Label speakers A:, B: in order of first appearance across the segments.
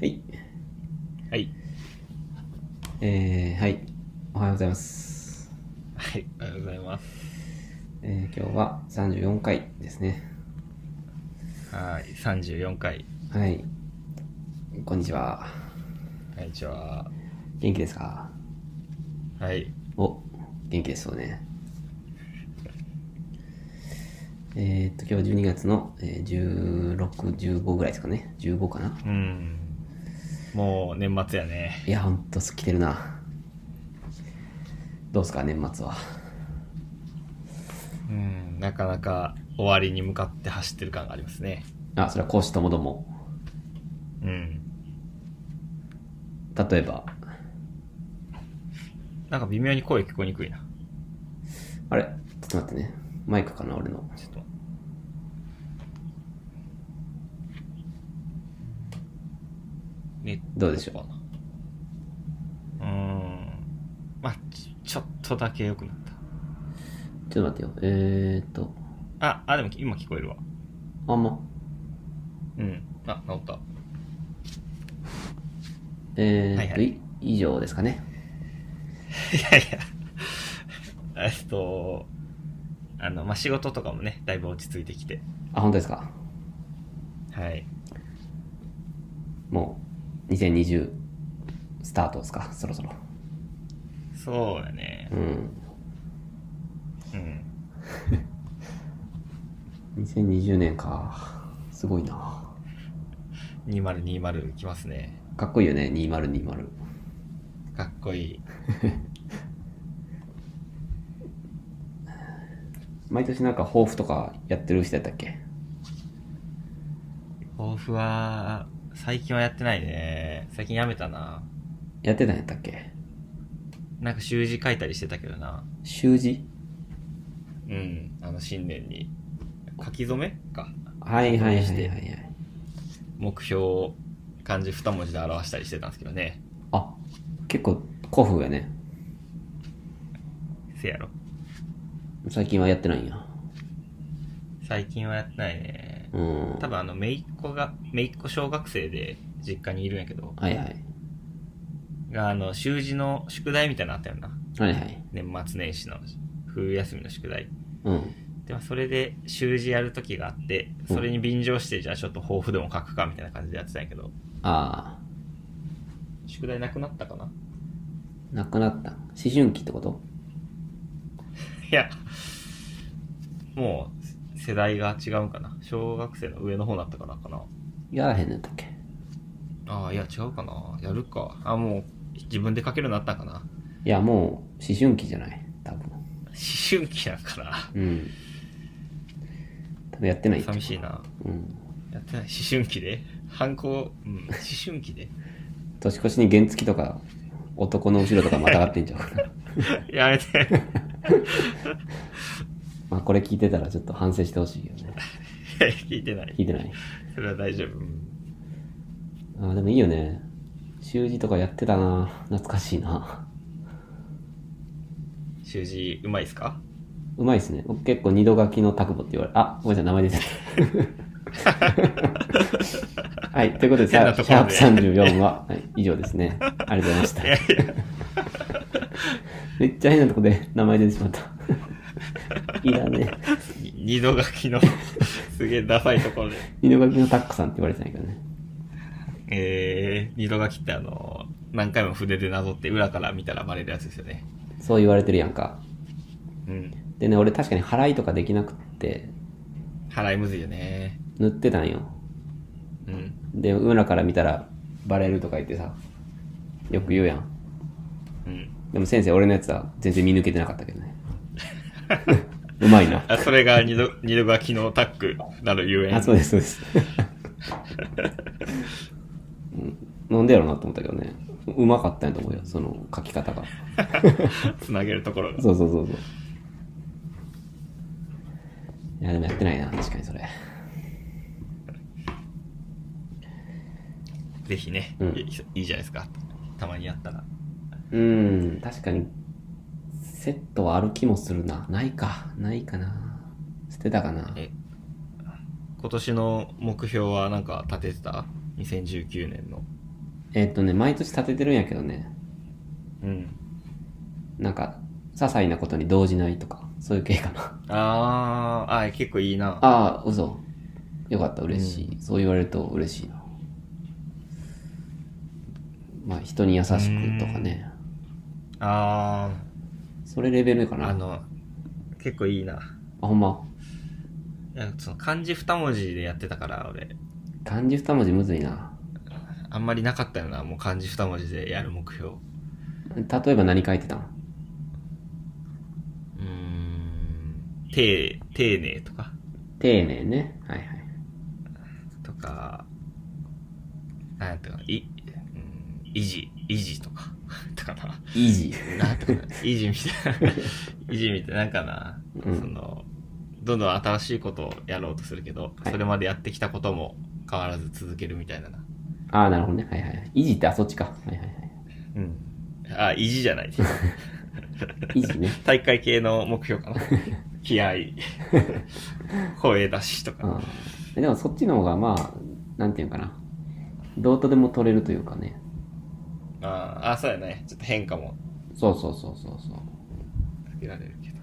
A: はい。
B: はい。
A: えー、はい。おはようございます。
B: はい。ありがとうございます。
A: えー、今日は34回ですね。
B: はい。34回。
A: はい。こんにちは。
B: こんにちは。
A: 元気ですか
B: はい。
A: お、元気ですそうね。えー、っと、今日12月の、えー、16、15ぐらいですかね。15かな
B: うん。もう年末やね。
A: いや、ほんと、来てるな。どうすか、年末は。
B: うん。なかなか終わりに向かって走ってる感がありますね。
A: あ、それは講師ともども。
B: うん。
A: 例えば、
B: なんか微妙に声聞こえにくいな。
A: あれちょっと待ってね。マイクかな、俺の。
B: ちょっと。ね
A: どうでしょう
B: かな。うん。まあ、ちちょっとだけ良くなった。
A: ちょっと待ってよ。えーっと、
B: あ、あ、でも今聞こえるわ。
A: あんま、
B: うん。あ、治った。
A: えー
B: はい
A: っと、
B: はい
A: い以上ですかね。
B: いやいや、えっと、あの、まあ、仕事とかもね、だいぶ落ち着いてきて、
A: あ、本当ですか。
B: はい。
A: もう、2020スタートですか、そろそろ。
B: そうやね
A: う。ん。
B: うん。
A: 2020年か。すごいな。
B: 2020来ますね。
A: かっこいいよね、2020。
B: かっこいい。
A: 毎年なんか抱負とかやってる人やったっけ
B: 抱負は、最近はやってないね。最近やめたな。
A: やってたんやったっけ
B: なんか習字書いたりしてたけどな。
A: 習字
B: うん。あの、新年に。書き初めか。
A: はいはいはい
B: し
A: はい
B: て
A: はい。
B: 目標を漢字二文字で表したりしてたんですけどね。
A: あ、結構古風やね。
B: せやろ。
A: 最近はやってないんや。
B: 最近はやってないね。
A: うん。
B: 多分あの、めいっ子が、めいっ子小学生で実家にいるんやけど、
A: はいはい。
B: が、あの、習字の宿題みたいなのあったよな。
A: はいはい。
B: 年末年始の冬休みの宿題。
A: うん。
B: で、まあそれで習字やる時があって、それに便乗して、じゃあちょっと抱負でも書くかみたいな感じでやってたんやけど、
A: あ
B: 宿題なくなったかな
A: ー、なくなった。思春期ってこと
B: いや、もう、世代が違うんかな。小学生の上の方だったからかな。
A: やらへんのやったっけ
B: ああ、いや、違うかな。やるか。あ、もう、自分で書けるようになったんかな。
A: いや、もう思春期じゃない、多分。
B: 思春期なんかな。
A: うん。多分やってない
B: 寂しいな。
A: うん。
B: やってない思春期で反抗、うん、思春期で
A: 年越しに原付とか、男の後ろとかまたがってんじゃ ん。
B: やめて
A: まあこれ聞いてたらちょっと反省してほしいよね。
B: 聞いてない
A: 聞いてない。
B: それは大丈夫、うん
A: あーでもいいよね。習字とかやってたな。懐かしいな。
B: 習字うまいっすか
A: うまいっすね。僕結構二度書きのタクボって言われあ、ごめんなさい、名前出て た。はい、ということで、
B: 変な
A: さ
B: と
A: シ
B: ころ
A: ャープ
B: で
A: 34は、はい、以上ですね。ありがとうございました。 めっちゃ変なとこで名前出てしまった。いいだね。
B: 二度書きの すげえダサいところで
A: 二度書きのタックさんって言われてないけどね。
B: えー、二度書きってあの何回も筆でなぞって裏から見たらバレるやつですよね
A: そう言われてるやんか。
B: うん
A: でね、俺確かに払いとかできなくって、
B: 払いむずいよね
A: 塗ってたんよ。
B: うん
A: で、裏から見たらバレるとか言ってさ、よく言うやん。
B: うん
A: でも先生、俺のやつは全然見抜けてなかったけど ね。うまいな。
B: あそれが二度二度書きのタックなるゆえ
A: あ、
B: ん
A: そうです、そうです。うん、なんでやろうなと思ったけどね。うまかったんやと思うよ、その書き方が。
B: つなげるところが
A: そうそうそうそう。いや、でもやってないな、確かにそれ。
B: ぜひね、
A: うん
B: いいいじゃないですかたまにやったら
A: うん、確かに、セットはある気もするな。ないか、ないかな。捨てたかな。
B: え今年の目標はなんか立ててた ?2019 年の。
A: えっとね、毎年立ててるんやけどね、
B: うん。
A: なんか、些細なことに動じないとか、そういう系かな。
B: あー、あー、結構いいな。
A: ああ、嘘。よかった、嬉しい。そう言われると嬉しいな。まあ、人に優しくとかね。
B: あ
A: それレベルか
B: ー、
A: な。
B: あ
A: あ、
B: の、結構いいな。
A: ほんま。
B: いやその漢字二文字でやってたから、俺。
A: 漢字二文字むずいな。
B: あんまりなかったよな、もう漢字二文字でやる目標。う
A: 例えば何書いてたん
B: ーん。丁、丁寧とか。
A: 丁寧ね。はいはい。
B: とか、なんやったかな、い、うん、維持、維持とか、 とかな。
A: イージー。
B: なんやったかな、維持みたいな、維持みたいな、なんかな、
A: うん
B: その、どんどん新しいことをやろうとするけど、
A: はい
B: それまでやってきたことも変わらず続けるみたいなな。
A: ああ、なるほどね。はいはい。イージーってあ、そっちか。はいはいはい。
B: うん。あ、維持じゃない。
A: イージーね。
B: 大会系の目 標かな。気合い、声出しと
A: う
B: か。
A: ん。えでもそっちの方が、まあ、なんていうのかな。どうとでも取れるというかね。
B: あーあ、そうやね。ちょっと変化も
A: そうそうそうそうそう。
B: つけられるけど。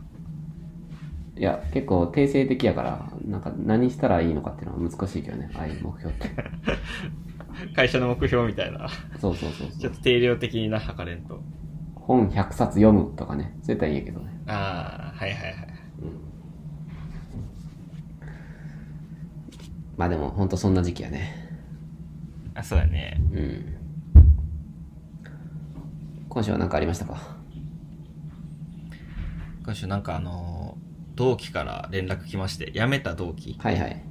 A: いや、結構定性的やから、なんか何したらいいのかっていうのは難しいけどね。ああいう目標って。
B: 会社の目標みたいな。
A: そうそうそう
B: ち
A: そ
B: ょっ
A: う。
B: と定量的にな、測れんと。
A: 本100冊読むとかね。そういったらいいんやけどね。
B: ああ、はいはいはい。
A: まあでも、ほんとそんな時期やね。
B: あ、そうだね。
A: うん。今週は何かありましたか
B: 今週なんかあのー同期から連絡来まして、辞めた同期、
A: はいはい。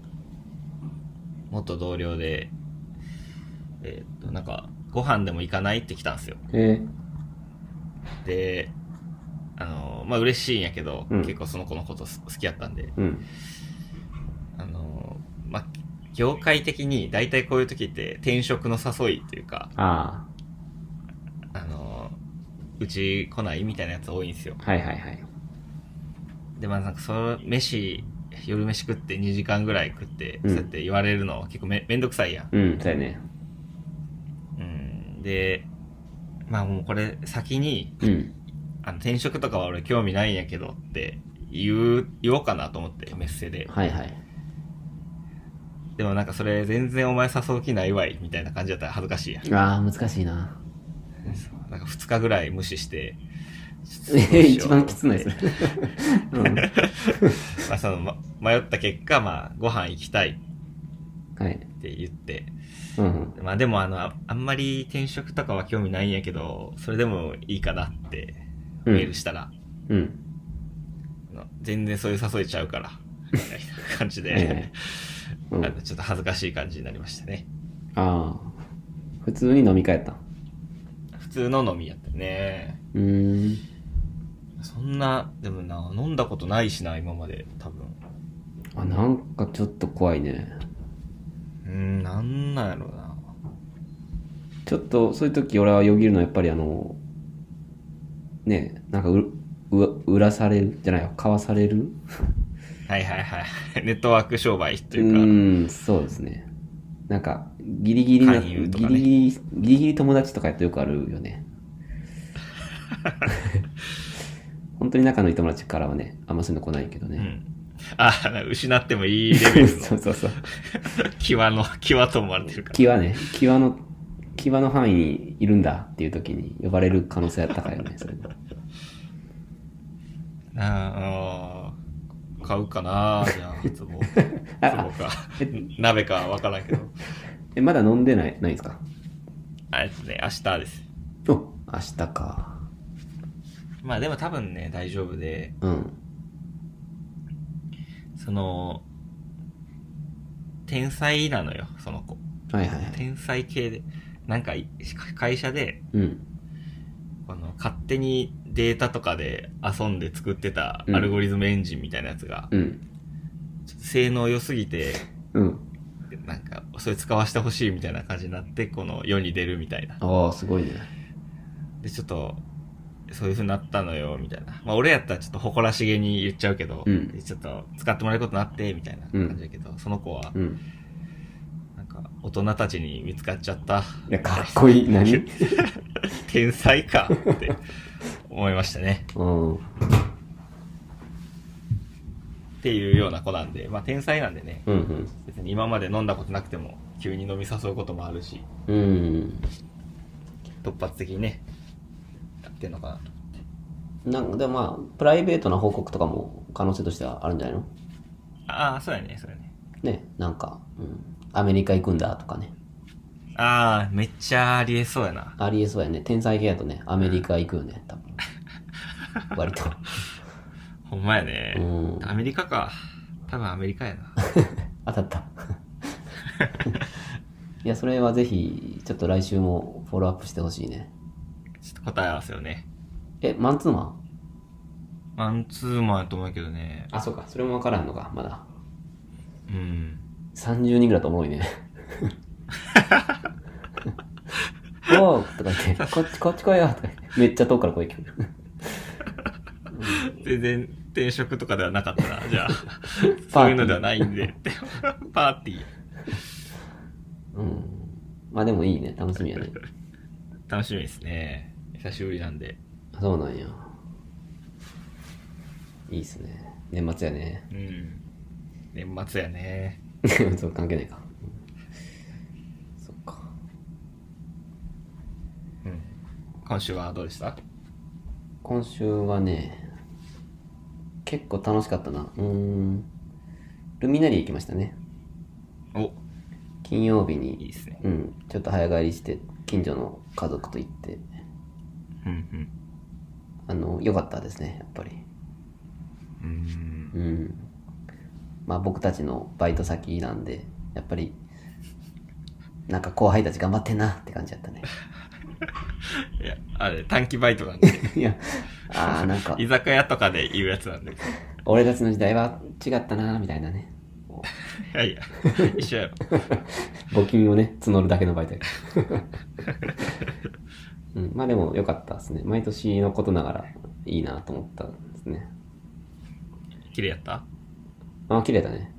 B: 元同僚で、えーっと、なんか、ご飯でも行かないって来たんですよ。
A: え
B: で、あのーまあ、嬉しいんやけど、
A: うん
B: 結構その子のことす好きやったんで、
A: うん。
B: あのーまあ、業界的に大体こういう時って転職の誘いというか、
A: あ
B: あのーうち来ないみたいなやつ多いんですよ。
A: あ、はいはいはい。
B: でまあなんかその飯夜飯食って2時間ぐらい食って、
A: うん
B: そうやって言われるの結構めめんどくさいやん、
A: うん、そうやね。
B: うん、でまあもうこれ先に
A: うん。
B: あの転職とかは俺興味ないんやけどって言う言おうかなと思ってメッセで
A: はいはい。
B: でもなんかそれ全然お前誘う気ないわいみたいな感じだったら恥ずかしいやん
A: ああ、難しいな。
B: そうなんか2日ぐらい無視して
A: えへへ 一番きつないです
B: ね
A: ね。うん。
B: まあその、ま、迷った結果まあご飯行きたい
A: はい。
B: って言って
A: うんうん。
B: まあでもあの、ああんまり転職とかは興味ないんやけど、それでもいいかなって
A: うん
B: メールしたら、
A: うん。
B: あの全然そういう誘いちゃうから、みたいな感じ
A: え
B: で、
A: えうん
B: あのちょっと恥ずかしい感じになりましたね。
A: ああ。普通に飲み会やった。
B: 普通の飲みやったね。
A: うーん。
B: そんな、でもな、飲んだことないしな、今まで、多分。
A: あ、なんかちょっと怖いね。
B: うーん、なんなんやろうな。
A: ちょっとそういう時俺はよぎるのはやっぱりあのねなんかうう売らされるじゃないよ買わされる
B: はいはいはい。ネットワーク商売と
A: う
B: いうか、
A: んそうですねなんかギリギリな、
B: 勧
A: ギ
B: 誘
A: リ
B: と
A: ギ
B: かね
A: リギリギリ友達とかやってよくあるよ ね本当に仲のいい友達からはねあんまそういうの来ないけど
B: う
A: ね、
B: ん。あ、なんか失ってもいいレベルの
A: そうそうそう
B: 際の、際と思われてるから。
A: 際ね際の際の範囲にいるんだっていう時に呼ばれる可能性は高いよねそれで
B: ああ、買うかなじゃあ、つぼ。つぼ か。鍋かわからんけど。
A: えまだ飲んでないないんですか
B: あれですね、明日です。
A: お明日か
B: まあでも多分ね、大丈夫で、
A: うん
B: その、天才なのよ、その子。
A: はいはいはい
B: 天才系で。なんかい、会社で、
A: うん
B: この、勝手にデータとかで遊んで作ってたアルゴリズムエンジンみたいなやつが、
A: うん
B: ちょっと性能良すぎて、
A: うん
B: なんか、それ使わせてほしいみたいな感じになって、この世に出るみたいな。
A: ああすごいね
B: で、ちょっと、そういう風になったのよ、みたいな。まあ、俺やったらちょっと誇らしげに言っちゃうけど、
A: うん
B: でちょっと使ってもらえることになって、みたいな感じだけど、その子は、
A: うん
B: なんか、大人たちに見つかっちゃった。
A: いや、かっこいい。何
B: 天才かって思いましたね。
A: うん。
B: っていうような子なんで、まあ天才なんでね、
A: うん
B: 別に今まで飲んだことなくても急に飲み誘うこともあるし、
A: うん。うん。
B: 突発的にね、やってんのかなと。
A: なんか、でもまあ、プライベートな報告とかも可能性としてはあるんじゃないの
B: ああ、そうやね、そうやね。
A: ね、なんか、うん。アメリカ行くんだとかね。
B: ああ、めっちゃありえそうやな。
A: ありえそうやね。天才系やとね、アメリカ行くよね、多分。割と。
B: ほんまやね
A: う。ん。
B: アメリカか。多分アメリカやな。
A: 当たった。いや、それはぜひ、ちょっと来週もフォローアップしてほしいね。
B: ちょっと答え合わせよね。
A: え、マンツーマン
B: マンツーマンやと思うけどね。
A: あ、そうか。それもわからんのか、まだ。
B: うん。
A: 30人ぐらいだとおもろいね。おーとか言って、こっち、こっち来いよとか言って、めっちゃ遠くから声聞くる。
B: 全然転職とかではなかったな。じ ゃあ、そういうのではないんで。 ってパーティー。
A: うん。まあでもいいね。楽しみやね。
B: 楽しみですね。久しぶりなんで。
A: そうなんや。いいっすね。年末やね。
B: うん。年末やね。
A: そう、関係ないか。うんそっか。
B: うん。今週はどうでした
A: 今週はね、結構楽しかったな。うーん。ルミナリー行きましたね。
B: お、
A: 金曜日
B: いい
A: に、
B: ですね。
A: うん、ちょっと早帰りして、近所の家族と行って、
B: うん
A: あの、良かったですね、やっぱり。
B: うん。うん。
A: うん。まあ僕たちのバイト先なんで、やっぱり、なんか後輩たち頑張ってんなって感じだったね。
B: いや、あれ、短期バイトなんで。
A: いや、ああ、なんか
B: 居、酒屋とかで言うやつ なんで。い
A: 俺たちの時代は違ったなみたいなね。
B: やいや、一緒やろ。
A: 募金をね、募るだけのバイトやからうん、まあでも良かったですね。毎年のことながらいいなと思ったんですね。
B: 綺麗やった
A: あ、綺麗だね。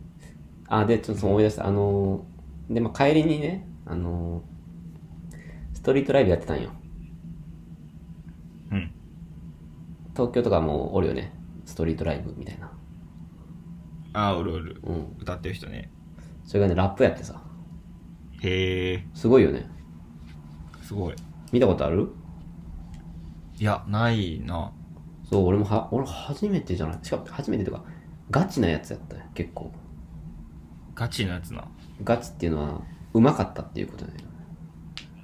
A: あ、で、ちょっと思い出した。あのーで、まあ、帰りにね、あのーストリートライブやってたんよ。
B: うん。
A: 東京とかもうおるよね。ストリートライブみたいな。
B: ああ、おるおる。
A: うん。
B: 歌ってる人ね。
A: それがね、ラップやってさ。
B: へえ、
A: すごいよね。
B: すごい。
A: 見たことある
B: いや、ないな。
A: そう、俺もは、俺初めてじゃない。しかも初めてというか、ガチなやつやったよ、結構。
B: ガチのやつな。
A: ガチっていうのは、うまかったっていうことだよね。
B: へ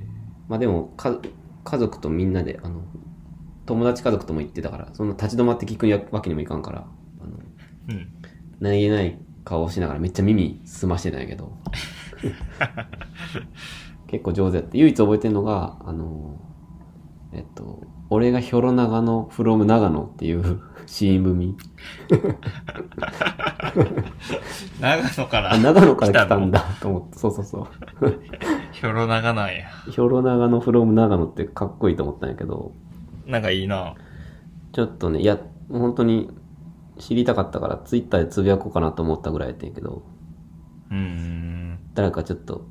B: え。
A: まあでも、か、家族とみんなで、あの、友達家族とも行ってたから、そんな立ち止まって聞くわけにもいかんから、あの、
B: うん。
A: 何気ない顔をしながらめっちゃ耳澄ましてたんやけど結構上手やって唯一覚えてるのがあのえっと俺がヒョロ長野 from 長野っていう シーン組
B: 長野から
A: あ、長野から来た
B: の
A: んだと思ってそうそうそ
B: ひょろ長なんや。
A: うヒョロ長野 from 長野ってかっこいいと思ったんやけど
B: なんかいいな。
A: ちょっとねいや本当に知りたかったからツイッターでつぶやこうかなと思ったぐらいやったんやけど
B: うーん。
A: 誰かちょっと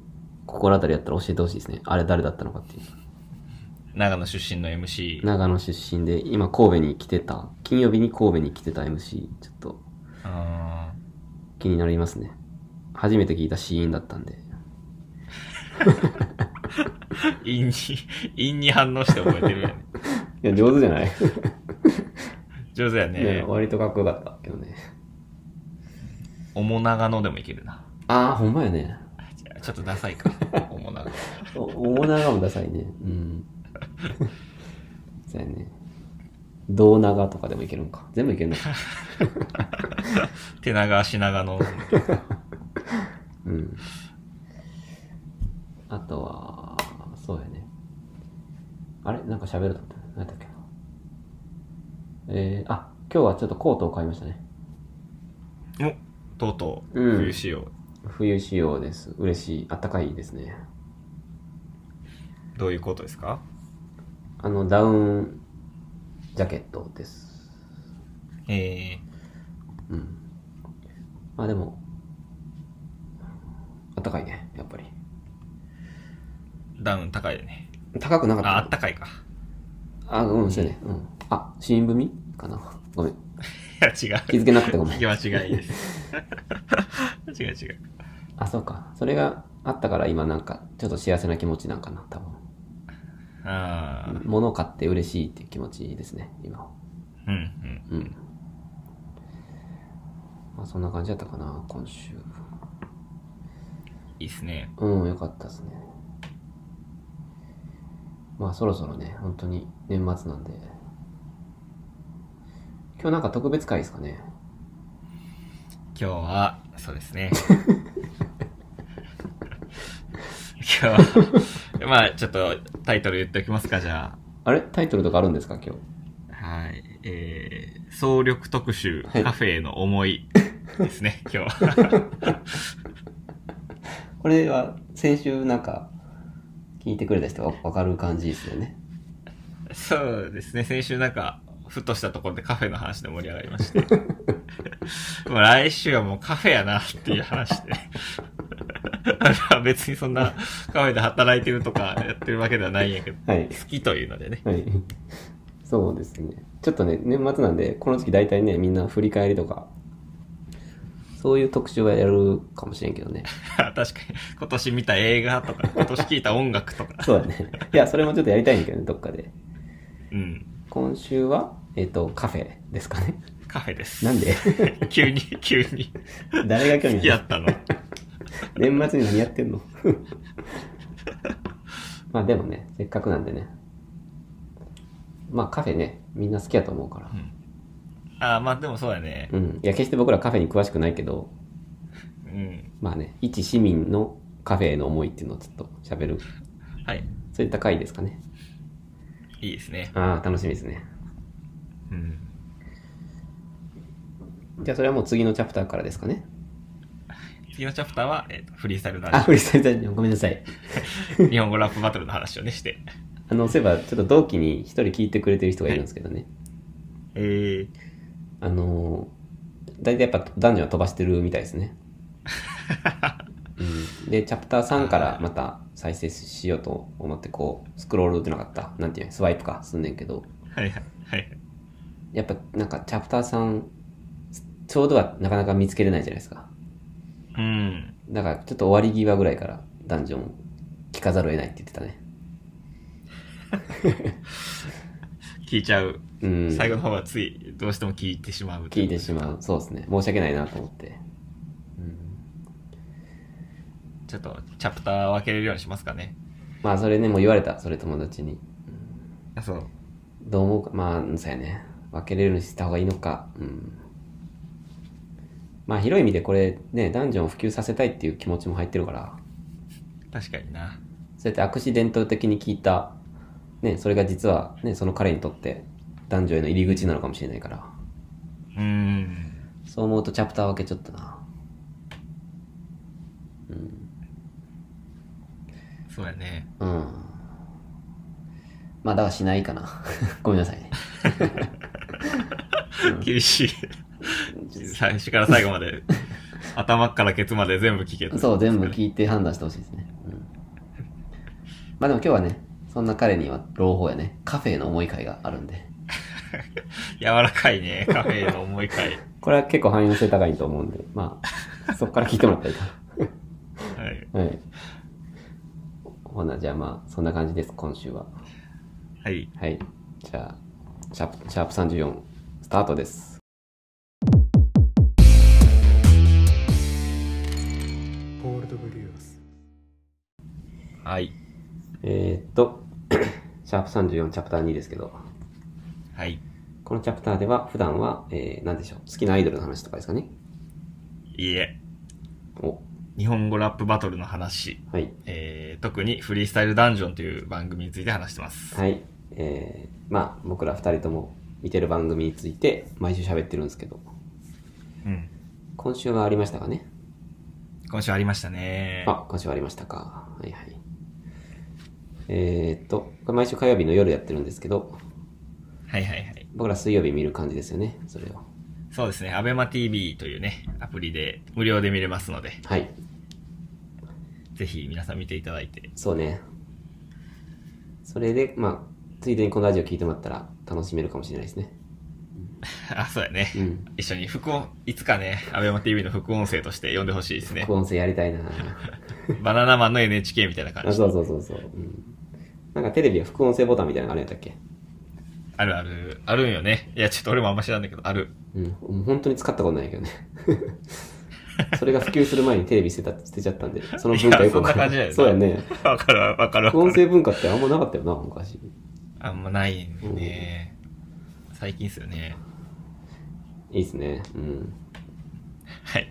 A: 心当たりやったら教えてほしいですねあれ誰だったのかっていう
B: 長野出身の MC。
A: 長野出身で今神戸に来てた金曜日に神戸に来てた MC ちょっと
B: あ
A: 気になりますね初めて聞いたシーンだったんで
B: ー陰に、 陰に反応して覚えてるやね。
A: いや上手じゃない
B: 上手やね。
A: 割とかっこよかったけどね
B: おも長野でもいけるな。
A: ああほんまやね
B: じゃあちょっとダサいか。おも長野。
A: おお長もダサいねうん そうやね胴長とかでもいけるんか全部いけるのか
B: 手長足長野。
A: うんあとはそうやねあれなんか喋ると思った何だっけなえー、あ今日はちょっとコートを買いましたね
B: お、とうとう、
A: うん
B: 冬仕様。
A: 冬仕様です嬉しいあったかいですね
B: どういうことですか
A: あのダウンジャケットです
B: ええ
A: うんまあでもあったかいね、やっぱり。
B: ダウン高いよね。
A: 高くなかった。
B: あ、あったかいか。
A: あ、うん、そうやね。うん。あ、新組かな。ごめん。
B: いや、違う。
A: 気づけなくてごめん。
B: 気間違いです。 違う違う。
A: あ、そうか。それがあったから今なんか、ちょっと幸せな気持ちなんかな、多分。
B: ああ、
A: 物を買って嬉しいっていう気持ちですね、今は。
B: うんう
A: う
B: ん。
A: ん。まあそんな感じだったかな、今週。
B: いいっすね。
A: うん、よかったですね。まあそろそろね、本当に年末なんで。今日なんか特別会ですかね。
B: 今日は、そうです ね。今日は、まあちょっとタイトル言っておきますか、じゃ
A: あれタイトルとかあるんですか今日。
B: あ。はい。えー、総力特集、
A: はい
B: カフェへの思いですね、今日 は。
A: これは先週なんか聞いてくれた人がわかる感じですよね。
B: そうですね、先週なんか、ふとしたところでカフェの話で盛り上がりまして。まあ来週はもうカフェやなっていう話で。 あの別にそんなカフェで働いてるとかやってるわけではないんやけど、
A: はい。
B: 好きというのでね。
A: はい。そうですね。ちょっとね、年末なんで、この時期大体ね、みんな振り返りとか、そういう特集はやるかもしれんけどね。
B: 確かに、今年見た映画とか、今年聴いた音楽とか。
A: そうだね。 いや、それもちょっとやりたいんだけどね、どっかで。
B: うん。
A: 今週は、えっ、と、カフェですかね。
B: カフェです。
A: なんで
B: 急に、急に。
A: 誰が興
B: 好き
A: 味あ
B: や
A: る
B: ったの。
A: 年末に何やってんの まあでもね、せっかくなんでね。まあカフェね、みんな好きやと思うから。
B: ああ、まあでもそうやね。
A: うん。いや、決して僕らカフェに詳しくないけど、
B: うん。
A: まあね、一市民のカフェへの思いっていうのをちょっと喋る。
B: はい。
A: そういった回ですかね。
B: いいですね。
A: ああ、楽しみですね。
B: うん。
A: じゃあそれはもう次のチャプターからですかね。
B: 次のチャプターは、えーとフリースタイルダン
A: あ、
B: ジ
A: フリースタイルダンジョンごめんなさい。
B: ョン。日本語ラップバトルの話をね、して。
A: あの、そういえばちょっと同期に一人聞いてくれてる人がいるんですけどね。
B: えー、
A: あのー、大体やっぱダンジョンは飛ばしてるみたいです ね。うん、で、チャプター3からまた再生しようと思って、こう、スクロールってなかった。なんていうのスワイプか、すんねんけど。
B: はいはいはい。
A: やっぱなんかチャプター3、ちょうどはなかなか見つけれないじゃないですか。
B: うん。
A: だからちょっと終わり際ぐらいからダンジョン聞かざるを得ないって言ってたね。
B: 聞いちゃう。
A: うん。
B: 最後の方はつい、どうしても聞いてしまう。
A: 聞いてしまう。そうですね。申し訳ないなと思って。うん、
B: ちょっと、チャプターを分けれるようにしますかね。
A: まあそれね、もう言われた。それ友達に。
B: あ、そう。
A: どう思うか、まあ、そうやね。分けれるようにした方がいいのか。うん。まあ、広い意味でこれ、ね、ダンジョンを普及させたいっていう気持ちも入ってるから、
B: 確かにな。
A: そうやってアクシデント的に聞いた、ね、それが実は、ね、その彼にとって、ダンジョンへの入り口なのかもしれないから、
B: うん。
A: そう思うとチャプター分けちょっとな。
B: そうやね。
A: うん。まあ、だからしないかな。 ごめんなさいね。
B: 厳しい。最初から最後ま で、頭からケツまで全部聞けと
A: そう、全部聞いて判断してほしいですね。うん。まあでも今日はね、そんな彼には朗報やね、カフェへの思い会があるんで。
B: 柔らかいね、カフェへの思い会。
A: これは結構汎用性高いと思うんで、まあ、そこから聞いてもらったらいいか
B: はい。
A: な。はい。ほな、じゃあまあ、そんな感じです、今週は。
B: はい。
A: はい。じゃあ、シャープ、シャープ34、スタートです。
C: ポール・ド・ブリュース
B: はい。
A: えー、っと、シャープ34、チャプター2ですけど、
B: はい。
A: このチャプターでは、普段は、えー、なんでしょう、好きなアイドルの話とかですかね。
B: いいえ。
A: お、
B: 日本語ラップバトルの話。
A: はい。
B: えー、特にフリースタイルダンジョンという番組について話してます。
A: はい。えー、まあ、僕ら二人とも見てる番組について、毎週喋ってるんですけど、
B: うん。
A: 今週はありましたかね
B: 今週ありましたね。
A: あ、今週はありましたか。はいはい。えー、っと、これ毎週火曜日の夜やってるんですけど、
B: はいはいはい。
A: 僕ら水曜日見る感じですよね、それを。
B: そうですね。アベマ t v というね、アプリで無料で見れますので。
A: はい。
B: ぜひ皆さん見ていただいて。
A: そうね。それで、まあ、ついでにこのラジオ聞いてもらったら楽しめるかもしれないですね。
B: あ、そうやね。
A: うん。
B: 一緒に副音、いつかね、アベマ TV の副音声として呼んでほしいですね
A: 副。音声やりたいな
B: バナナマンの NHK みたいな感
A: あ
B: じ
A: そ
B: で。
A: うそうそうそう、うん。なんかテレビは副音声ボタンみたいなのがあるんやったっけ
B: あるある、あるんよね。いや、ちょっと俺もあんま知らんだけど、ある。
A: うん。もう本当に使ったことないけどね。 それが普及する前にテレビ捨てた、捨てちゃったんで、その文化よくわか
B: いやそんな感じだよね
A: そうやね。
B: わかるわ、わかるわ
A: 副音
B: かる。
A: 声文化ってあんまなかったよな、昔。
B: あんまないんでね。最近っすよね。
A: いいっすね。うん。
B: はい。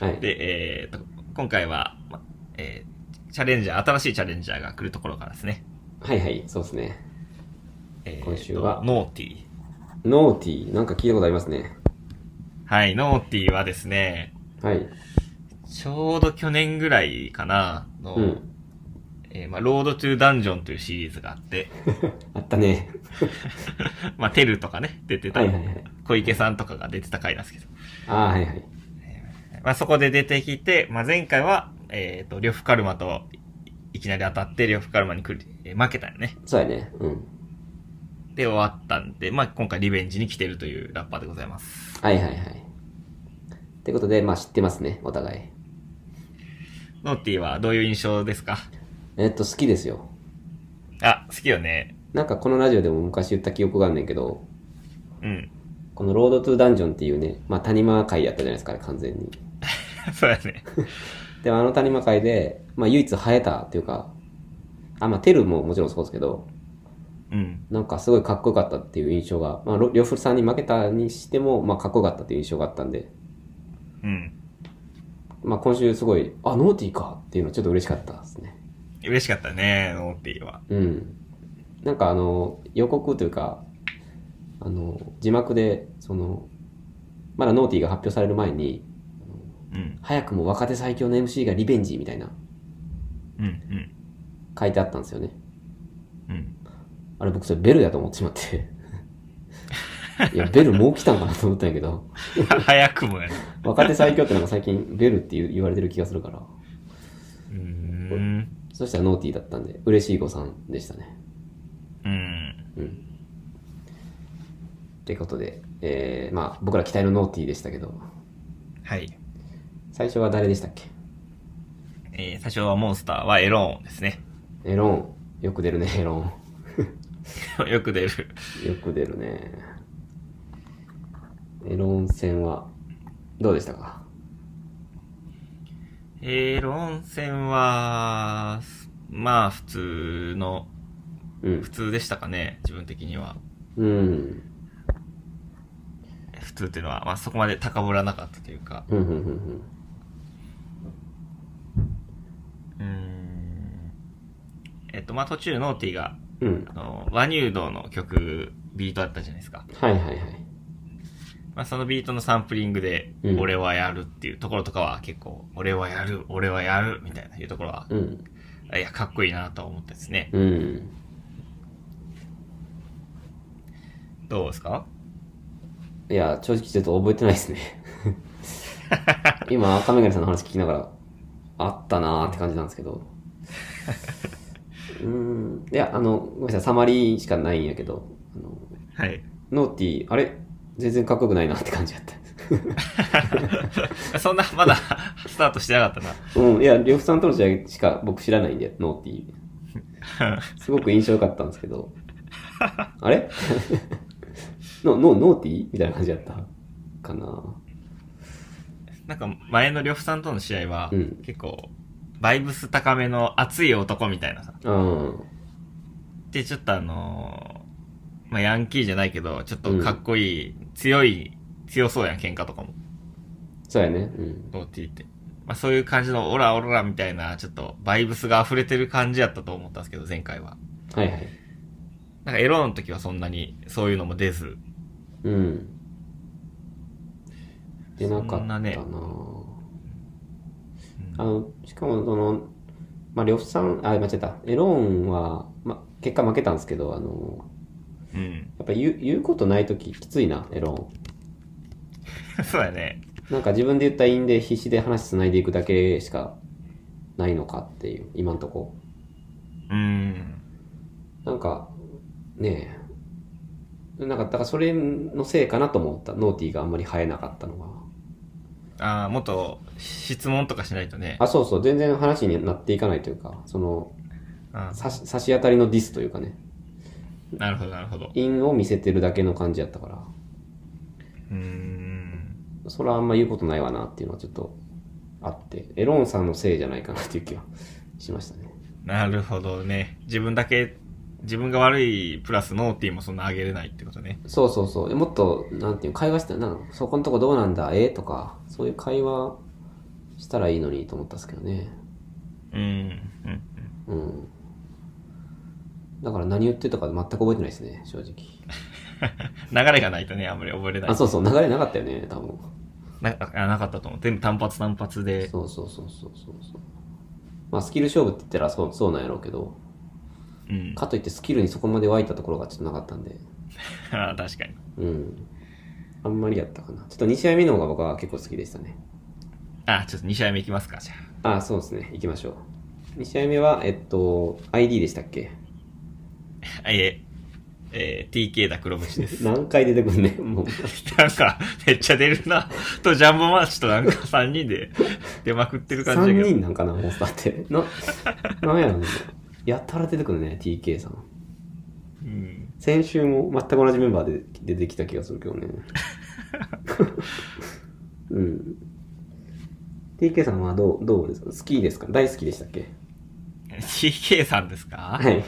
A: はい。
B: で、えー、と、今回は、まえーチャレンジャー、新しいチャレンジャーが来るところからですね。
A: はいはい、そうですね。
B: えーと
A: 今週は
B: ノーティー。
A: ノーティー、なんか聞いたことありますね。
B: はい、ノーティーはですね、
A: はい。
B: ちょうど去年ぐらいかな、の、
A: うん。
B: えーまあ、ロードトゥダンジョンというシリーズがあって、
A: あったね。
B: まあ、テルとかね、出てた、
A: はいはいはい。
B: 小池さんとかが出てた回なんですけど、
A: ああ、はいはい。
B: まあ、そこで出てきて、まあ、前回は、えっ、と、呂布カルマといきなり当たって、呂布カルマにくり、えー負けたよね。
A: そうやね。うん。
B: で、終わったんで、まあ、今回リベンジに来てるというラッパーでございます。
A: はいはいはい。ってことで、まあ知ってますね、お互い。
B: ノーティーはどういう印象ですか
A: えっと、好きですよ。
B: あ、好きよね。
A: なんかこのラジオでも昔言った記憶があんねんけど、
B: うん。
A: このロードトゥダンジョンっていうね、まあ谷間会やったじゃないですか、ね、完全に。
B: そうやね。
A: でもあの谷間会で、まあ唯一生えたっていうか、あ、まあテルももちろんそうですけど、
B: うん。
A: なんかすごいかっこよかったっていう印象が、まあろ両夫さんに負けたにしても、まあかっこよかったっていう印象があったんで、
B: うん。
A: まあ今週すごい、あ、ノーティーかっていうのちょっと嬉しかったですね。
B: 嬉しかったね、ノーティーは。
A: うん。なんかあの、予告というか、あの、字幕で、その、まだノーティーが発表される前に、
B: うん。
A: 早くも若手最強の MC がリベンジみたいな
B: うん。うん。
A: 書いてあったんですよね。
B: うん。
A: あれ僕それベルやと思ってしまって。 いや、ベルもう来たんかなと思ったんやけど、
B: 早くもやね。
A: 若手最強ってなんか最近ベルって言う言われてる気がするから、
B: うーん。
A: そしたらノーティーだったんで、嬉しい誤算でしたね。
B: うん。
A: うん。ってことで、えー、まあ僕ら期待のノーティーでしたけど、
B: はい。
A: 最初は誰でしたっけ
B: えー、最初はモンスターはエローンですね。
A: エロン。よく出るね、エロン。
B: よく出る。
A: よく出るね。エロン戦は、どうでしたか
B: エローン戦は、まあ、普通の、
A: うん
B: 普。通でしたかね、自分的には。
A: うん。
B: 普通っていうのは、まあ、そこまで高ぶらなかったというか。
A: ふんふんふんふん。
B: うーん。えっと、まあ、途中ノーティが、
A: うん
B: あ。の、和乳道の曲、ビートあったじゃないですか。
A: はいはいはい。
B: まあ、そのビートのサンプリングで
A: う、ん
B: 俺はやるっていうところとかは結構、俺はやる、俺はやる、みたいないうところは、
A: うん。
B: いや、かっこいいなと思ってですね。
A: うん。
B: どうですか
A: いや、正直ちょっと覚えてないですね。今、赤メガネさんの話聞きながら、あったなーって感じなんですけど。うーん。いや、あの、ごめんなさい、サマリーしかないんやけど、あの
B: はい。
A: ノーティー、あれ全然かっこよくないなって感じだった。
B: そんな、まだ、スタートしてなかっ
A: うん、いや、呂布さんとの試合しか僕知らないんで、ノーティー。
B: た な。
A: すごく印象良かったんですけど。あれ ののノーティーみたいな感じだったかな。
B: なんか、前の呂布さんとの試合は、
A: うん
B: 結構、バイブス高めの熱い男みたいなさ。
A: うん。
B: で、ちょっとあのーまあ、ヤンキーじゃないけど、ちょっとかっこいい、強い、強そうやん、喧嘩とかも。
A: そうやね。うん。
B: ノーティーって。まあ、そういう感じの、オラオラみたいな、ちょっと、バイブスが溢れてる感じやったと思ったんですけど、前回は。
A: はいはい。
B: なんか、エロの時はそんなに、そういうのも出ず。
A: うん。出なか
B: そ
A: った
B: ん
A: な
B: なね
A: あの、しかもその、まあ、呂布さん、あ、間違えた。エローンは、ま、結果負けたんですけど、あの、
B: うん。
A: やっぱ言う言うことないとききついな、エローン。
B: そうやね。
A: なんか自分で言った因で必死で話つないでいくだけしかないのかっていう、今んとこ。
B: うん。
A: なんか、ねえ。なんか、だからそれのせいかなとも思った。ノーティーがあんまり生えなかったのが。
B: ああ、もっと質問とかしないとね。
A: あ、そうそう、全然話になっていかないというか、その、
B: あ
A: 差し差し当たりのディスというかね、
B: なるほど、なるほど。
A: 因を見せてるだけの感じやったから、
B: うーん。
A: それはあんま言うことないわなっていうのはちょっとあって、エロンさんのせいじゃないかなっていう気はしましたね。
B: なるほどね。自分だけ、自分が悪いプラスノーティーもそんな上げれないってことね。
A: そうそうそう、もっと、なんていうの、会話したな、そこのとこどうなんだ、えとか、そういう会話したらいいのにと思ったんですけどね。
B: うん。うん。
A: うん。だから何言ってたか全く覚えてないですね、正直。
B: 流れがないとね、あんまり覚えれない。
A: あ、そうそう、流れなかったよね、多分。
B: なあなかったと思う。全部単発単発で。
A: そうそうそうそうそうそう。まあスキル勝負って言ったらそうそうなんやろうけど、
B: うん。
A: かといってスキルにそこまで湧いたところがちょっとなかったんで、
B: あー確かに。
A: うん。あんまりやったかな。ちょっと2試合目の方が僕は結構好きでしたね。
B: あーちょっと2試合目いきますか、じゃ
A: あ、そうですね。行きましょう。2試合目は、えっと、ID でしたっけ
B: あ。いえ、えー、TK だ黒虫です。
A: 何回出てくるね。もう、
B: なんか、めっちゃ出るな。と、ジャンボマッチとなんか3人で出まくってる感じ
A: 3
B: だけど。
A: 人なんかな、モンスターって。な、なんやろね。やったら出てくるね、TK さん。
B: うん。
A: 先週も全く同じメンバーで出てきた気がするけど ね。うん。TK さんはどう、どうですか好きですか大好きでしたっけ
B: TK さんですか
A: はい。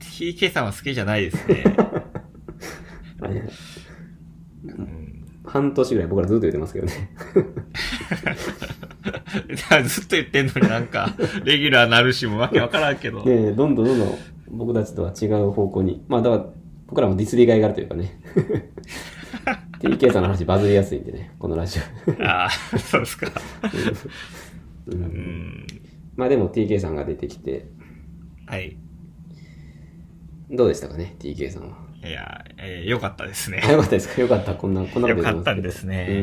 B: TK さんは好きじゃないですね。うん、
A: 半年ぐらい僕らずっと言ってますけどね。
B: ずっと言ってんのになんか、レギュラーなるしもわけわからんけど。
A: で、どんどんどんどん僕たちとは違う方向に。まあだから、僕らもディスりがいがあるというか ね。TK さんの話バズりやすいんでね、このラジ
B: ああ、そうですか。
A: オ。う、
B: うんん。
A: まあでも TK さんが出てきて、
B: はい。
A: どうでしたかね、TK さんは。
B: いや、えー、よかったですね
A: あ。よかったですかよかった。こんな、こんなこと言
B: よか
A: て
B: っ
A: ま
B: た
A: すけど
B: んですね。
A: う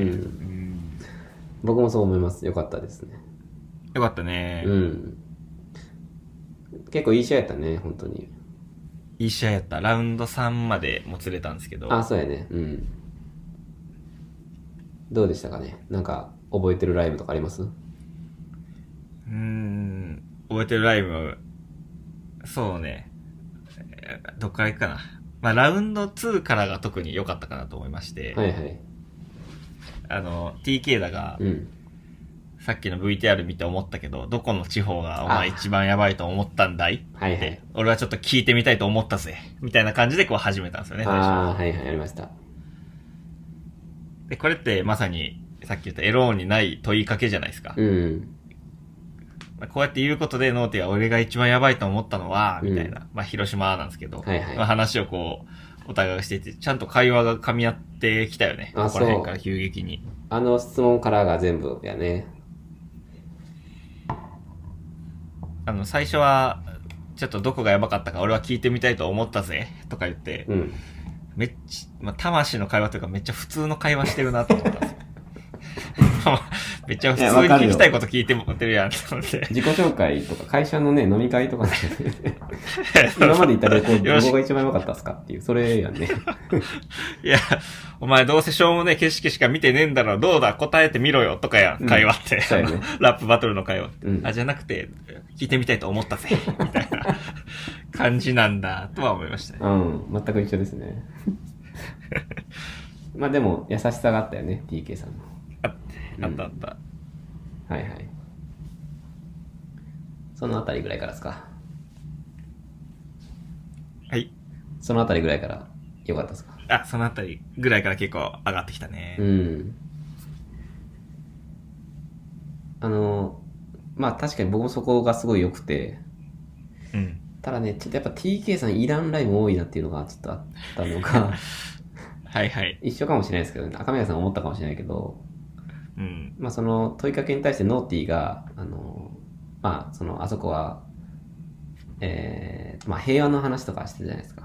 A: ん
B: うん
A: 僕もそう思います。よかったですね。
B: よかったね。
A: うん。結構いい試合やったね、本当に。
B: いい試合やった。ラウンド3までもつれたんですけど。
A: あ、そうやね。うん。どうでしたかねなんか、覚えてるライブとかあります
B: うーん。覚えてるライブ、そうね。えーどっから行くかな。まあ、ラウンド2からが特に良かったかなと思いまして、
A: はいはい。
B: あの、TK だが、
A: うん。
B: さっきの VTR 見て思ったけど、どこの地方がお前
A: あ
B: 一番やばいと思ったんだい
A: はい
B: っ
A: は
B: て
A: い。
B: 俺はちょっと聞いてみたいと思ったぜ。みたいな感じでこう始めたんですよね、最初。
A: ああ、はいはい、ありました。
B: で、これってまさに、さっき言ったエローにない問いかけじゃないですか。
A: うん。
B: まあこうやって言うことでノーティは俺が一番やばいと思ったのは、
A: うん
B: みたいな。まあ、広島なんですけど、
A: はいはい
B: まあ、話をこう、お互いがしていて、ちゃんと会話が噛み合ってきたよね。
A: あ
B: ここ
A: そう
B: ら辺から急激に。
A: あの質問からが全部やね。
B: あの、最初は、ちょっとどこがやばかったか俺は聞いてみたいと思ったぜ、とか言って、
A: うん。
B: めっちゃ、まあ、魂の会話というかめっちゃ普通の会話してるなと思った んですよ。めっちゃ普通に
A: いやわかるよ
B: 聞きたいこと聞いてもらってるやん、と思って。
A: 自己紹介とか、会社のね、飲み会とかで、 今まで行った旅行、
B: よ
A: ど
B: ろし
A: こが一番良かったっすかっていう、それやんね。
B: いや、お前どうせしょうもねえ景色しか見てねえんだろ、どうだ、答えてみろよ、とかやん、
A: うん
B: 会話って。
A: そうやね
B: ラップバトルの会話って。
A: うん
B: あ、じゃなくて、聞いてみたいと思った ぜ、みたいな感じなんだ、とは思いましたね。
A: うん、全く一緒です ね。まあでも、優しさがあったよね、TK さんの。
B: ああったあった。
A: はいはい。そのあたりぐらいからですか。
B: はい。
A: そのあたりぐらいから良かったですか。
B: あ、そのあたりぐらいから結構上がってきたね
A: う。ん。あの、まあ確かに僕もそこがすごい良くて、
B: うん。
A: ただね、ちょっとやっぱ TK さんイランライブ多いなっていうのがちょっとあったのが、
B: はいはい。
A: 一緒かもしれないですけどね、赤宮さん思ったかもしれないけど、
B: うん。
A: まあ、その問いかけに対してノーティーが、あの、まあ、その、あそこは、えー、まあ、平和の話とかしてたじゃないですか。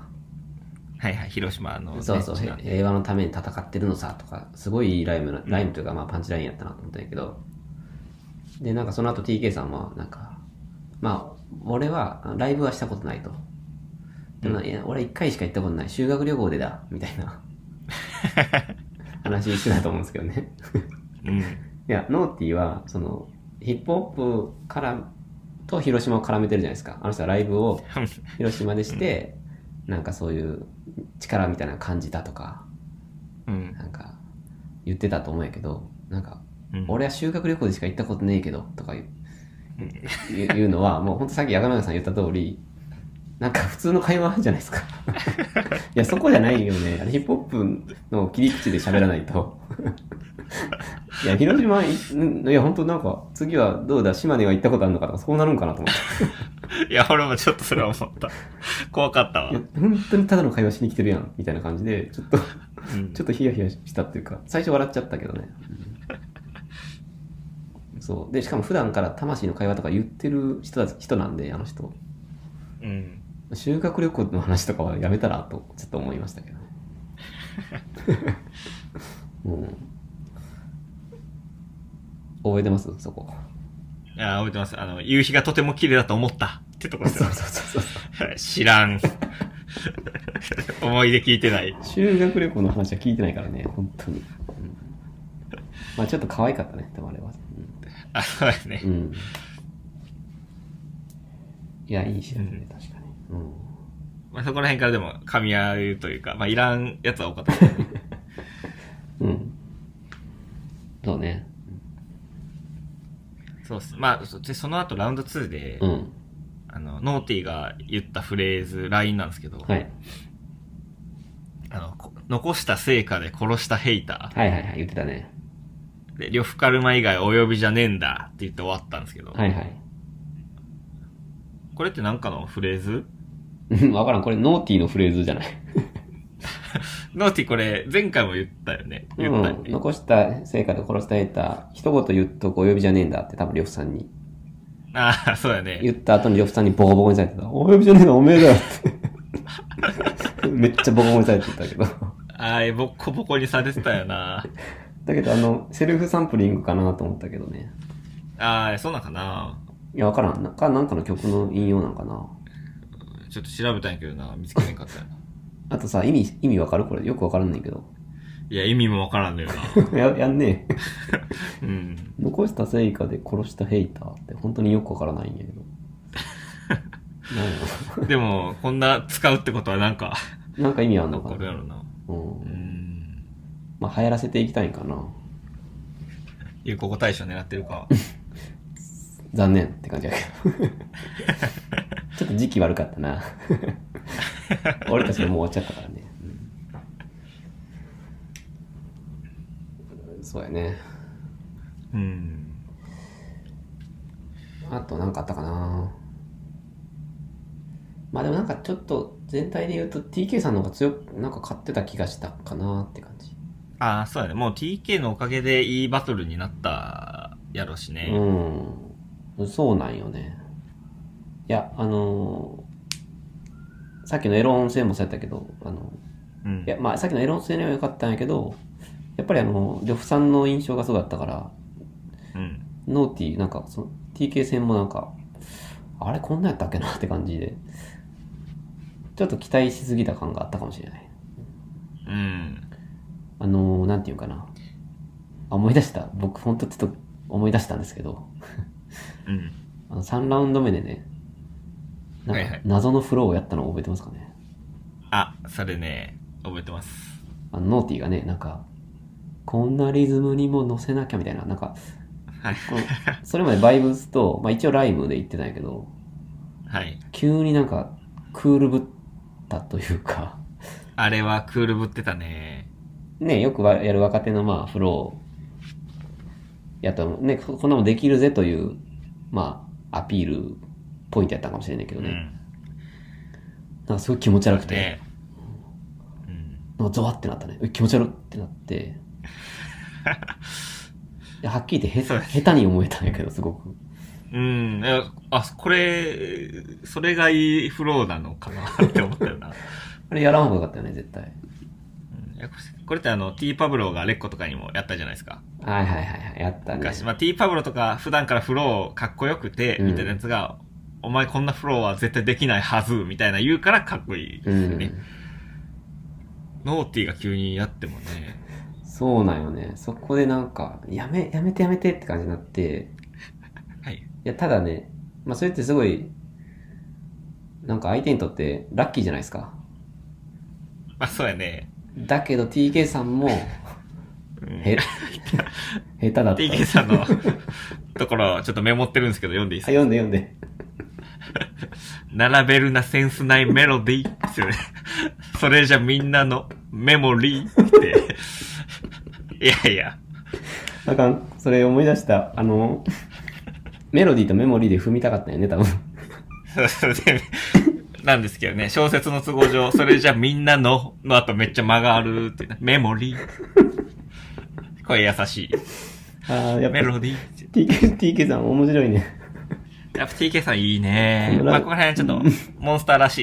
B: はいはい、広島のね、
A: そうそう、
B: 地
A: へ
B: な
A: 平和のために戦ってるのさ、とか、すごいいいライムな、ライムというか、まあ、パンチラインやったなと思ったんやけど、で、なんかその後 TK さんは、なんか、まあ、俺はあライブはしたことないと。でもな、いや俺一回しか行ったことない。修学旅行でだ、みたいな話してたと思うんですけどね。
B: うん。
A: いや、ノーティーは、その、ヒップホップから、と広島を絡めてるじゃないですか。あの人はライブを広島でして、なんかそういう力みたいなの感じたとか、
B: うん。
A: なんか言ってたと思うんやけど、なんか、
B: うん、
A: 俺は修学旅行でしか行ったことねえけど、とか言う言う言うのは、もうほんとさっき矢上さん言った通り、なんか普通の会話じゃないですか。いや、そこじゃないよね。あれヒップホップの切り口で喋らないと。いや、広島い、んいや、本当なんか、次はどうだ、島根は行ったことあるのかとか、そうなるんかなと思って。
B: いや、俺もちょっとそれは思った。怖かったわ。
A: いうや
B: ん、
A: 本当にただの会話しに来てるやん、みたいな感じで、ちょっと、ちょっとヒヤヒヤしたっていうか、最初笑っちゃったけどね。うんそう。で、しかも普段から魂の会話とか言ってる人たち人なんで、あの人。
B: うん。
A: 修学旅行の話とかはやめたらとちょっと思いましたけ どねうん覚えてますそこ
B: いや、覚えてます。あの、夕日がとても綺麗だと思った。ってとこですよ
A: そうそうそうそう
B: 知らん。 思い出聞いてない。
A: 修学旅行の話は聞いてないからね本当に、うんまあちょっと可愛かったねでもあれは
B: あ、そうですね
A: うん、。うんいやいい知らせね
B: う
A: 確かにうん
B: まあ、そこら辺からでも噛み合うというか、まあ、いらんやつは多かったですね。
A: うんそうね
B: そうっす。まあ、そで、その後ラウンド2で、
A: うん
B: あの、ノーティーが言ったフレーズ、LINE なんですけど、
A: はい
B: あの、こ残した成果で殺したヘイタ
A: はいはいはい言ってたね
B: ー。で、呂布カルマ以外お呼びじゃねえんだって言って終わったんですけど、
A: はいはい
B: これってなんかのフレーズ
A: うん わからんこれノーティーのフレーズじゃない
B: ノーティーこれ、前回も言ったよね。言ったよ
A: うん、
B: ね。
A: 残した成果で殺したエータ一言言っとくお呼びじゃねえんだって多分呂布さんに
B: ああ、そうやね。
A: 言った後に呂布さんにボコボコにされてたお呼びじゃねえのおめえだよってめっちゃボコボコにされてたけど
B: ああ、ボッコボコにされてたよな。
A: だけどあのセルフサンプリングかなと思ったけどね
B: ああ、そうなんかない
A: やわからんなんかなんかの曲の引用なんかな
B: ちょっと調べたんやけどな、見つけへんかった よな。
A: あとさ意味意味わかるこれよくわからんねんけど
B: いや、意味もわからんのよな。
A: ややんねえ
B: うん。
A: 残した成果で殺したヘイターって本当によくわからないんやけどなんや
B: でも、こんな使うってことはなん か、
A: ろ なんか意味あんのか
B: 残る
A: な、
B: やろな。
A: うん
B: うん。
A: まあ、流行らせていきたいんかな
B: 有効語大賞狙ってるか。
A: 残念って感じやけど ちょっと時期悪かったな 俺たちがもう終わっちゃったからね、うんそうやね
B: うん。
A: あと何かあったかなまあでもなんかちょっと全体で言うと TK さんの方が強くなんか勝ってた気がしたかなって感じ
B: ああ、そうやね。もう TK のおかげでいいバトルになったやろしね。
A: うんそうなんよねいやあのーさっきのエロ温泉もそうやったけどあの
B: うん
A: いや、まあ、さっきのエロンスには良かったんやけど、やっぱりあの、呂布さんの印象がそうだったから、
B: うん。
A: ノーティー、なんか、その、TK 戦もなんか、あれ、こんなんやったっけなって感じで、ちょっと期待しすぎた感があったかもしれない。
B: うん。
A: あのー、なんていうかな。あ、思い出した。僕、ほんとちょっと思い出したんですけど、
B: うん。
A: あの、3ラウンド目でね、な
B: はい
A: ん
B: は
A: か
B: い、
A: 謎のフローをやったのを覚えてますかね。
B: あ、それね、覚えてます。
A: あの、ノーティーがね、なんか、こんなリズムにも乗せなきゃみたいな、なんか、
B: はい。
A: このそれまでバイブスと、まあ、一応ライムで言ってたんやけど
B: はい。
A: 急になんかクールぶったというか
B: あれはクールぶってたね。
A: ねよくわやる若手のまあフローやと思うねここんなもんできるぜというまあアピールポイントやったんかもしれないけど
B: う
A: ね、
B: ん。
A: なんかすごい気持ち悪くて、
B: ね。うん。
A: なんかゾワってなったねえ気持ち悪ってなって いやはっきり言ってへ
B: そうです
A: 下手に思えたんやけどすごく
B: うん。えあ、これ、それ がいいフローなのかなって思ったよな。
A: あれやらん方がよかったよね絶対
B: うんえこれこれってあの、T パブロがレッコとかにもやったじゃないですか。
A: はいはいはいはい。やったね。
B: 昔、まあ、T パブロとか普段からフローかっこよくて、
A: うん
B: みたいなやつが、お前こんなフローは絶対できないはず、みたいな言うからかっこいいで
A: う
B: すよね。
A: ん。
B: ノーティーが急にやってもね、
A: そうなんよね。そこでなんか、やめ、やめてやめてって感じになって、
B: はい。
A: いや、ただね、まあ、それってすごい、なんか相手にとってラッキーじゃないですか。
B: まあ、そうやね。
A: だけど TK さ んも、
B: うん
A: へ、下手だった。
B: TK さんのところ、ちょっとメモってるんですけど、読んでい
A: あ
B: いですか
A: 読んで読んで。
B: 並べるなセンスないメロディーですよね。 それじゃみんなのメモリーって。い やいや、
A: あかん、それ思い出した。あの、メロディーとメモリーで踏みたかったよね、多分。
B: そうでなんですけどね、小説の都合上、それじゃみんなのの後めっちゃ間があるっていうね、メモリー。これ優し
A: ああ、や
B: い。
A: っ
B: メ
A: ぱ
B: ロディーって。
A: TK, TK さん面白い ね。
B: やっぱ TK さんいいね。
A: うん
B: まあ、ここら辺はちょっとモンスターらしい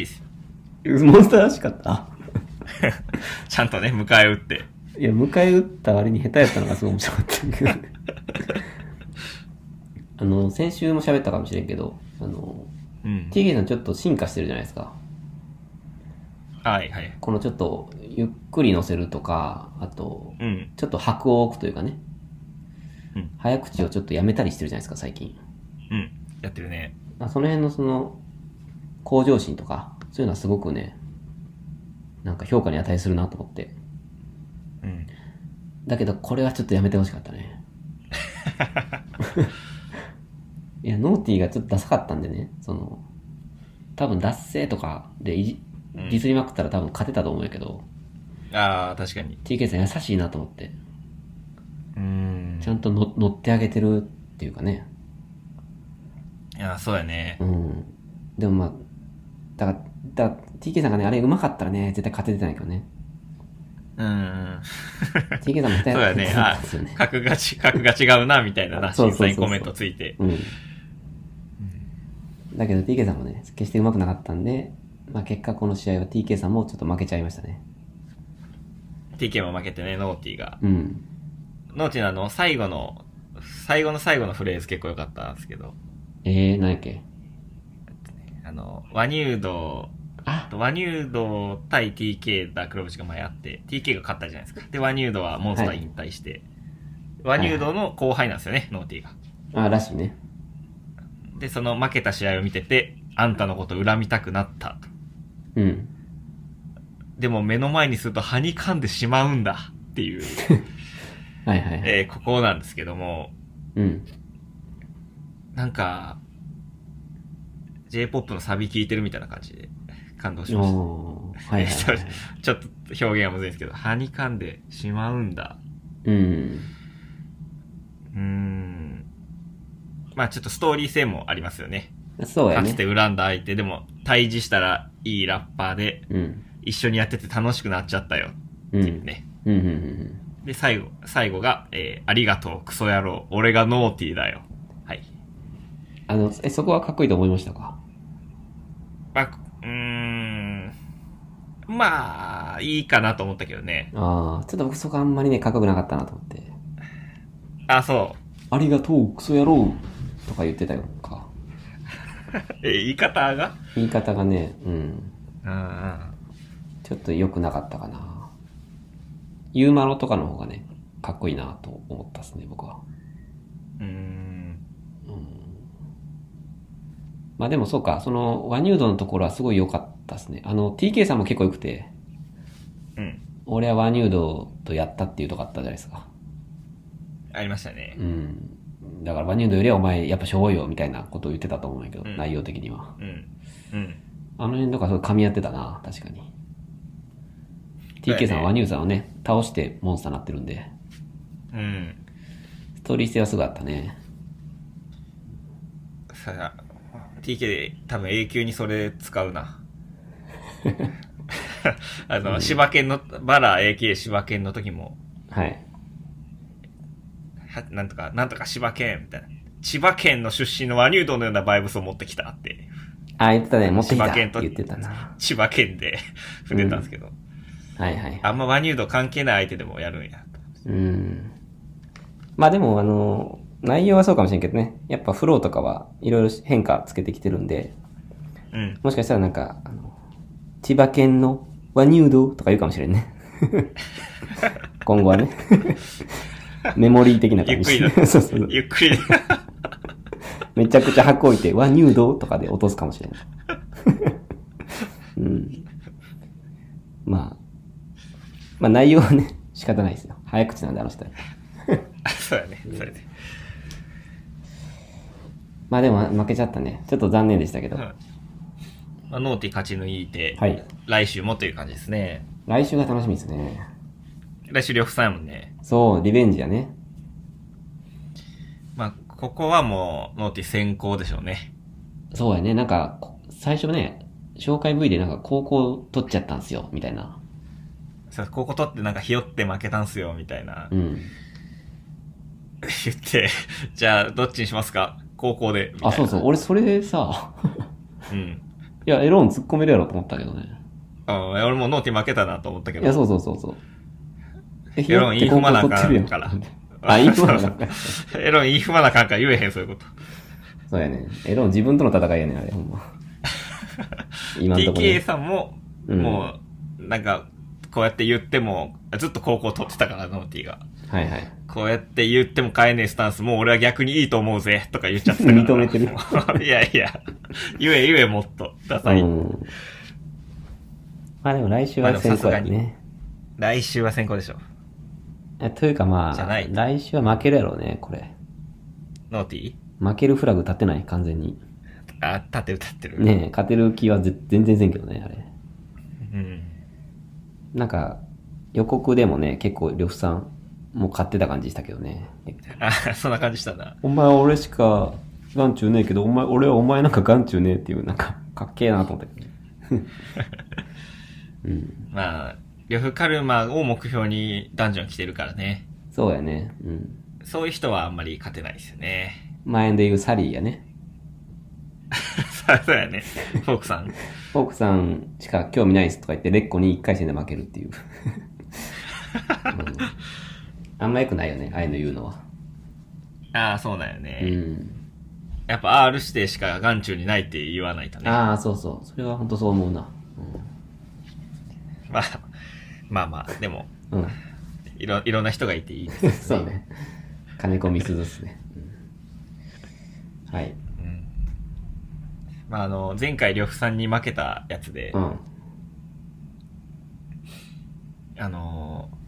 B: です。
A: モンスターらしかった。
B: ちゃんとね、迎え撃って。
A: いや、迎え撃った割に下手やったのがすごい面白かったんだ けどね。あの、先週も喋ったかもしれんけど、あの、
B: うん。
A: TK さんちょっと進化してるじゃないですか。
B: はいはい。
A: このちょっとゆっくり乗せるとか、あと、
B: うん。
A: ちょっと白を置くというかね、
B: うん
A: 早口をちょっとやめたりしてるじゃないですか、最近。
B: うん。やってるね。
A: あその辺のその、向上心とか、そういうのはすごくね、なんか評価に値するなと思って。
B: うん。
A: だけど、これはちょっとやめてほしかった ね。いや、ノーティーがちょっとダサかったんでね、その、多分、脱性とかでいじ、ディスりまくったら多分勝てたと思うんやけど、
B: ああ、確かに。
A: TK さん優しいなと思って、
B: うーん
A: ち。ゃんとの乗ってあげてるっていうかね、
B: いや、そうやね
A: う。ん。でもまあ、だから、だから TK さんがね、あれ上手かったらね、絶対勝ててたんやけど ね。
B: うん。
A: TK さんも下手
B: そう
A: 下
B: や
A: 手
B: ね。
A: だ
B: あ
A: ったんですよね。
B: 格がち、 格が違うな、みたいなな、
A: そう
B: 審
A: そうそうそう
B: 査員コメントついて。
A: うん。だけど TK さんもね、決して上手くなかったんで、まあ結果この試合は TK さんもちょっと負けちゃいましたね。
B: TK も負けてね、ノーティーが。
A: うん。
B: ノーティーのあの、最後の、最後の最後のフレーズ結構良かったんですけど、
A: えー、何やっけ
B: あの、ワニュード、
A: あ
B: ワニュード対 TK だ、黒渕が前あって、TK が勝ったじゃないですか。で、ワニュードはモンスター引退して、ワニュードの後輩なんですよね、ノーティーが。
A: あ、らしいね。
B: で、その負けた試合を見てて、あんたのこと恨みたくなったと。
A: うん。
B: でも目の前にすると歯に噛んでしまうんだっていう、
A: はいはいはい。
B: えーここなんですけども、
A: うん。
B: なんか、J-POP のサビ聞いてるみたいな感じで感動しまし
A: おーはい はいはい、はい。
B: た。ちょっと表現はむずいんですけど、歯に噛んでしまうんだ。
A: うん。
B: うーん。まあちょっとストーリー性もありますよね。
A: そうや
B: かつて
A: ね。
B: 恨んだ相手でも対峙したらいいラッパーで
A: うん。
B: 一緒にやってて楽しくなっちゃったよ
A: うん。う。
B: っていうんね。
A: うん。うん。
B: で、最後、最後が、えー、ありがとう、クソ野郎、俺がノーティーだよ。はい。
A: あの、え、そこはかっこいいと思いましたか
B: まあ、うーん。まあ、いいかなと思ったけどね。
A: ああ、ちょっと僕そこあんまりね、かっこよくなかったなと思って。
B: あ、そ
A: ありがとう、クソ野郎とか言ってたよか。
B: う。え、言い方が
A: 言い方がね、うん。
B: うん
A: ちょっと良くなかったかな。ユーマロとかの方がね、かっこいいなと思ったですね、僕は。
B: うん。うーん。
A: まあでもそうか、その、ワニュードのところはすごい良かったですね。あの、TK さんも結構良くて、
B: うん。
A: 俺はワニュードとやったっていうとこあったじゃないですか。
B: ありましたね
A: う。ん。だからワニュードよりはお前やっぱしょぼいよみたいなことを言ってたと思うんやけど、
B: うん
A: 内容的には。
B: うん。うん。
A: あの辺とかそれ噛み合ってたな、確かに。
B: そうやね
A: TK さんはワニューさんをね、倒してモンスターになってるんで、
B: うん。
A: ストーリー性はすごかったね。
B: さあ、TK で多分永久にそれ使うな。 あの、柴犬の、バラ AK 柴犬の時も、
A: はい。
B: はなんとか、なんとか柴犬みたいな。千葉県の出身の和乳道のようなバイブスを持ってきたって、
A: あ、言ってたね、持ってきたっ
B: 柴
A: て
B: 犬と
A: 言ってたな。
B: 千葉県で触れたんですけど。
A: ははいはい。
B: あんま和乳度関係ない相手でもやるんや。
A: うん。まあでも、あの、内容はそうかもしれんけどね。やっぱフローとかはいろいろ変化つけてきてるんで、
B: うん。
A: もしかしたらなんか、あの千葉県の和乳道とか言うかもしれん ね。今後はね。メモリー的な
B: ゆっ
A: 感
B: く
A: じ。。
B: りだ
A: そうそうそう
B: ゆっくり だ。
A: めちゃくちゃ箱置いて、和乳道とかで落とすかもしれない。うん。まあ、まあ内容はね、仕方ないですよ。早口なんであの人は。
B: あそうやね。それで。
A: まあでも負けちゃったね。ちょっと残念でしたけ
B: う
A: ど。
B: んまあ、ノーティ勝ち抜いて、
A: はい
B: 来週もという感じですね。
A: 来週が楽しみですね。
B: 来週両夫さんやもんね。
A: そう、リベンジやね。
B: まあ、ここはもう、ノーティ先行でしょうね。
A: そうやね。なんか、こ最初ね、紹介 V でなんか高校取っちゃったんすよ、みたいな。
B: さここ取ってなんかひよって負けたんすよ、みたいな
A: う。ん。
B: 言って、じゃあ、どっちにしますか高校で。みたいな
A: あ、そうそう。。俺それでさ、
B: うん。
A: いや、エローン突っ込めるやろと思ったけどね。
B: あ俺もノーティ負けたなと思ったけ
A: いや、
B: ど。
A: そうそうそうそう。え
B: エロン言い踏まなあかん
A: ひ
B: か
A: よっ
B: ら
A: て高校取ってるやんあ、言い踏まなあかん。
B: エロン言い踏まなあかんから言えへん、そういうこと。
A: そうやね。エロン自分との戦いやねん、あれ、ほんま。今んとこ
B: TK
A: ね。
B: さんも、
A: うん
B: もう、なんか、こうやって言っても、ずっと高校取ってたから、ノーティが。
A: はいはい。
B: こうやって言っても変えねえスタンス、もう俺は逆にいいと思うぜ、とか言っちゃってたから。
A: 認めてる。
B: いやいや、言え言えもっと。ダサい。
A: うん。まあでも来週は先行やね。
B: 来週は先行でしょ。
A: えというかま
B: じゃな
A: あ
B: い、
A: 来週は負けるやろうね、これ。
B: ノーティ
A: 負けるフラグ立てない、完全に。
B: あ、立ってる立ってる。
A: ねえ、勝てる気はぜ全然せんけどね、あれ。
B: うん。
A: なんか、予告でもね、結構、呂布さん、もう勝ってた感じしたけどね。
B: あ、そんな感じしたな。
A: お前は俺しか眼中ねえけど、お前、俺はお前なんか眼中ねえっていう、なんか、かっけえなと思ったけど。うん。
B: まあ、呂布カルマを目標にダンジョン来てるからね。
A: そうやね。うん。
B: そういう人はあんまり勝てないですよね。
A: 前で言うサリーやね。
B: そうやね。フォークさん。
A: フォークさんしか興味ないですとか言って、レッコに1回戦で負けるっていう。うんあんま良くないよね、ああいうの言うのは。
B: ああ、そうなんよ
A: う
B: ね。
A: ん。
B: やっぱ R 指定しか眼中にないって言わないとね。
A: ああ、そうそう。それは本当そう思うな。
B: まあ、まあまあ、でも、
A: うん。うん、
B: いろ、いろんな人がいていいです。
A: そうね。金子みすずっすね。うん、はい。
B: うん。まあ、あの、前回、呂布さんに負けたやつで、
A: うん。
B: あのー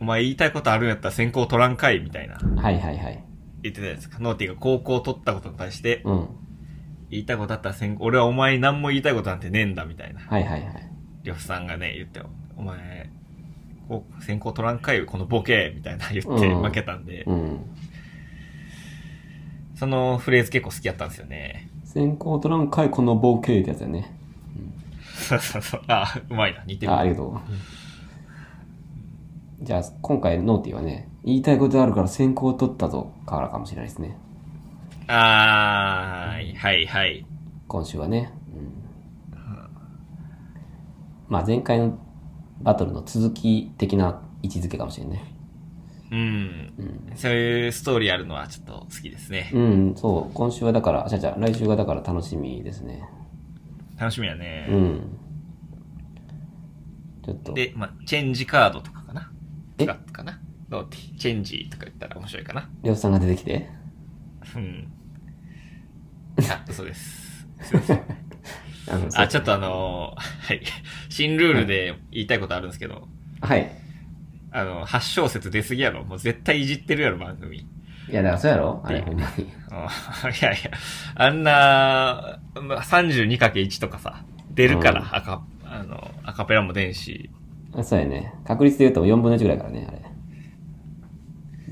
B: お前言いたいことあるんやったら先行取らんかい、みたいな、
A: はいはいはい。
B: 言ってたやつか。ノーティが高校取ったことに対して、
A: うん。
B: 言いたいことあったら先行、俺はお前に何も言いたいことなんてねえんだ、みたいな。
A: はいはいはい。
B: 呂布さんがね、言って、お前、こう先行取らんかい、このボケ、みたいな言って
A: うん
B: 負けたんで、
A: うん。
B: そのフレーズ結構好きやったんですよね。
A: 先行取らんかいこのボケってやつやね。
B: そうそうそう。あ、うまいな、似てる
A: あ。ありがとう。じゃあ、今回ノーティはね、言いたいことあるから先行取ったぞからかもしれないですね。
B: あー、はいはい。
A: 今週はね。うん、まあ前回のバトルの続き的な位置づけかもしれんね。
B: うん。そういうストーリーあるのはちょっと好きですね。
A: うん、そう、今週はだから、あちゃちゃ、来週がだから楽しみですね。
B: 楽しみや
A: う
B: ね。
A: ん。ちょっと、
B: で、まあ、チェンジカードとかかな。
A: え
B: 使ったかな。どうって、チェンジとか言ったら面白いかな。
A: りょうさんが出てきて。
B: うん。あ、嘘です。すいません。
A: あの
B: あ、ちょっとあのーはい。新ルールで言いたいことあるんですけど、
A: はい。
B: あの、8小節出すぎやろ。もう絶対いじってるやろ、番組。
A: いや、だからそうやろあ
B: い
A: れ、
B: や
A: ほんまに。
B: うん いやいや、あんな、まあ 32×1 とかさ、出るか
A: う
B: ら、アカ、あの、アカペラも出んし、
A: あそうやね。確率で言うと4分の1ぐらいからね、あれ。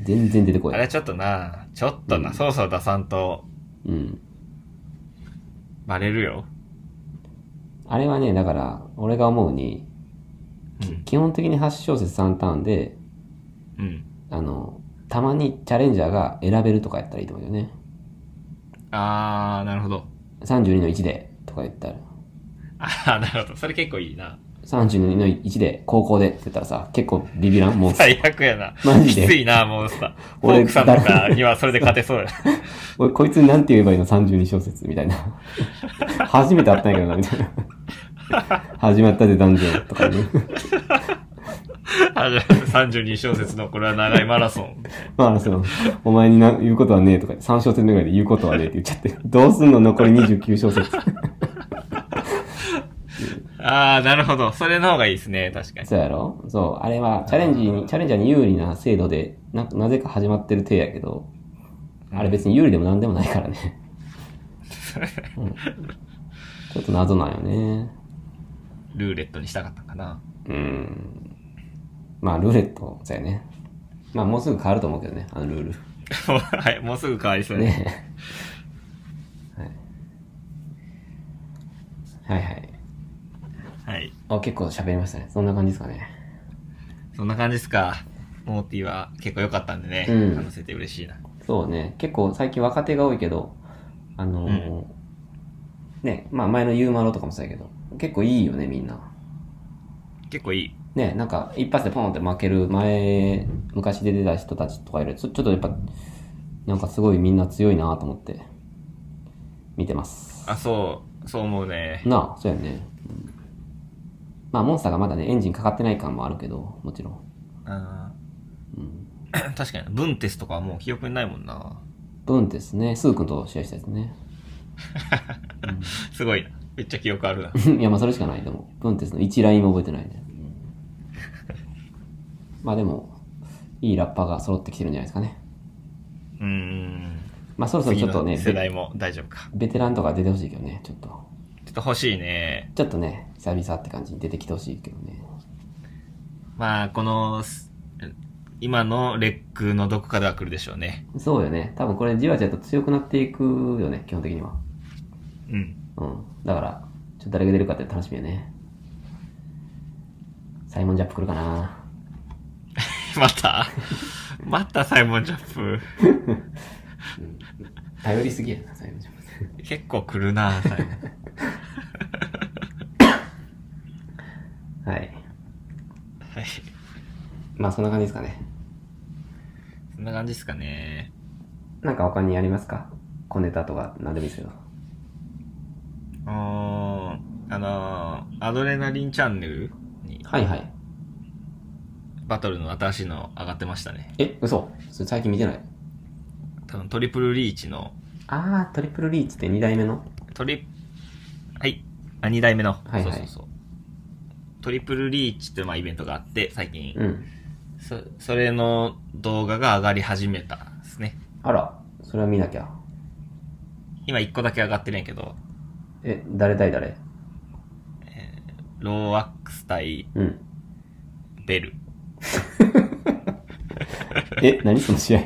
A: 全然出てこ
B: あ
A: な
B: れ
A: い。
B: ちょっとな、ちょっとな、
A: うん
B: そろそろ出さんと、
A: うん。
B: バレるよ。
A: あれはね、だから、俺が思うに、
B: うん。
A: 基本的に8小節3ターンで、
B: うん。
A: あの、たまにチャレンジャーが選べるとかやったらいいと思うよね。
B: あー、なるほど。
A: 32の1で、とか言ったら。
B: あー、なるほど。それ結構いいな。
A: 32の1で、高校でって言ったらさ、結構ビビらんもう、
B: 最悪やな。
A: マジで
B: きついな、もう さ。フ
A: 俺
B: ォークさんとかにはそれで勝てそうや。
A: 俺こいつに何て言えばいいの ?32 小節みたいな。初めて会ったんやけどな、みたいな。 始まったでダンジョンとかね。
B: あじゃあ32小節のこれは長いマラソン。
A: まあ、その、お前にな言うことはねえとか、3小節目ぐらいで言うことはねえって言っちゃって、どうすんの残り29小節。
B: ああ、なるほど。それの方がいいですね、確かに。
A: そうやろそう、あれはチャレンジに、チャレンジャーに有利な制度で、な、なぜか始まってる体やけど、あれ別に有利でも何でもないから ね。うんちょっと謎なんよね。
B: ルーレットにしたかったんかな。
A: うん。まあ、ルーレットだよね。まあ、もうすぐ変わると思うけどね、あのルー
B: もうはい、もうすぐ変わりそう
A: ル。
B: ね。
A: ねはい。はいはい。
B: はい。
A: あ、結構喋りましたね。そんな感じですかね。
B: そんな感じですか。モーティは結構良かったんでね。
A: うん
B: 話せて嬉しいな。
A: そうね、結構最近若手が多いけど、あのー
B: う
A: ね、まあ前のユーマロとかもそうやけど、結構いいよね、みんな。
B: 結構いい。
A: ね、なんか一発でポンって負ける前、昔で出た人たちとかいるちょちょっとやっぱ、なんかすごいみんな強いなと思って、見てます。
B: あ、そう、そう思うね。
A: なあ、そうやね。うんまあ、モンスターがまだね、エンジンかかってない感もあるけど、もちろん。
B: あー 確かに、ブンテスとかはもう記憶にないもんな。
A: ブンですね、スー君と試合したやつね。
B: すごいな。めっちゃ記憶ある な。
A: いや、まあそれしかないと思う。ブンテスの1ラインも覚えてないね。まあでも、いいラッパーが揃ってきてるんじゃないですかね。
B: うーん。
A: まあそろそろちょっとね、
B: 次
A: ベ
B: の世代も大丈夫か。
A: ベテランとか出てほしいけどね、ちょっと。
B: ちょっと欲しいね。
A: ちょっとね、久々って感じに出てきてほしいけどね。
B: まあ、この、す今のレックのどこかでは来るでしょうね。
A: そうよね。多分これじわじわと強くなっていくよね、基本的には。
B: うん。
A: うん。だから、ちょっと誰が出るかって楽しみよね。サイモンジャップ来るかな
B: また またサイモンジャップ。
A: 頼りすぎやな、サイモンジャップ。
B: 結構来るな、サイモン。
A: はい。
B: はい。
A: まあそんな感じですかね。
B: そんな感じですかね。
A: なんか他にありますか小ネタとか何でもいいですけど。
B: うーん。あのーアドレナリンチャンネルに
A: はいはい。
B: バトルの新しいの上がってましたね。
A: え、嘘それ最近見てない。
B: 多分トリプルリーチの、
A: あー、トリプルリーチって2代目の
B: トリ、はい。あ、二代目の。
A: いはい
B: そうそうそう。トリプルリーチってまあイベントがあって、最近。
A: うん。
B: そ、それの動画が上がり始めたんですね。
A: あら、それは見なきゃ。
B: 今一個だけ上がってるんやけど、
A: え、誰対誰
B: ローワックス対
A: うん。
B: ベル。
A: え、何その 試合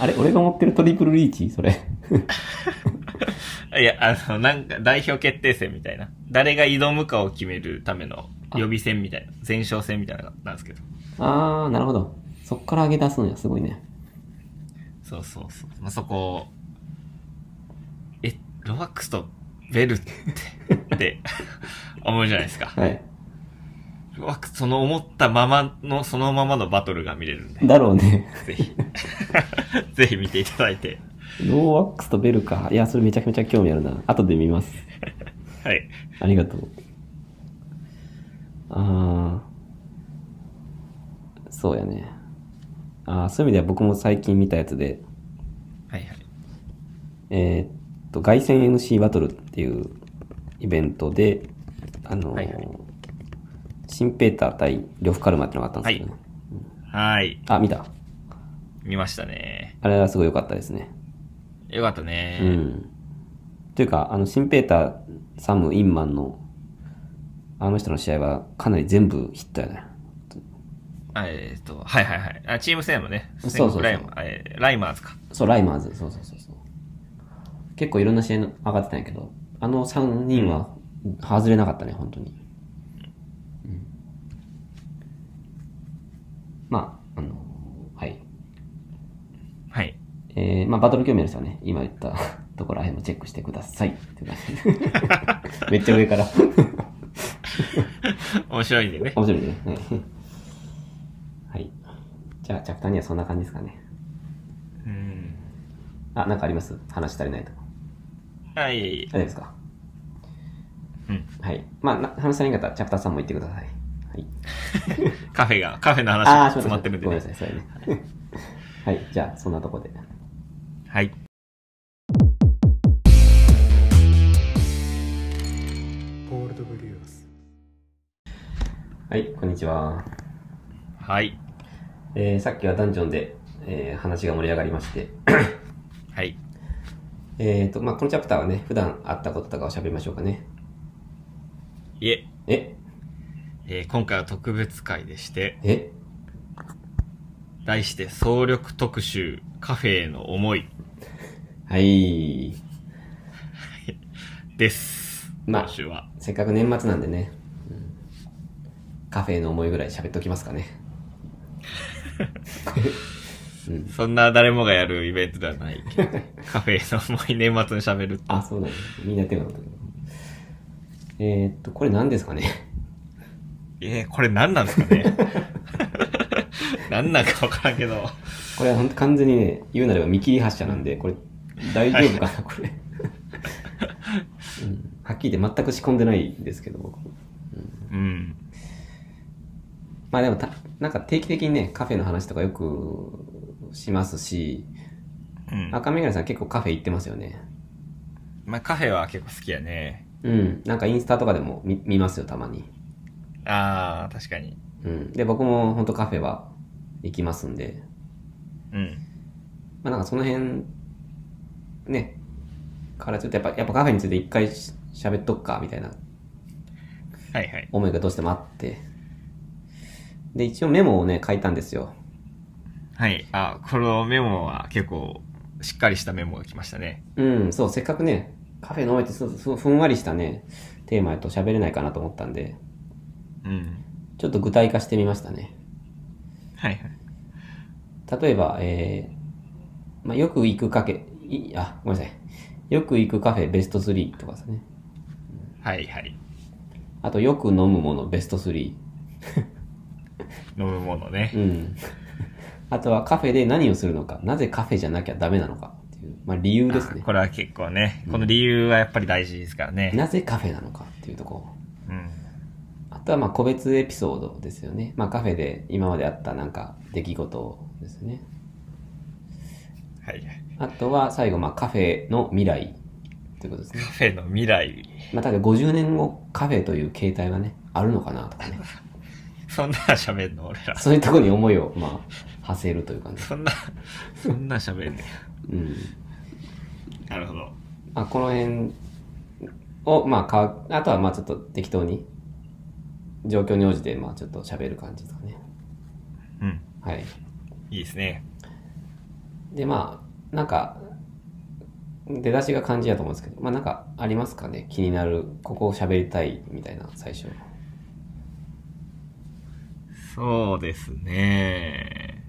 A: あれ、俺が持ってるトリプルリーチそれ。
B: いや、あの、なんか代表決定戦みたいな。誰が挑むかを決めるための予備戦みたいな。前哨戦みたいなのなんですけど。
A: あー、なるほど。そっから上げ出すのや、すごいね。
B: そうそうそう。まあ、そこを、え、ロワックスとベルって、って 思うじゃないですか。
A: はい。
B: ロワックス、その思ったままの、そのままのバトルが見れるんで、
A: だろうね。
B: ぜひ、 ぜひ見ていただいて。
A: ローワックスとベルか。いや、それめちゃくちゃ興味あるな。後で見ます。
B: はい。
A: ありがとう。ああ、そうやね。ああ、そういう意味では僕も最近見たやつで、
B: はいはい。
A: えーっと、凱旋 MC バトルっていうイベントで、あのー
B: はいはい
A: シンペーター対呂布カルマってのがあったんですけどね。
B: はい。
A: あ、見た。
B: 見ましたね。
A: あれはすごい良かったですね。
B: よかったね。
A: うん。というか、あの、シンペーター、サム、インマンの、あの人の試合はかなり全部ヒットやね。
B: あえっと、はいはいはい。あ、チーム戦もね。
A: そうそうそう
B: ライマーえーライマーズか。
A: そう、ライマーズ。そうそうそうそう。結構いろんな試合の上がってたんやけど、あの3人は外れなかったね、本当に。うん、まあ、あの、はい。
B: はい。
A: えー、まあ、バトル興味ある人はね、今 言ったところらへんもチェックしてください。っていう感じでめっちゃ上から。
B: 面白いんでね。
A: 面白いね。はい。はい。じゃあ、チャプターにはそんな感じですかね。
B: うん。
A: あ、なんかあります話足りないと。
B: はい。
A: 大丈夫ですか
B: うん。
A: はい。まあな、話足りなかったら、チャプター3も言ってください。はい。
B: カフェが、カフェの話
A: あ
B: が
A: あ、
B: 詰まってるんで
A: ごめん
B: ね
A: な。さい、それね。 はい。じゃあ、そんなとこで。
B: はい。
C: ポール・ド・ブリュース
A: はい、こんにちは。
B: はい。
A: えー、さっきはダンジョンで、えー話が盛り上がりまして、
B: はい。
A: えーと、まあ、このチャプターはね、普段あったこととかを喋りましょうかね。
B: いえ、
A: え、
B: えー今回は特別会でして、
A: え、
B: 題して総力特集カフェへの思い
A: はい。
B: です。
A: まあ
B: 今週は。
A: せっかく年末なんでね、うんカフェの思いぐらい喋っときますかね。
B: そんな誰もがやるイベントではないけ ど。カフェへの思い年末に喋るって。
A: あ、そうだね。みんなやってるのかと思ったけど。えーっと、これ何ですかね。
B: えー、これ何なんですかね 何なんかわからんけど。
A: これは本当完全にね、言うなれば見切り発車なんで、これ、大丈夫かな、これ、うん。はっきり言って全く仕込んでないんですけど、僕も
B: うん。
A: まあでもた、なんか定期的にね、カフェの話とかよくしますし、
B: うん。
A: 赤目柄さん結構カフェ行ってますよね。
B: まあ、カフェは結構好きやね。
A: うん。なんかインスタとかでも見見ますよ、たまに。
B: ああ、確かに。
A: うん。で、僕も本当カフェは行きますんで、
B: うん。
A: まあなんかその辺、ね、からちょっとやっぱ、やっぱカフェについて一回し喋っとくか、みたいな
B: はいはい。
A: 思いがどうしてもあって。で、一応メモをね、書いたんですよ。
B: はい。あ、このメモは結構しっかりしたメモが来ましたね。
A: うん、そう、せっかくね、カフェの思いってすすふんわりしたね、テーマやと喋れないかなと思ったんで、
B: うん。
A: ちょっと具体化してみましたね。
B: はいはい。
A: 例えば、えー、まあ、よく行くカフェ、いあ、ごめんなさい。よく行くカフェベスト3とかですね。
B: はいはい。
A: あと、よく飲むものベスト3。
B: 飲むものね
A: う。ん。 あとはカフェで何をするのか。なぜカフェじゃなきゃダメなのかっていう、まあ、理由です
B: あ
A: ね。
B: これは結構ね、この理由はやっぱり大事ですからね。
A: なぜカフェなのかっていうところ。
B: うん。
A: あとはまあ個別エピソードですよね。まあカフェで今まであったなんか出来事ですね。
B: はいはい。
A: あとは最後まあカフェの未来ということですね
B: カ。フェの未来。
A: まあただ50年後カフェという形態がね、あるのかなとかね。
B: そんな喋んの俺ら。
A: そういうところに思いをまあ馳せるというかね。
B: そんな、そんな喋んね
A: うん。
B: なるほど。
A: まあこの辺をまあか、あとはまあちょっと適当に状況に応じてまあちょっと喋る感じとかね。
B: うん。
A: はい。
B: いいですね。
A: でまあなんか出だしが漢字やと思うんですけどまあなんかありますかね気になるここを喋りたいみたいな最初
B: そうですね。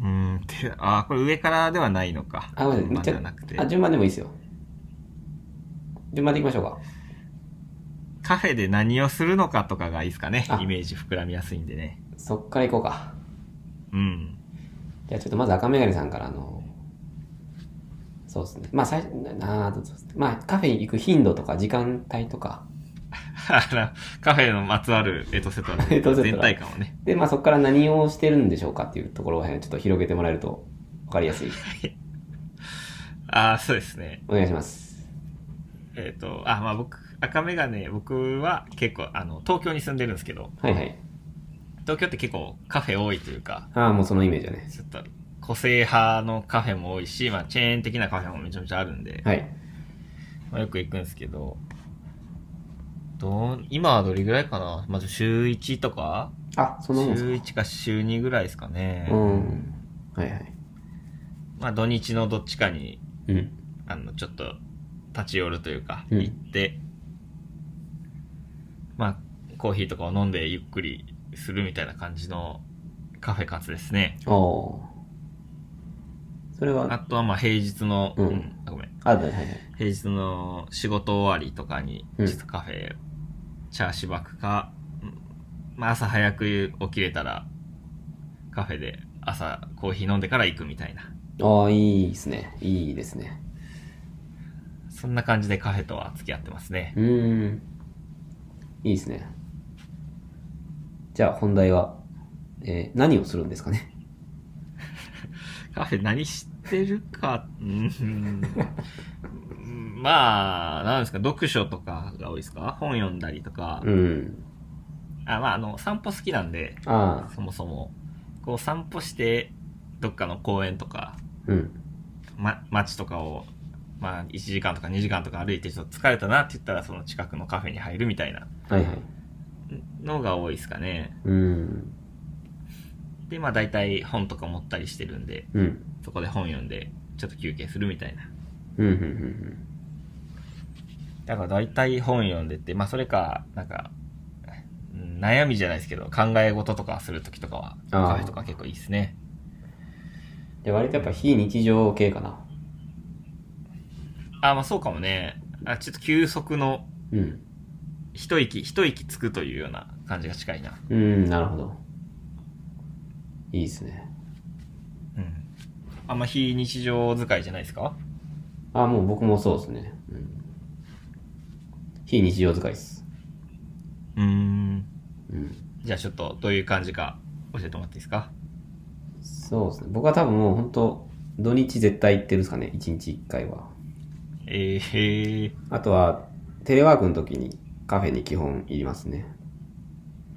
B: うん、て、あ、これ上からではないのか。
A: あごめんな
B: まあ
A: さ
B: じ
A: い
B: ゃ
A: め
B: な
A: っ
B: く
A: ち
B: て
A: ゃあ。順番でもいいですよ順番でいきましょうか
B: カフェで何をするのかとかがいいですかね
A: あ。
B: イメージ膨らみやすいんでね。
A: そっからいこうか
B: うん。
A: じゃあちょっとまず赤眼鏡さんからあのそうですねまあ最初ななあそうですねまあカフェに行く頻度とか時間帯とか
B: あら、カフェのまつわるエトセトラ
A: エトセトラ
B: 全体感をね。
A: でまあそこから何をしてるんでしょうかっていうところをちょっと広げてもらえると分かりやすい
B: あそうですね。
A: お願いします
B: えっ、と、あ、まあ僕、赤メガネ、僕は結構、あの、東京に住んでるんですけど、
A: はいはい
B: 東京って結構カフェ多いというか、
A: ああもうそのイメージだね
B: ちょっと個性派のカフェも多いし、まあチェーン的なカフェもめちゃめちゃあるんで、
A: はい
B: まあ、よく行くんですけど、どう、今はどれぐらいかなまあ週1とか
A: あそ
B: 週
A: んなもんですか
B: 1か週2ぐらいですかね。
A: うん。はいはい。
B: まあ土日のどっちかに、
A: うん。
B: あの、ちょっと立ち寄るというか、
A: うん
B: 行って、まあコーヒーとかを飲んでゆっくりするみたいな感じのカフェ活ですね。
A: おそれ
B: あ
A: は、
B: とはまあ平日の、
A: うん
B: うんあごめん、
A: あ、はいはい。
B: 平日の仕事終わりとかに、
A: うん
B: ちょっとカフェチャーシュバクか、うんまあ朝早く起きれたら、カフェで朝コーヒー飲んでから行くみたいな。
A: ああ、いいですね。いいですね。
B: そんな感じでカフェとは付き合ってますね。
A: うーん。いいですね。じゃあ本題は、えー何をするんですかね。
B: カフェ何してるか、うんうん まあ、なんですか、読書とかが多いですか本読んだりとか。
A: うん。
B: あまあ、あの、散歩好きなんで、
A: ああ、
B: そもそも。こう散歩して、どっかの公園とか、
A: うん。
B: ま、街とかを、まあ、1時間とか2時間とか歩いてちょっと疲れたなって言ったら、その近くのカフェに入るみたいな
A: はいはい。
B: のが多いですかね。
A: うん。
B: で、まあ、大体本とか持ったりしてるんで、
A: うん。
B: そこで本読んで、ちょっと休憩するみたいな。
A: うん、うん、うん
B: だから大体本読んでて、まあ、それか、なんか、うん悩みじゃないですけど、考え事とかするときとかは、
A: あー
B: カフェとか結構いいですね。
A: うん。で、割とやっぱ非日常系かな。
B: あー、まあ、そうかもね。あ、ちょっと休息の
A: うん。
B: 一息、一息つくというような感じが近いな。
A: うん、なるほど。いいですね。
B: うん。あんま非日常使いじゃないですか
A: あ、もう僕もそうですね。うん、非日常使いです。
B: うーん。
A: うん、
B: じゃあちょっとどういう感じか教えてもらっていいですか
A: そうですね。僕は多分もう本当土日絶対行ってるんですかね。1日1回は。
B: えー、へー。
A: あとは、テレワークの時にカフェに基本いりますね。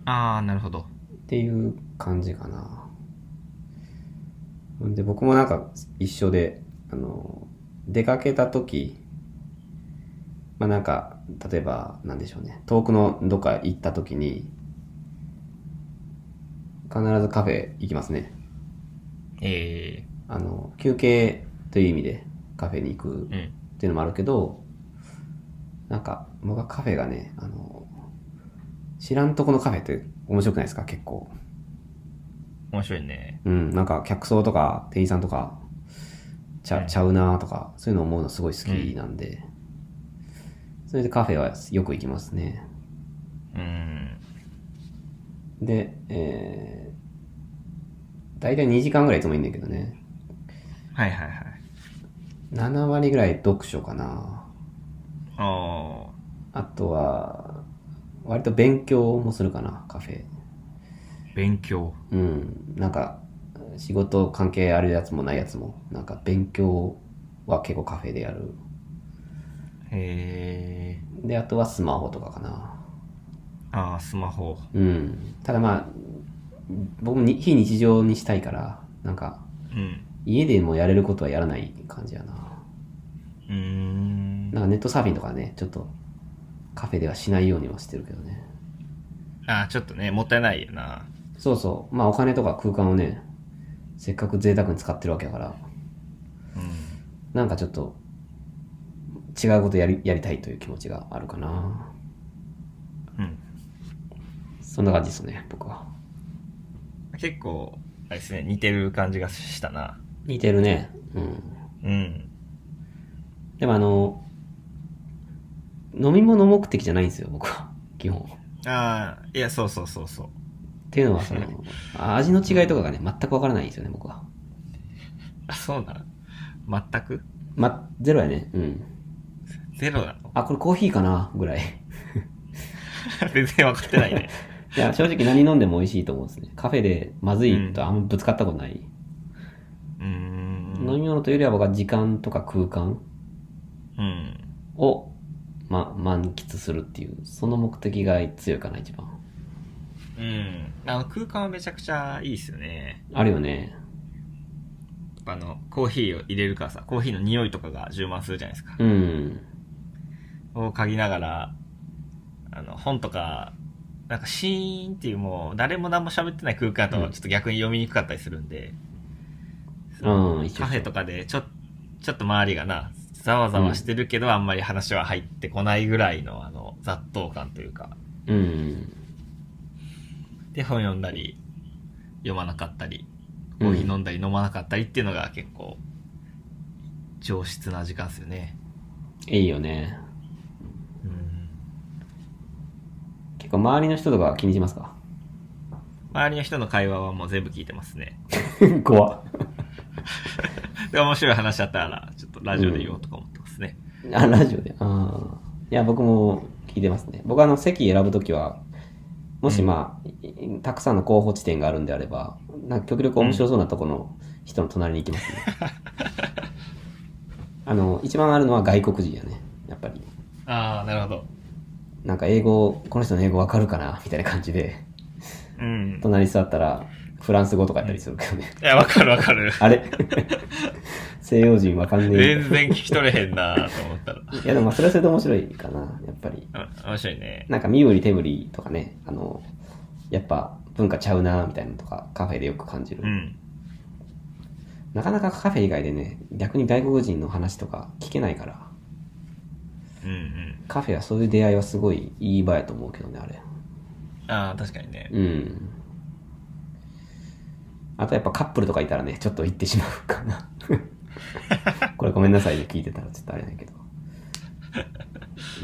B: あー、なるほど。
A: っていう感じかな。で、僕もなんか一緒で、あの、出かけた時、まあなんか、例えば、なんでしょうね、遠くのどっか行った時に、必ずカフェ行きますね。
B: え
A: あの、休憩という意味でカフェに行く
B: ー、うん。
A: っていうのもあるけど、なんか、僕はカフェがね、あの、知らんとこのカフェって面白くないですか結構。
B: 面白いね。
A: うん、なんか客層とか店員さんとかちゃ,、
B: うん
A: ちゃうなとかそういうの思うのすごい好きなんで、それでカフェはよく行きますね
B: うーん。
A: で、えー、大体2時間ぐらいいつもいんだけどね
B: はいはいはい。
A: 7割ぐらい読書かな
B: あ
A: あとは割と勉強もするかなカフェ
B: ー、勉強。
A: うんなんか仕事関係あるやつもないやつもなんか勉強は結構カフェでやる
B: えー、
A: であとはスマホとかかな
B: あー、スマホ。
A: うん、ただまあ僕もに非日常にしたいからなんか
B: うん。
A: 家でもやれることはやらない感じやな
B: うーん。
A: なんかネットサーフィンとかねちょっとカフェではしないようにはしてるけどね
B: あー、ちょっとね、もったいないよな。
A: そうそうまあお金とか空間をねせっかく贅沢に使ってるわけだから
B: うん。
A: なんかちょっと違うことやりやりたいという気持ちがあるかな
B: うん。
A: そんな感じですね僕は
B: 結構、あれですね、似てる感じがしたな。
A: 似てるねうん
B: うん。
A: でもあの飲み物目的じゃないんですよ僕は 基本
B: ああ、いや、そうそうそうそう。
A: っていうのはその味の違いとかがね全く分からないんですよね僕は、
B: あ、そうなの全く
A: ま、ゼロやねうん
B: ゼロなの
A: あこれコーヒーかなぐらい
B: 全然分かってないね。
A: いや正直何飲んでも美味しいと思うんですねカフェでまずいとあんまぶつかったことない、
B: うーん。
A: 飲み物というよりは僕は時間とか空間
B: うん。
A: を、ま、満喫するっていうその目的が強いかな一番
B: うん。あの、空間はめちゃくちゃいいっすよね。
A: あるよね
B: やっぱあの、コーヒーを入れるからさ、コーヒーの匂いとかが充満するじゃないですか。
A: うん
B: を嗅ぎながら、あの、本とか、なんかシーンっていうもう、誰も何も喋ってない空間だ
A: う
B: と
A: ん
B: ちょっと逆に読みにくかったりするんで、
A: うん一緒
B: カフェとかでちょ、ちょっと周りがな、ざわざわしてるけど、あんまり話は入ってこないぐらいの、あの、雑踏感というか。
A: うん
B: で、本読んだり、読まなかったり、コーヒー飲んだり飲まなかったりっていうのが結構、上質な時間ですよね。
A: いいよね
B: うん。
A: 結構周りの人とかは気にしますか
B: 周りの人の会話はもう全部聞いてますね。
A: 怖っ
B: で、面白い話あったら、ちょっとラジオで言おうとか思ってますね。
A: あ、ラジオで。ああ。いや、僕も聞いてますね。僕はあの、席選ぶときは、もしまあ、いいたくさんの候補地点があるんであれば、なんか極力面白そうなとこの人の隣に行きますね。あの、一番あるのは外国人やね。やっぱり。
B: ああ、なるほど。
A: なんか英語、この人の英語わかるかなみたいな感じで、
B: うん。
A: 隣に座ったら、フランス語とかやったりするけどね。
B: いや、わかるわか る。
A: あれ 西洋人わかんねえみたいな
B: 全然聞き取れへんなーと思ったら。
A: いやでもまあそれはそれで面白いかな、やっぱり。
B: うん面白いね。
A: なんか身振り手振りとかね、あの、やっぱ文化ちゃうなみたいなのとかカフェでよく感じる。
B: うん。
A: なかなかカフェ以外でね、逆に外国人の話とか聞けないから、
B: うんうん。
A: カフェはそういう出会いはすごいいい場やと思うけどね、あれ。
B: ああ、確かにね。
A: うん。あとやっぱカップルとかいたらね、ちょっと行ってしまうかな。 これごめんなさいね、聞いてたらちょっとあれだけど。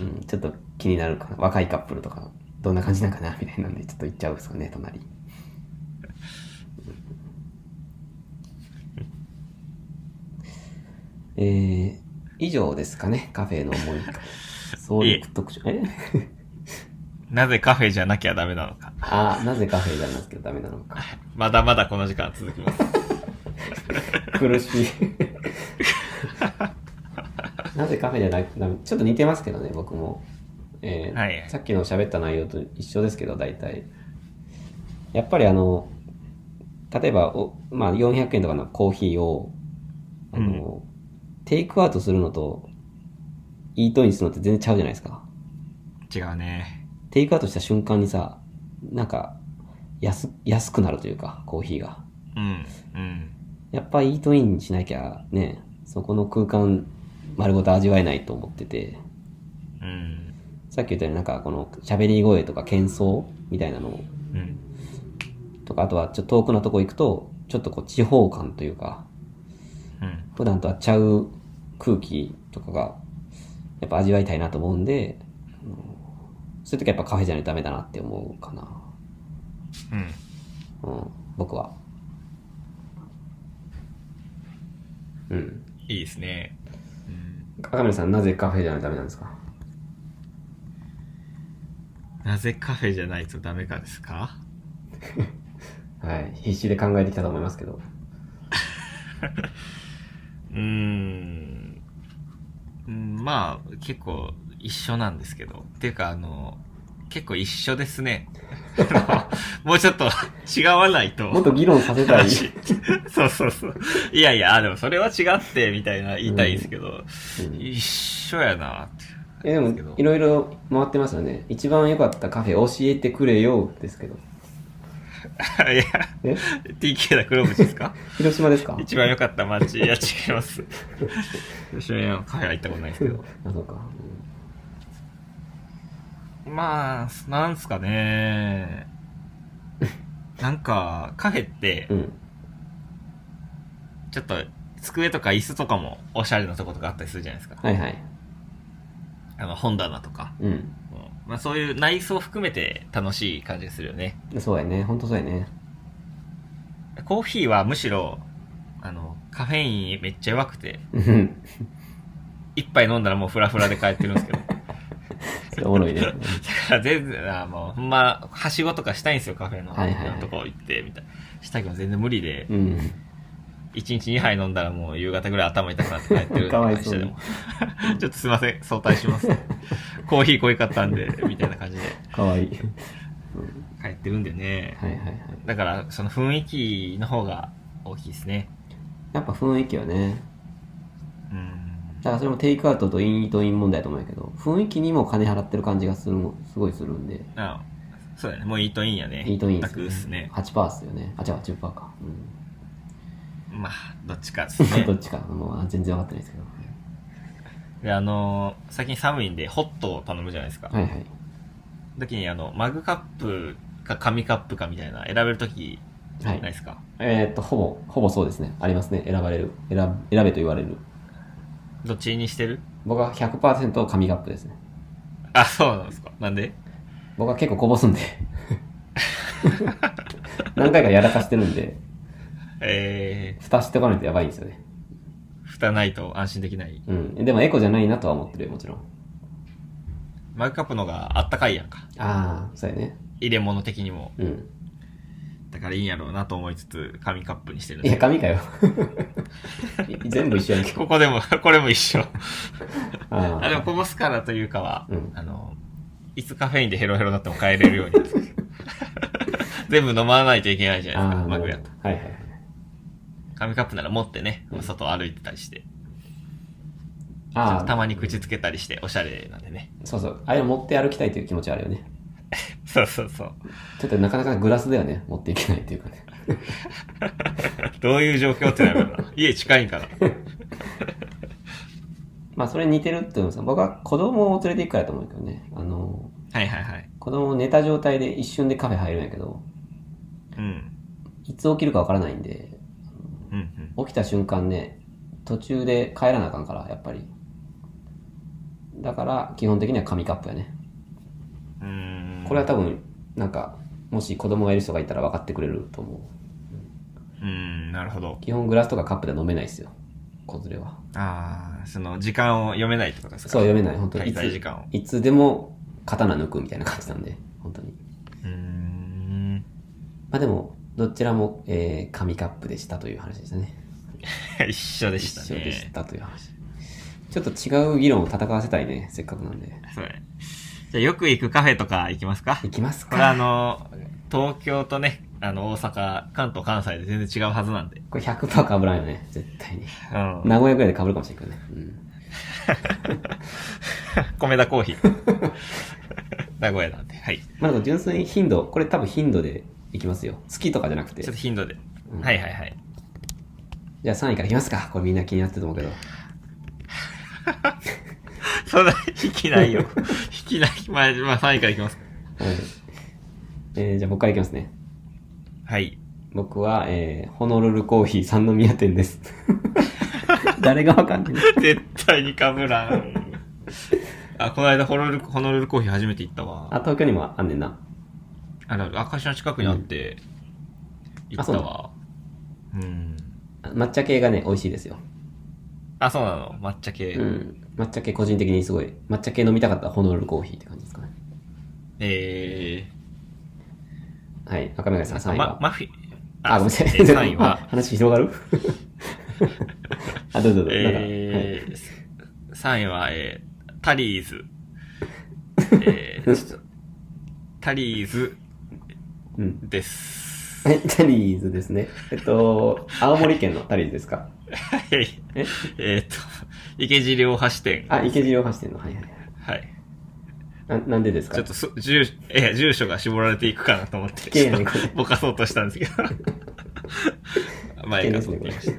A: うん、ちょっと気になるかな。若いカップルとか、どんな感じなんかなみたいなんで、ちょっと行っちゃうんですかね、隣。えー、以上ですかね、カフェの思い。そういう特徴。え
B: なぜカフェじゃなきゃダメなのか。
A: あーなぜカフェじゃなくてダメなのか。
B: まだまだこの時間続きます。
A: 苦しいなぜカフェじゃないちょっと似てますけどね僕も、えー
B: はい
A: さっきの喋った内容と一緒ですけど大体やっぱりあの例えばお、まあ、400円とかのコーヒーをあの、テイクアウトするのとイートインするのって全然ちゃうじゃないですか
B: 違うね。
A: テイクアウトした瞬間にさなんか安安くなるというかコーヒーが
B: うん。うん。
A: やっぱイートインしなきゃね、そこの空間丸ごと味わえないと思ってて、
B: うん。
A: さっき言ったようになんかこの喋り声とか喧騒みたいなの
B: うん。
A: とか、あとはちょっと遠くのとこ行くと、ちょっとこう地方感というか、
B: うん。
A: 普段とはちゃう空気とかが、やっぱ味わいたいなと思うんで、うんそういう時はやっぱカフェじゃないとダメだなって思うかな。
B: うん。
A: うん、僕は。うん。
B: いいですね。うん
A: 赤嶺さん、なぜカフェじゃないとダメなんですか
B: なぜカフェじゃないとダメかですか
A: はい、必死で考えてきたと思いますけど。
B: うーん。うんまあ、結構一緒なんですけど。っていうか、あの、結構一緒です ね。あのもうちょっと違わないと。
A: もっと議論さ せたい。
B: 話 そうそうそう。いやいや、あでもそれは違って、みたいな言いたいんですけど、
A: うん
B: 一緒やなって。
A: えでも、いろいろ回ってますよね。一番良かったカフェ教えてくれよですけど。
B: いや、
A: え
B: TK だ黒渕ですか
A: 広島ですか
B: 一番良かった街、いや違い ます。一緒にカフェは行ったことないですけど。
A: あ、そうか。
B: まあ、なんすかね。なんか、カフェって
A: う、ん。
B: ちょっと、机とか椅子とかもおしゃれなとことかあったりするじゃないですか。
A: はいはい。
B: あの、本棚とか。
A: うん。
B: うんまあそういう内装含めて楽しい感じがするよね。
A: そうやね。ほんとそうや ね。
B: コーヒーはむしろ、あの、カフェインめっちゃ弱くて、
A: うん。
B: 一杯飲んだらもうフラフラで帰ってるんですけど。だ
A: それおもろいね。
B: から全然、あもう、ほんま、はしごとかしたいんですよ、カフェの。
A: はいはいはい
B: とこ行って、みたいな。したけど全然無理で、
A: うん。
B: 1日2杯飲んだらもう夕方ぐらい頭痛くなって帰ってる
A: かわいそう に
B: 会社でもちょっとすいません、早退します。コーヒー濃いかったんで、みたいな感じで
A: かわいい。
B: 帰ってるんでね。
A: はいはいはい。
B: だから、その雰囲気の方が大きいですね。
A: やっぱ雰囲気はね。
B: うん。
A: だからそれもテイクアウトとイートイン問題だと思うんやけど、雰囲気にも金払ってる感じがするも、すごいするんで。
B: あそうだね。もうイートインやね。
A: イートイン
B: 全
A: です
B: く
A: よ
B: っす
A: ね
B: ね。。
A: 8%っすよね。あ、違う、10%か。うん。
B: まあ、どっちかです ね
A: ど。っちか、もう全然分かってないですけど。
B: で、あのー最近寒いんで、ホットを頼むじゃないですか。
A: はいはい。
B: 時に、あの、マグカップか紙カップかみたいな選べる時
A: は
B: ないで
A: い。
B: すか。
A: えーっと、ほぼ、ほぼそうですね。ありますね。選ばれる。選選べと言われる。
B: どっちにしてる
A: 僕は100%紙カップですね。
B: あ、そうなんですか。なんで
A: 僕は結構こぼすんで 何回かやらかしてるんで
B: え
A: 蓋しておかないとやばいんですよね
B: ー、蓋ないと安心できない。
A: うんでもエコじゃないなとは思ってるよもちろん
B: マグカップの方があったかいやんか。
A: ああそうやね
B: 入れ物的にも。
A: うん
B: だからいいんやろうなと思いつつ、紙カップにしてるん
A: い
B: です
A: や
B: け
A: 紙
B: ど
A: かよ 全部一緒やんけ
B: ここでも、これも一緒。
A: あ
B: あ、でも
A: あ
B: こぼすからというかは、
A: うん
B: あの、いつカフェインでヘロヘロになっても帰れるように。 全部飲まないといけないじゃないです
A: あ
B: か、
A: ー
B: マ
A: な
B: グ
A: る
B: や
A: ほ
B: と
A: ど。はいはいはい
B: 紙カップなら持ってね、外を歩いてたりして、
A: ああ
B: たまに口つけたりして、おしゃれなんでね。
A: そうそう。あれを持って歩きたいという気持ちはあるよね。
B: そうそうそう。
A: ちょっとなかなかグラスではね、持っていけないというかね。
B: どういう状況ってな るかな。家近いから。
A: まあ、それに似てるっていうのはさ、僕は子供を連れて行くからやと思うけどね。あの、
B: はいはいはい。
A: 子供を寝た状態で一瞬でカフェ入るんやけど、
B: うん。
A: いつ起きるかわからないんで、
B: うんうん。
A: 起きた瞬間ね、途中で帰らなあかんから、やっぱり。だから、基本的には紙カップやね。
B: うーん。
A: これは多分、なんか、もし子供がいる人がいたら分かってくれると思う。
B: うーん、なるほど。
A: 基本グラスとかカップでは飲めないですよ。子連れは。
B: ああ、その、時間を読めないってことですか
A: そう、読めない。本当に。
B: 滞在時間を。
A: いつでも刀抜くみたいな感じなんで、本当に。
B: うーん。
A: まあでも、どちらも、えー、紙カップでしたという話でしたね。
B: 一緒でしたね。
A: 一緒でしたという話。ちょっと違う議論を戦わせたいね、せっかくなんで。
B: そうねじゃあよく行くカフェとか行きますか
A: いきます
B: これあ
A: か。
B: の、東京とね、あの、大阪、関東、関西で全然違うはずなんで。
A: これ100%かぶらんよね、絶対に。
B: うん。
A: 名古屋ぐらいでかぶるかもしれんけどね。うん。
B: 米田コーヒー。 名古屋なんで。はい。
A: まあでも純粋に頻度、これ多分頻度でいきますよ。好きとかじゃなくて。
B: ち
A: じ
B: ょっと頻度で。
A: うん
B: はいはいはい。
A: ゃあ3位からいきますか。これみんな気になってると思うけど。
B: そんな、引きないよ。引きない。まあ、まあ、3位から行きますか。
A: はい。えー、じゃあ僕からいきますね。
B: はい。
A: 僕は、えー、ホノルルコーヒー三宮店です。 誰がわかんない
B: 絶対に被ら ん。あ、この間、ホノルル、ホノルルコーヒー初めて行ったわ。
A: あ、東京にもあんねんな。
B: あの、赤石の近くにあって、行ったわ。うん。
A: 抹茶系がね、美味しいですよ。
B: あ、そうなの抹茶系。
A: うん。抹茶系個人的にすごい、抹茶系飲みたかったらホノルルコーヒーって感じですかね。
B: え
A: はい。赤目がさん
B: ー、
A: 3位
B: ま
A: は。、
B: マフィ、
A: あ、ごめんな さい。
B: えー3位は、
A: 話広がる あ、どうぞどうぞ。なんかはい
B: えー、3位は、えー、タリーズ。えー、ちょっと、タリーズ
A: うん。
B: です。
A: はい、タリーズですね。えっと、青森県のタリーズですか
B: はい。
A: え
B: えーっと、池尻大橋店。
A: あ、池尻大橋店の。はいはいはい。
B: はい。
A: ななんでですか
B: ちょっとそ、住、えー、住所が絞られていくかなと思って、
A: 危険
B: ち
A: や
B: ょ
A: ね
B: っとぼかそうとしたんですけ
A: 危険ですねこれ
B: ど。前かそうって言いまし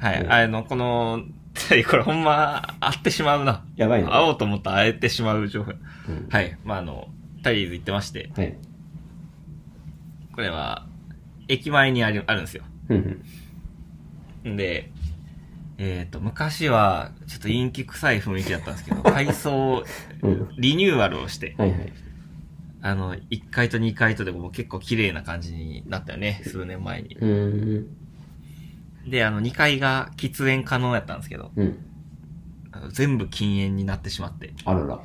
B: た。はい。あの、この、 これほんま、会ってしまうな。
A: やばいな。
B: 会おうと思ったら会えてしまう情報。
A: うん
B: はい。まあ、あの、タリーズ行ってまして、
A: はい。
B: これは、駅前にある、あるんですよ。
A: ふんふん。
B: んで、えっ、と、昔は、ちょっと陰気臭い雰囲気だったんです けど、改装、
A: うん。
B: リニューアルをして、
A: はいはい。
B: あの、1階と2階とでもう結構綺麗な感じになったよね、数年前に。
A: うーん。
B: で、あの、2階が喫煙可能やったんですけど、
A: うん。
B: あの全部禁煙になってしまって、
A: あらら。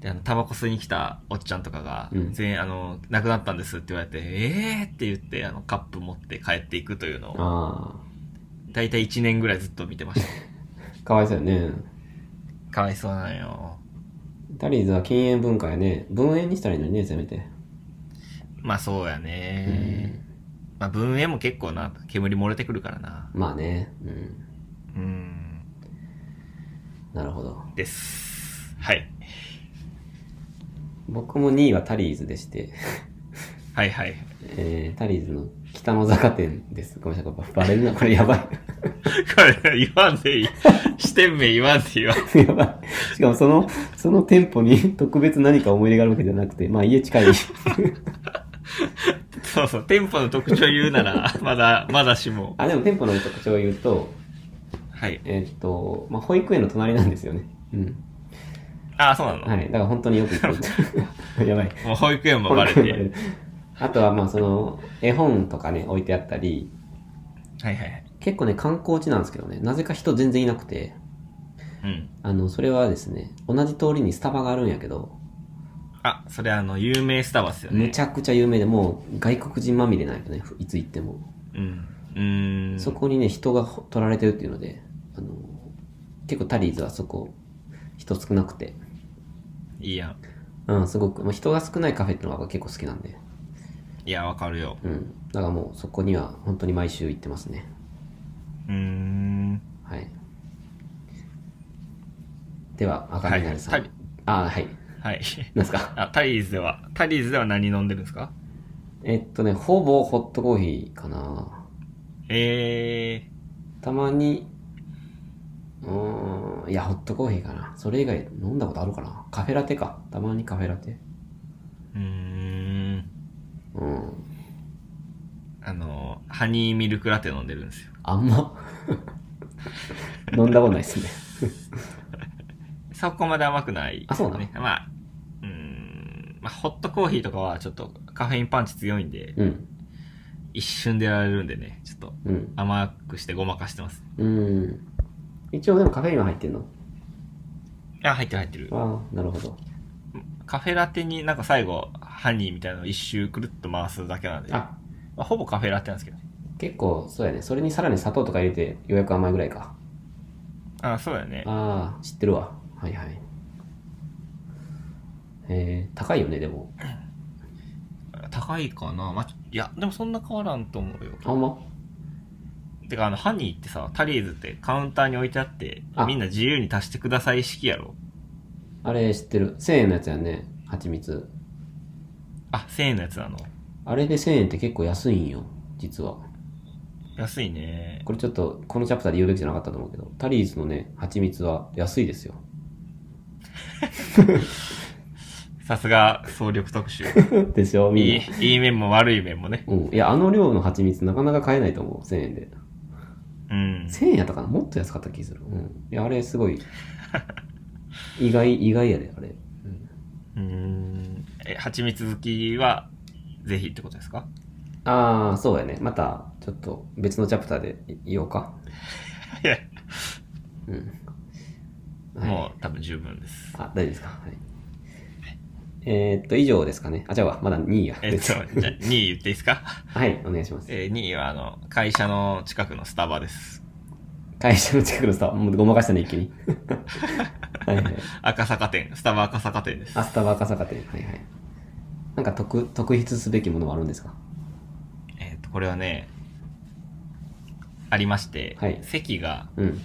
B: で、あの、タバコ吸いに来たおっちゃんとかが、
A: うん
B: 全員、あの、亡くなったんですって言われて、えーって言って、あの、カップ持って帰っていくというのを、
A: あ
B: だいたい1年ぐらいずっと見てました。
A: あ。かわいそうよね。
B: かわいそうなんよ。
A: タリーズは禁煙文化やね。文煙にしたらいいのにね、せめて。
B: まあそうや
A: う
B: ね。
A: ん。
B: まあ文煙も結構な、煙漏れてくるからな。
A: まあね。うん。
B: うん。
A: なるほど。
B: です。はい。
A: 僕も2位はタリーズでして、
B: はいはい。
A: えー、タリーズの北の坂店です。ごめんなさい、これバレるな。これやば
B: これ、言わんでいい。視点名言わんでいいわ。
A: い。 やばい。しかもその、その店舗に 特別何か思い入れがあるわけじゃなくて、まあ家近い。
B: そうそう、店舗の特徴言うなら、まだ、まだしも。
A: あ、でも店舗の特徴を言うと、
B: はい。
A: えーっと、まあ保育園の隣なんですよね。うん。
B: ああ、そうなの、
A: はい。だから本当によく行く。 やばい。
B: もう保育園もバレて。はい
A: あとはまあその絵本とかね置いてあったり
B: はいはい。
A: 結構ね観光地なんですけどねなぜか人全然いなくて
B: うん。
A: あのそれはですね同じ通りにスタバがあるんやけど
B: あ、それあの、有名スタバっすよね。
A: めちゃくちゃ有名でもう外国人まみれなんやけどねいつ行っても、
B: うん。うーん。
A: そこにね人がほ取られてるっていうのであの結構タリーズはそこ人少なくて
B: いいやん。
A: うんすごく、まあ、人が少ないカフェっていうのが結構好きなんで
B: いや、わかるよ。
A: うんだからもうそこには本当に毎週行ってますね
B: うーん。
A: はい。では、赤
B: はい
A: 身なるさん。
B: はい
A: あー、はい。
B: はい。
A: なんすか。
B: あ、タリーズでは、タリーズでは何飲んでるんですか
A: えっとね、ほぼホットコーヒーかな。
B: ええ
A: たまに、うーん、いや、ホットコーヒーかな。それ以外飲んだことあるかな。カフェラテか。たまにカフェラテ。
B: ー。うーん。
A: うん。
B: あの、ハニーミルクラテ飲んでるんですよ。
A: あんま 飲んだことないですね。
B: そこまで甘くない、
A: あそうなの
B: ね。まあ、うーん。まあ、ホットコーヒーとかはちょっとカフェインパンチ強いんで、
A: うん。
B: 一瞬でやられるんでね、ちょっと
A: うん。
B: 甘くしてごまかしてます。
A: うん。一応でもカフェインは入ってんの
B: あ、入ってる入ってる。
A: ああ、なるほど。
B: カフェラテになんか最後、ハニーみたいなのを一周くるっと回すだけなんで、ま
A: あ、
B: あ、ほぼカフェラテなんですけどね。
A: 結構、そうやね。それにさらに砂糖とか入れて、ようやく甘いぐらいか。
B: あ、そうだよね。
A: ああ、知ってるわ。はいはい。えー、高いよね、でも。
B: 高いかなまあ、いや、でもそんな変わらんと思うよ。
A: あ、ほんま
B: てか、あの、ハニーってさ、タリーズってカウンターに置いてあって
A: あ、
B: みんな自由に足してください式やろ。
A: あれ知ってる。1000円のやつやんね。蜂蜜。
B: あ、1000円のやつなの。
A: あれで1000円って結構安いんよ。実は。
B: 安いね。
A: これちょっと、このチャプターで言うべきじゃなかったと思うけど、タリーズのね、蜂蜜は安いですよ。
B: さすが、総力特集。
A: ですよ、みん
B: い。、
A: ない
B: いい面も悪い面もね。
A: うん。いや、あの量の蜂蜜なかなか買えないと思う。1000円で。
B: うん。
A: 1000円やったかなもっと安かった気する。うん。いや、あれす ごい。意外、意外やで、あれ。うん
B: うーん。え、蜂蜜好きは、ぜひってことですか
A: ああ、そうやね。また、ちょっと別のチャプターで言おうか。
B: いや、
A: うん。はい、
B: もう多分十分です。
A: あ、大丈夫ですか。はい。えー、っと、以上ですかね。あ、じゃあ、まだ2位が。
B: えっと、じゃあ2位言っていいですか
A: はい、お願いします。
B: えー、2位はあの、会社の近くのスタバです。
A: 会社の近くのスタバ、もうごまかしたね、一気 に。はいはい。
B: 赤坂店、スタバ赤坂店です。
A: アスタバ赤坂店。はいはい。なんか特、特筆すべきものはあるんですか
B: えっと、これはね、ありまして、
A: はい
B: 席が
A: うん。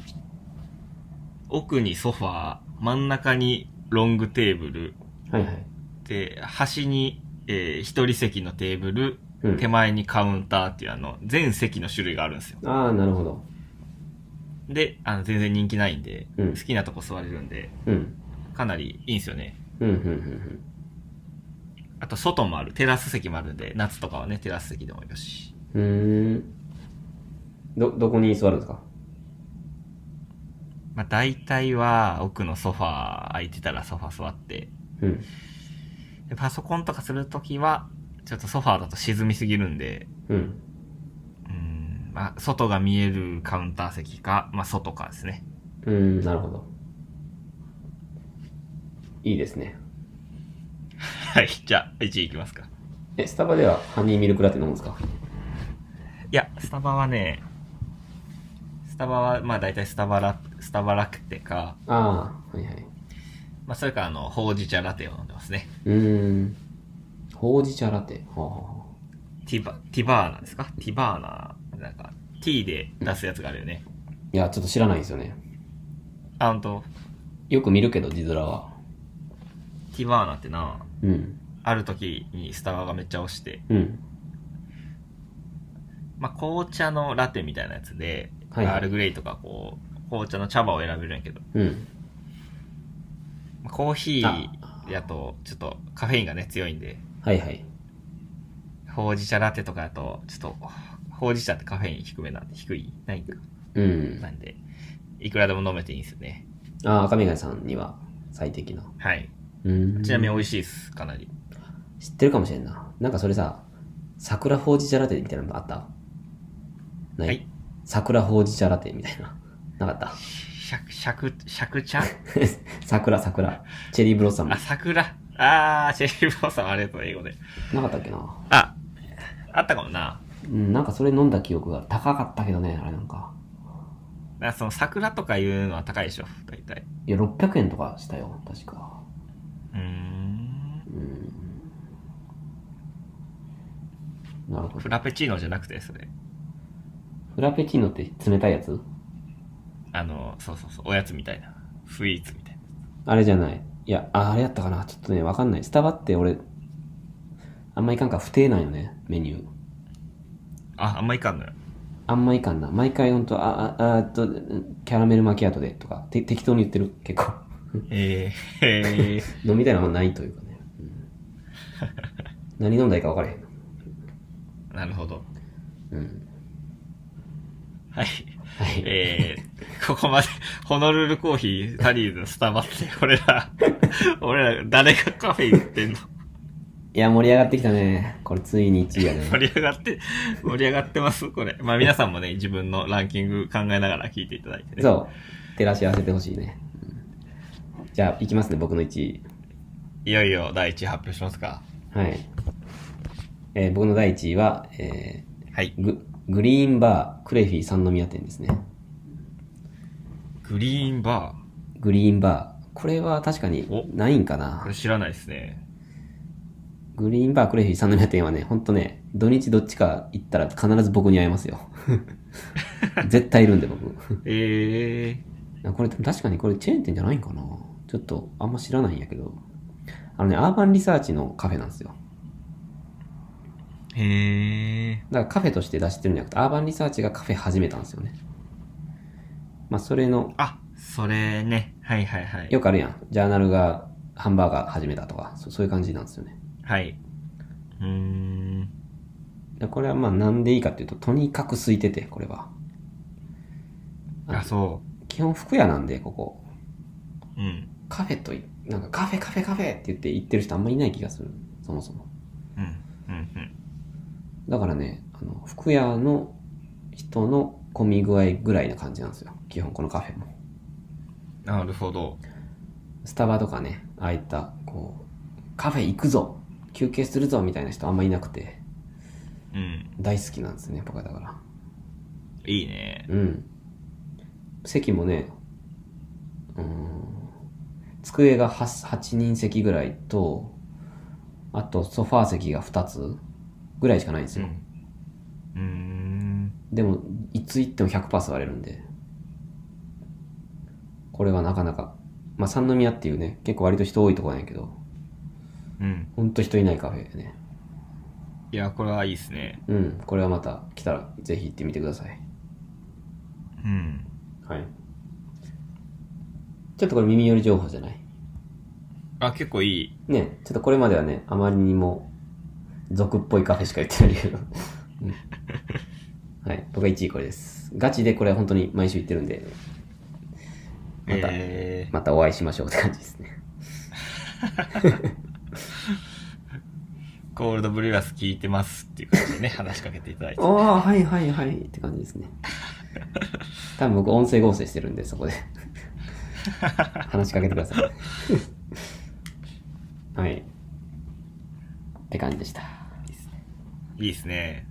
B: 奥にソファー、真ん中にロングテーブル、
A: はいはい。
B: で、端に、えー一人席のテーブル、
A: うん
B: 手前にカウンターっていうあの、全席の種類があるんですよ。
A: ああ、なるほど。
B: で、あの、全然人気ないんで、
A: うん
B: 好きなとこ座れるんで、
A: うん。
B: かなりいいんですよね。
A: うん、うん、うん
B: あと、外もある。テラス席もあるんで、夏とかはね、テラス席でもよし。
A: うん。うーん。ど、どこに座るんですか
B: まあ、大体は、奥のソファー空いてたらソファ座って、
A: うん。
B: でパソコンとかするときは、ちょっとソファーだと沈みすぎるんで、
A: うん。
B: うん、まあ、外が見えるカウンター席か、まあ、外かですね。
A: うーん、なるほど。いいですね。
B: はい、じゃあ、1位いきますか。
A: え、スタバではハニーミルクラテ飲むんですか
B: いや、スタバはね、スタバは、まあ、大体スタバラ、スタバラテか、
A: ああ、はいはい。
B: まあ、それか、あの、ほうじ茶ラテを飲んでますね。
A: うーん。ほうじ茶ラテ。はあ、はあは
B: ティバ、ティバーナですかティバーナなんか、ティーで出すやつがあるよね。
A: あ、いや、ちょっと知らないですよね。
B: あ、ほんと、
A: よく見るけど、字面は。
B: ティバーナってな、
A: うん。
B: ある時にスタバがめっちゃ押して、
A: うん。
B: まあ、紅茶のラテみたいなやつで、
A: はいはい
B: アールグレイとかこう、紅茶の茶葉を選べるんやけど、
A: うん。
B: まあコーヒーやと、ちょっとカフェインがね、強いんで、
A: はいはい。
B: ほうじ茶ラテとかだと、ちょっと、ほうじ茶ってカフェイン低めなんで、低いないんか。
A: うん
B: な。んで、いくらでも飲めていいんですよね。
A: ああ、赤眼鏡さんには最適な。
B: はい。
A: うん
B: ちなみに美味しいです、かなり。
A: 知ってるかもしれんな。なんかそれさ、桜ほうじ茶ラテみたいなのあったない、
B: はい
A: 桜ほうじ茶ラテみたいな。なかっ
B: しゃく、しゃく、しゃく茶
A: た桜、桜。チェリーブロッサム
B: あ、。桜。あー、チェリーボーさん、ありがとう、英語で。
A: なかったっけな。
B: あ、あったかもな。
A: うん、なんかそれ飲んだ記憶がある高かったけどね、あれなんか。
B: なんかその桜とかいうのは高いでしょ、大体。
A: いや、600円とかしたよ、確か。
B: うーん。
A: うん。なるほど
B: フ。ラペチーノじゃなくて、それ。
A: フラペチーノって冷たいやつ
B: あの、そうそうそう、おやつみたいな。スイーツみたいな。
A: あれじゃない。いや、ああれやったかな。ちょっとね、わかんない。スタバって俺、あんまいかんから不定なんよね、メニュー。
B: あ、あんまいかんのよ。
A: あんまいかんな。毎回ほんと、あ、あ、あっと、キャラメルマキアートでとか、て適当に言ってる、結構。
B: えー、えー、
A: 飲みたいなもんないというかね。うん 何飲んだらいいか分からへん。
B: なるほど。
A: うん。
B: はい。
A: はい。
B: えー、ここまで、ホノルルコーヒー、タリーズ、スタバって、俺ら、俺ら、誰がカフェ行ってんの
A: いや、盛り上がってきたね。これついに1位やね。
B: 盛り上がって、盛り上がってますこれ。まあ皆さんもね、自分のランキング考えながら聞いていただいてね。
A: そう。照らし合わせてほしいね。うんじゃあ、いきますね、僕の1位。
B: いよいよ第一位発表しますか。
A: はい。えー僕の第1位は、え
B: はい
A: ー。グ、グリーンバークレフィー三宮店ですね。
B: グリーンバ
A: グリーンバー。これは確か
B: お
A: にないんか
B: ー。
A: な
B: これ。知らないですね。
A: グリーンバークレフィー三宮店はね、ほんとね、土日どっちか行ったら必ず僕に会えますよ。 絶対いるんで僕。
B: え
A: これ確かにこれチェーン店じゃないんかなちょっとあんま知らないんやけど。あのね、アーバンリサーチのカフェなんですよ。
B: ー。へー。
A: だからカフェとして出してるんじゃなくて、アーバンリサーチがカフェ始めたんですよね。まあ、それの、
B: あ、それね。はいはいはい。
A: よくあるやん。ジャーナルがハンバーガー始めたとか、そそういう感じなんですよね。
B: はい。うーん。
A: でこれはまあなんでいいかっていうと、とにかく空いてて、これは。
B: あ、そ
A: 基本服屋なんで、ここ。
B: う。うん。
A: カフェとい、なんかカフェカフェカフェって言って行ってる人あんまいない気がする。そもそも。
B: うん。うん。
A: だからね、あの、服屋の人の混み具合ぐらいな感じなんですよ。基本このカフェも。
B: うん。なるほど。
A: スタバとかね、ああいった、こう、カフェ行くぞ休憩するぞみたいな人あんまいなくて、
B: うん。
A: 大好きなんですね、僕はだから。
B: いいね。
A: うん。席もね、うーん、机が 8, 8人席ぐらいと、あとソファー席が2つぐらいしかないんです
B: う
A: よ。
B: ん。うーん。
A: でも、いつ行っても100%座れるんで、これはなかなか、まあ三宮っていうね、結構割と人多いとこなんやけど、
B: うん。
A: ほんと人いないカフェでね。
B: いや、これはいいですね。
A: うん、これはまた来たらぜひ行ってみてください。
B: うん。
A: はい。ちょっとこれ耳寄り情報じゃない
B: あ、結構いい。
A: ね、ちょっとこれまではね、あまりにも俗っぽいカフェしか言ってない けど。うんはい、僕は1位これです。ガチでこれは本当に毎週言ってるんで、また
B: え
A: またお会いしましょうって感じですね。
B: ー、コールドブリュアス聞いてますっていう感じでね、 話しかけていただいて。
A: ああ、はいはいはいって感じですね。多分僕音声合成してるんで、そこで。話しかけてください。はい。って感じでした。
B: いいですね。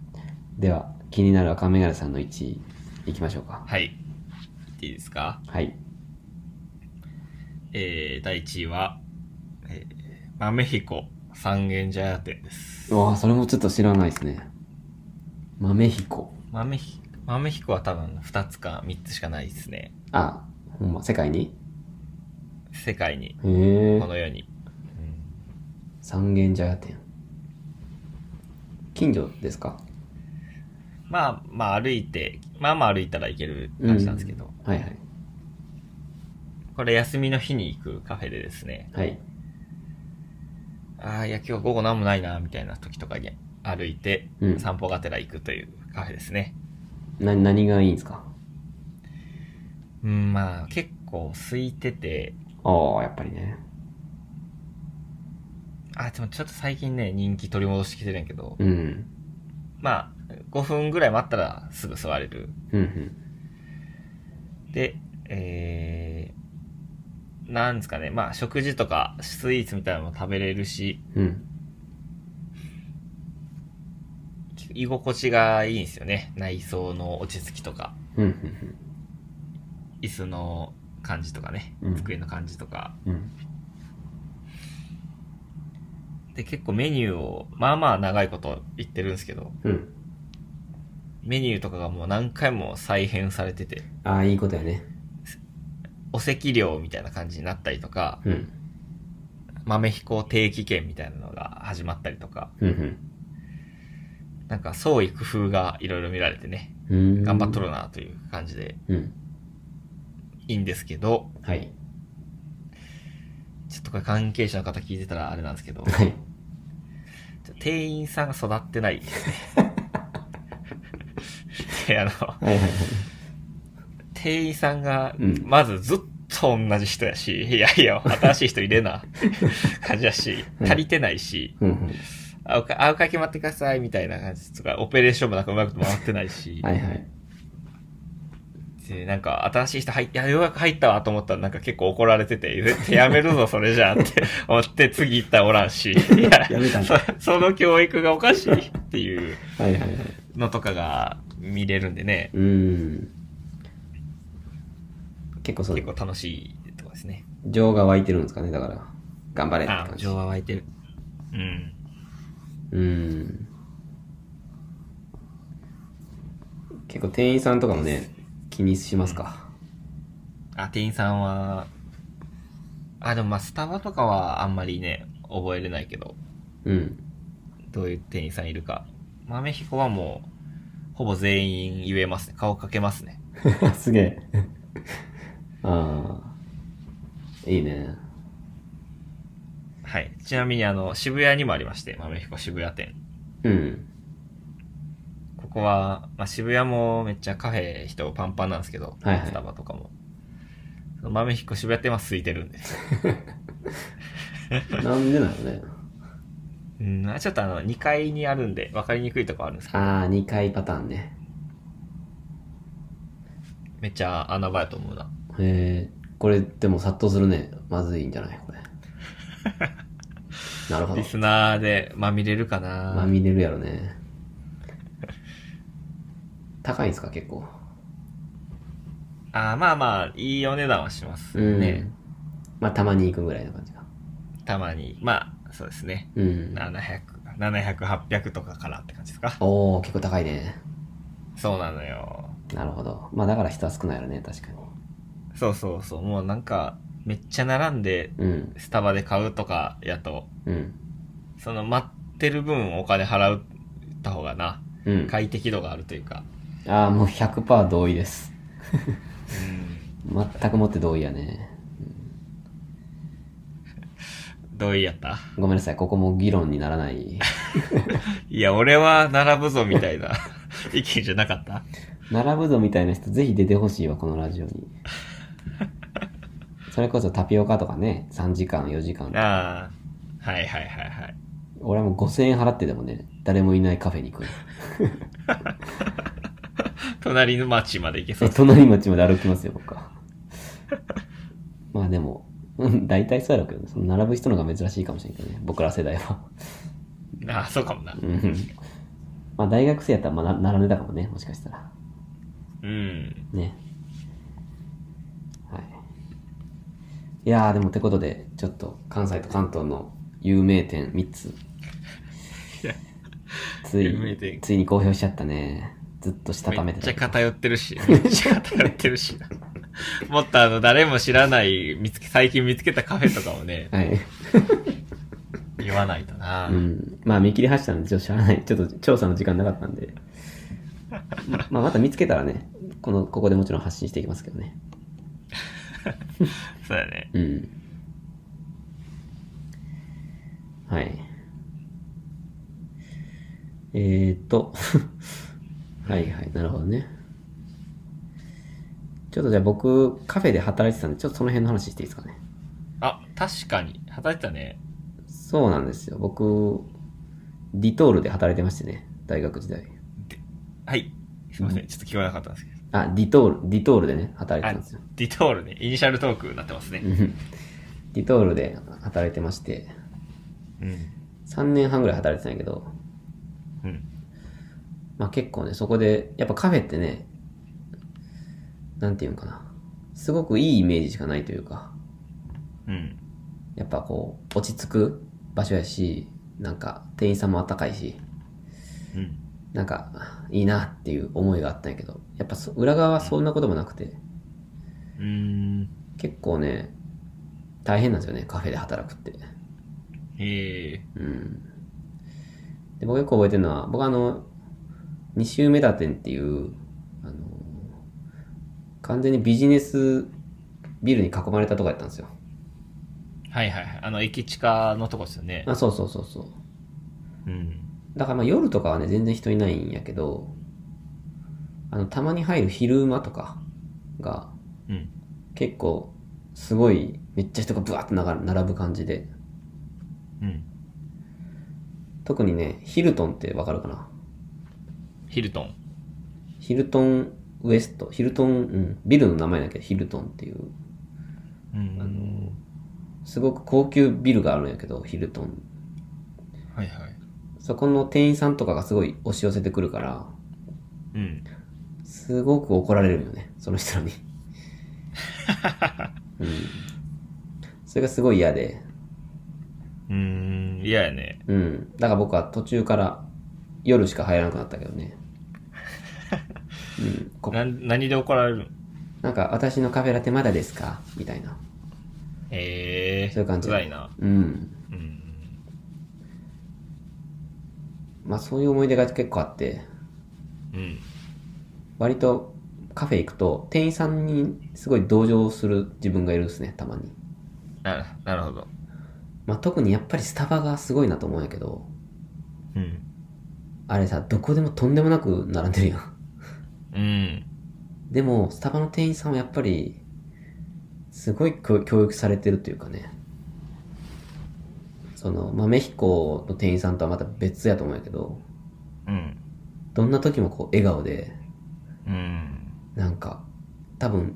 A: では、気になる赤メガネさんの1位、いきましょうか。
B: はい。言っていいですか
A: はい。
B: えー、第1位は、えー、豆彦三軒茶屋店です。
A: うわあそれもちょっと知らないですね豆彦
B: 豆ひ、豆彦は多分2つか3つしかないですね。
A: あほんま世界に
B: 世界に、
A: へえ
B: この世に。
A: 三軒茶屋店近所ですか
B: まあ、まあ歩いて、まあまあ歩いたらいける感じなんですけど、
A: はいはい
B: これ休みの日に行くカフェでですね、
A: はい
B: ああ、いや、今日午後なんもないな、みたいな時とかに歩いて
A: う、ん
B: 散歩がてら行くというカフェですね。
A: な何がいいんですか
B: うん、まあ、結構空いてて、
A: ああ、やっぱりね。
B: あ、でもちょっと最近ね、人気取り戻してきてるんやけど、
A: うん。
B: まあ、5分ぐらい待ったらすぐ座れる。
A: うんうん。
B: で、えー、なんですかね、まあ、食事とかスイーツみたいなのも食べれるし、
A: うん。
B: 居心地がいいんですよね。内装の落ち着きとか、
A: うんうん
B: 椅子の感じとかね
A: うん、
B: 机の感じとか。
A: うん。うん。
B: で、結構メニューを、まあまあ長いこと言ってるんですけど、
A: うん。
B: メニューとかがもう何回も再編されてて、
A: ああ、いいことやね。
B: お席料みたいな感じになったりとか、
A: うん。
B: 豆飛行定期券みたいなのが始まったりとか、
A: うん
B: なんか創意工夫がいろいろ見られてね、
A: うん。うん。
B: 頑張っとるなという感じで
A: うん。
B: いいんですけど、
A: はい。
B: ちょっとこれ関係者の方聞いてたらあれなんですけど、
A: はい。
B: ちょ店員さんが育ってない ですね。で、あの、
A: はいはいはい。
B: 店員さんが
A: うん、
B: まずずっと同じ人やし、いやいや、新しい人入れな、感じやし、足りてないし、
A: うんうん。
B: あおか、あおか決まってください、みたいな感じとか、オペレーションもなんかうまく回ってないし、
A: はいはい。
B: で、なんか、新しい人入っいや、ようやく入ったわと思ったら、なんか結構怒られてて、絶対やめるぞ、それじゃあって思って、次行ったらおらんし、いや、
A: やめたん
B: そ
A: だ
B: その教育がおかしいっていう
A: はいはいはい。
B: のとかが見れるんでね、
A: うん。結構そう
B: 結構楽しいとこですね。
A: 情が湧いてるんですかね、だから。頑張れって
B: あ
A: 感、じ。
B: 情は湧いてる。うん。
A: うん。結構店員さんとかもね、気にしますか。
B: あ、店員さんは、あ、でもまあ、スタバとかはあんまりね、覚えれないけど、
A: うん。
B: どういう店員さんいるか。豆彦はもう、ほぼ全員言えますね。顔かけますね。
A: すげえ。ああ。いいね。
B: はい。ちなみに、あの、渋谷にもありまして、豆彦渋谷店。
A: うん。
B: ここは、まあ、渋谷もめっちゃカフェ人パンパンなんですけど、
A: はいはい
B: スタバとかも。その豆彦渋谷店は空いてるんです。
A: なんでなのね。
B: うん、あちょっとあの、2階にあるんで、分かりにくいとこあるんですけど、
A: ああ、2回パターンね。
B: めっちゃ穴場やと思うな。
A: えー、これでも殺到するね。まずいんじゃない これ。なるほど
B: リ。スナーで、まみれるかな
A: まみれるやろね。高いんですか、結構。
B: あーまあまあ、いいお値段はします
A: うん。
B: ね。
A: まあ、たまに行くぐらいの感じか。
B: たまに。まあ、そうですね。
A: うん。
B: 700、700、800とかからって感じですか。
A: おお結構高いね。
B: そうなのよ。
A: なるほど。まあ、だから人は少ないよね、確かに。
B: そうそうそう。もうなんか、めっちゃ並んで、
A: うん。
B: スタバで買うとかやと、
A: うん。
B: その待ってる分お金払った方がな、
A: うん。
B: 快適度があるというか。
A: ああ、もう100%同意です。
B: うん。
A: 全くもって同意やね。
B: 同意やった
A: ごめんなさい、ここも議論にならない。
B: いや、俺は並ぶぞみたいな 意見じゃなかった
A: 並ぶぞみたいな人ぜひ出てほしいわこのラジオにそれこそタピオカとかね3時間4時間
B: ああ。はいはいはいはい。
A: 俺はもう5000円払ってでもね誰もいないカフェに行くの
B: 隣の町まで行けそう
A: え隣町まで歩きますよ僕はまあでもうん大体そうやろうけどねその並ぶ人の方が珍しいかもしれんけどね僕ら世代は
B: ああ、そうかもな。
A: うんまあ大学生やったらまあな並んでたかもねもしかしたら
B: うん。
A: ねはいいやーでもてことでちょっと関西と関東の有名店3つ
B: や
A: つ
B: 有名
A: い
B: 店
A: ついに公表しちゃったねずっとしたた
B: め
A: め
B: ってちゃ
A: た
B: 偏ってるし、 めっちゃ偏ってるし。 もっとあの、誰も知らない、見つけ、最近見つけたカフェとかをね、
A: はい、
B: 言わないとな。
A: うん、まあ見切り発車なんでちょっとしゃあないちょっと調査の時間なかったんでままあまた見つけたらねこのここでもちろん発信していきますけどね
B: そうだね。
A: うんはい。えーっと。 はいはい、なるほどね。ちょっとじゃあ僕、カフェで働いてたんで、ちょっとその辺の話していいですかね。
B: あ、確かに。働いてたね。
A: そうなんですよ。僕、ディトールで働いてましてね、大学時代。
B: はい。すいません。ちょっと聞こえなかったんですけど。
A: あ、ディトール、ディトールでね、働いてたんですよ。
B: ディトールね。イニシャルトークになってますね
A: う。んディトールで働いてまして、
B: うん。
A: 3年半ぐらい働いてたんやけど、
B: うん。
A: まあ結構ね、そこで、やっぱカフェってね、なんていうんかな。すごくいいイメージしかないというか、
B: うん。
A: やっぱこう、落ち着く場所やし、なんか店員さんも暖かいし、
B: うん。
A: なんかいいなっていう思いがあったんやけど、やっぱそ裏側はそんなこともなくて、
B: うーん。
A: 結構ね、大変なんですよね、カフェで働くって。
B: ええ
A: うん。で、僕よく覚えてるのは、僕あの、二周目立店っていう、あの、完全にビジネスビルに囲まれたとこやったんですよ。
B: はいはいはい。あの、駅地下のとこですよね。
A: あ、そうそうそうそう。
B: うん。
A: だからまあ夜とかはね、全然人いないんやけど、あの、たまに入る昼間とかが、
B: うん。
A: 結構、すごい、めっちゃ人がブワーって並ぶ並ぶ感じで、
B: うん。
A: 特にね、ヒルトンってわかるかな
B: ヒルトン。
A: ヒルトンウエスト、ヒルトン、うん、ビルの名前だけど、ヒルトンっていう、
B: うん。
A: あの、すごく高級ビルがあるんやけど、ヒルトン。
B: はいはい。
A: そこの店員さんとかがすごい押し寄せてくるから、
B: うん。
A: すごく怒られるよね、その人 らに。うん。それがすごい嫌で、
B: うーん。嫌やね。
A: うん。だから僕は途中から夜しか入らなくなったけど ね。うん。こ
B: なん、何で怒られるの
A: なんか、私のカフェラテまだですかみたいな。
B: ええ
A: そういう感じ
B: 辛いな。
A: うん。
B: うん。
A: まあそういう思い出が結構あって、
B: うん。
A: 割とカフェ行くと店員さんにすごい同情する自分がいるんですね、たまに。
B: な、なるほど。
A: まあ特にやっぱりスタバがすごいなと思うんやけど、
B: うん。
A: あれさ、どこでもとんでもなく並んでるやん。
B: うん。
A: でも、スタバの店員さんはやっぱり、すごい教教育されてるというかね。その、まあメヒコの店員さんとはまた別やと思うんやけど、
B: うん。
A: どんな時もこう笑顔で、
B: うん。
A: なんか、多分、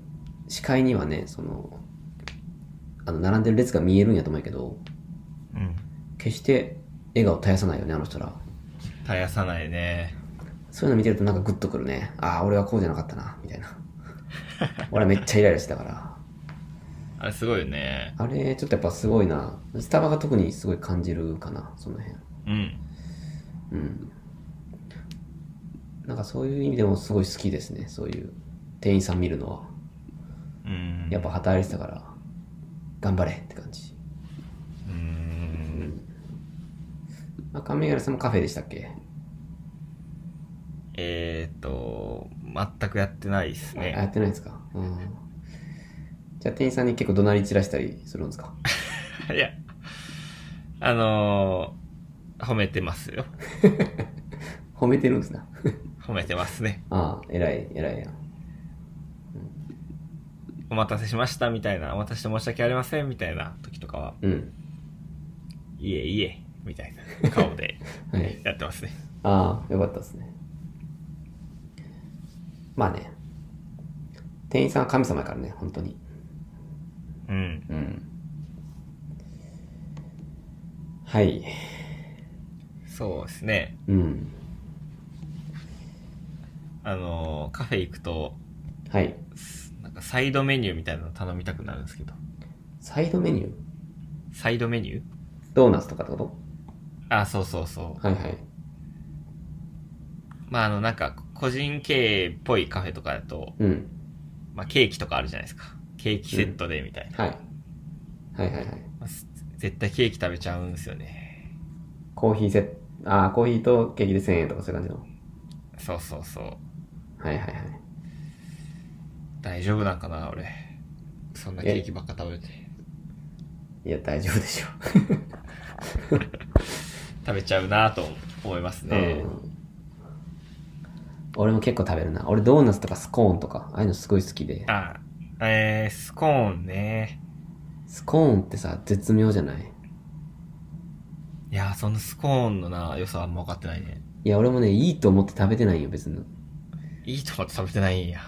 A: 視界にはね、その、あの、並んでる列が見えるんやと思うけど、
B: うん。
A: 決して笑顔絶やさないよね、あの人ら。
B: 絶やさないね。
A: そういうの見てるとなんかグッとくるね。ああ、俺はこうじゃなかったな、みたいな。 俺はめっちゃイライラしてたから。
B: あれすごいよね。
A: あれ、ちょっとやっぱすごいな。スタバが特にすごい感じるかな、その辺。
B: うん。
A: うん。なんかそういう意味でもすごい好きですね、そういう店員さん見るのは。
B: うん。
A: やっぱ働いてたから、頑張れって感じ。
B: うん。
A: まあ、神柄さんもカフェでしたっけ
B: えーっと、全くやってないです
A: あや
B: ね。
A: ってないですかうん。じゃあ店員さんに結構怒鳴り散らしたりするんですか
B: いや、あのー、褒めてますよ。
A: 褒めてるんですな。
B: 褒めてますね。
A: ああ、偉い、偉いやん。
B: お待たせしましたみたいな、お待たせして申し訳ありませんみたいな時とかは、
A: うん。
B: いえいえ、みたいな顔で
A: はい。
B: やってますね。
A: ああ、よかったですね。まあね。店員さんは神様やからね、本当に。
B: うん。
A: うん。はい。
B: そうですね。
A: うん。
B: あのー、カフェ行くと、
A: はい。
B: なんかサイドメニューみたいなの頼みたくなるんですけど。
A: サイドメニュー
B: サイドメニュー
A: ドーナツとかってこ
B: あ、そうそうそう。
A: とはいはい。
B: まあ、あの、なんか、個人経営っぽいカフェとかだと、
A: うん。
B: まあ、ケーキとかあるじゃないですか。ケーキセットでみたいな。
A: はい。はいはいはい。
B: まあす絶対ケーキ食べちゃうんですよね。
A: コーヒーセット、あーコーヒーとケーキで1000円とかそういう感じの。
B: そうそうそう。
A: はいはいはい。
B: 大丈夫なんかな、俺。そんなケーキばっか食べて。
A: いや、大丈夫でしょ
B: 食べちゃうなと思います
A: う。
B: ね
A: う。ん俺も結構食べるな。俺ドーナツとかスコーンとか、ああいうのすごい好きで。
B: あ、えー、スコーンね。
A: スコーンってさ、絶妙じゃない
B: いやー、そのスコーンのな、良さはあんま分かってないね。
A: いや、俺もね、いいと思って食べてないよ、別に。
B: いいとこって食べてないんや。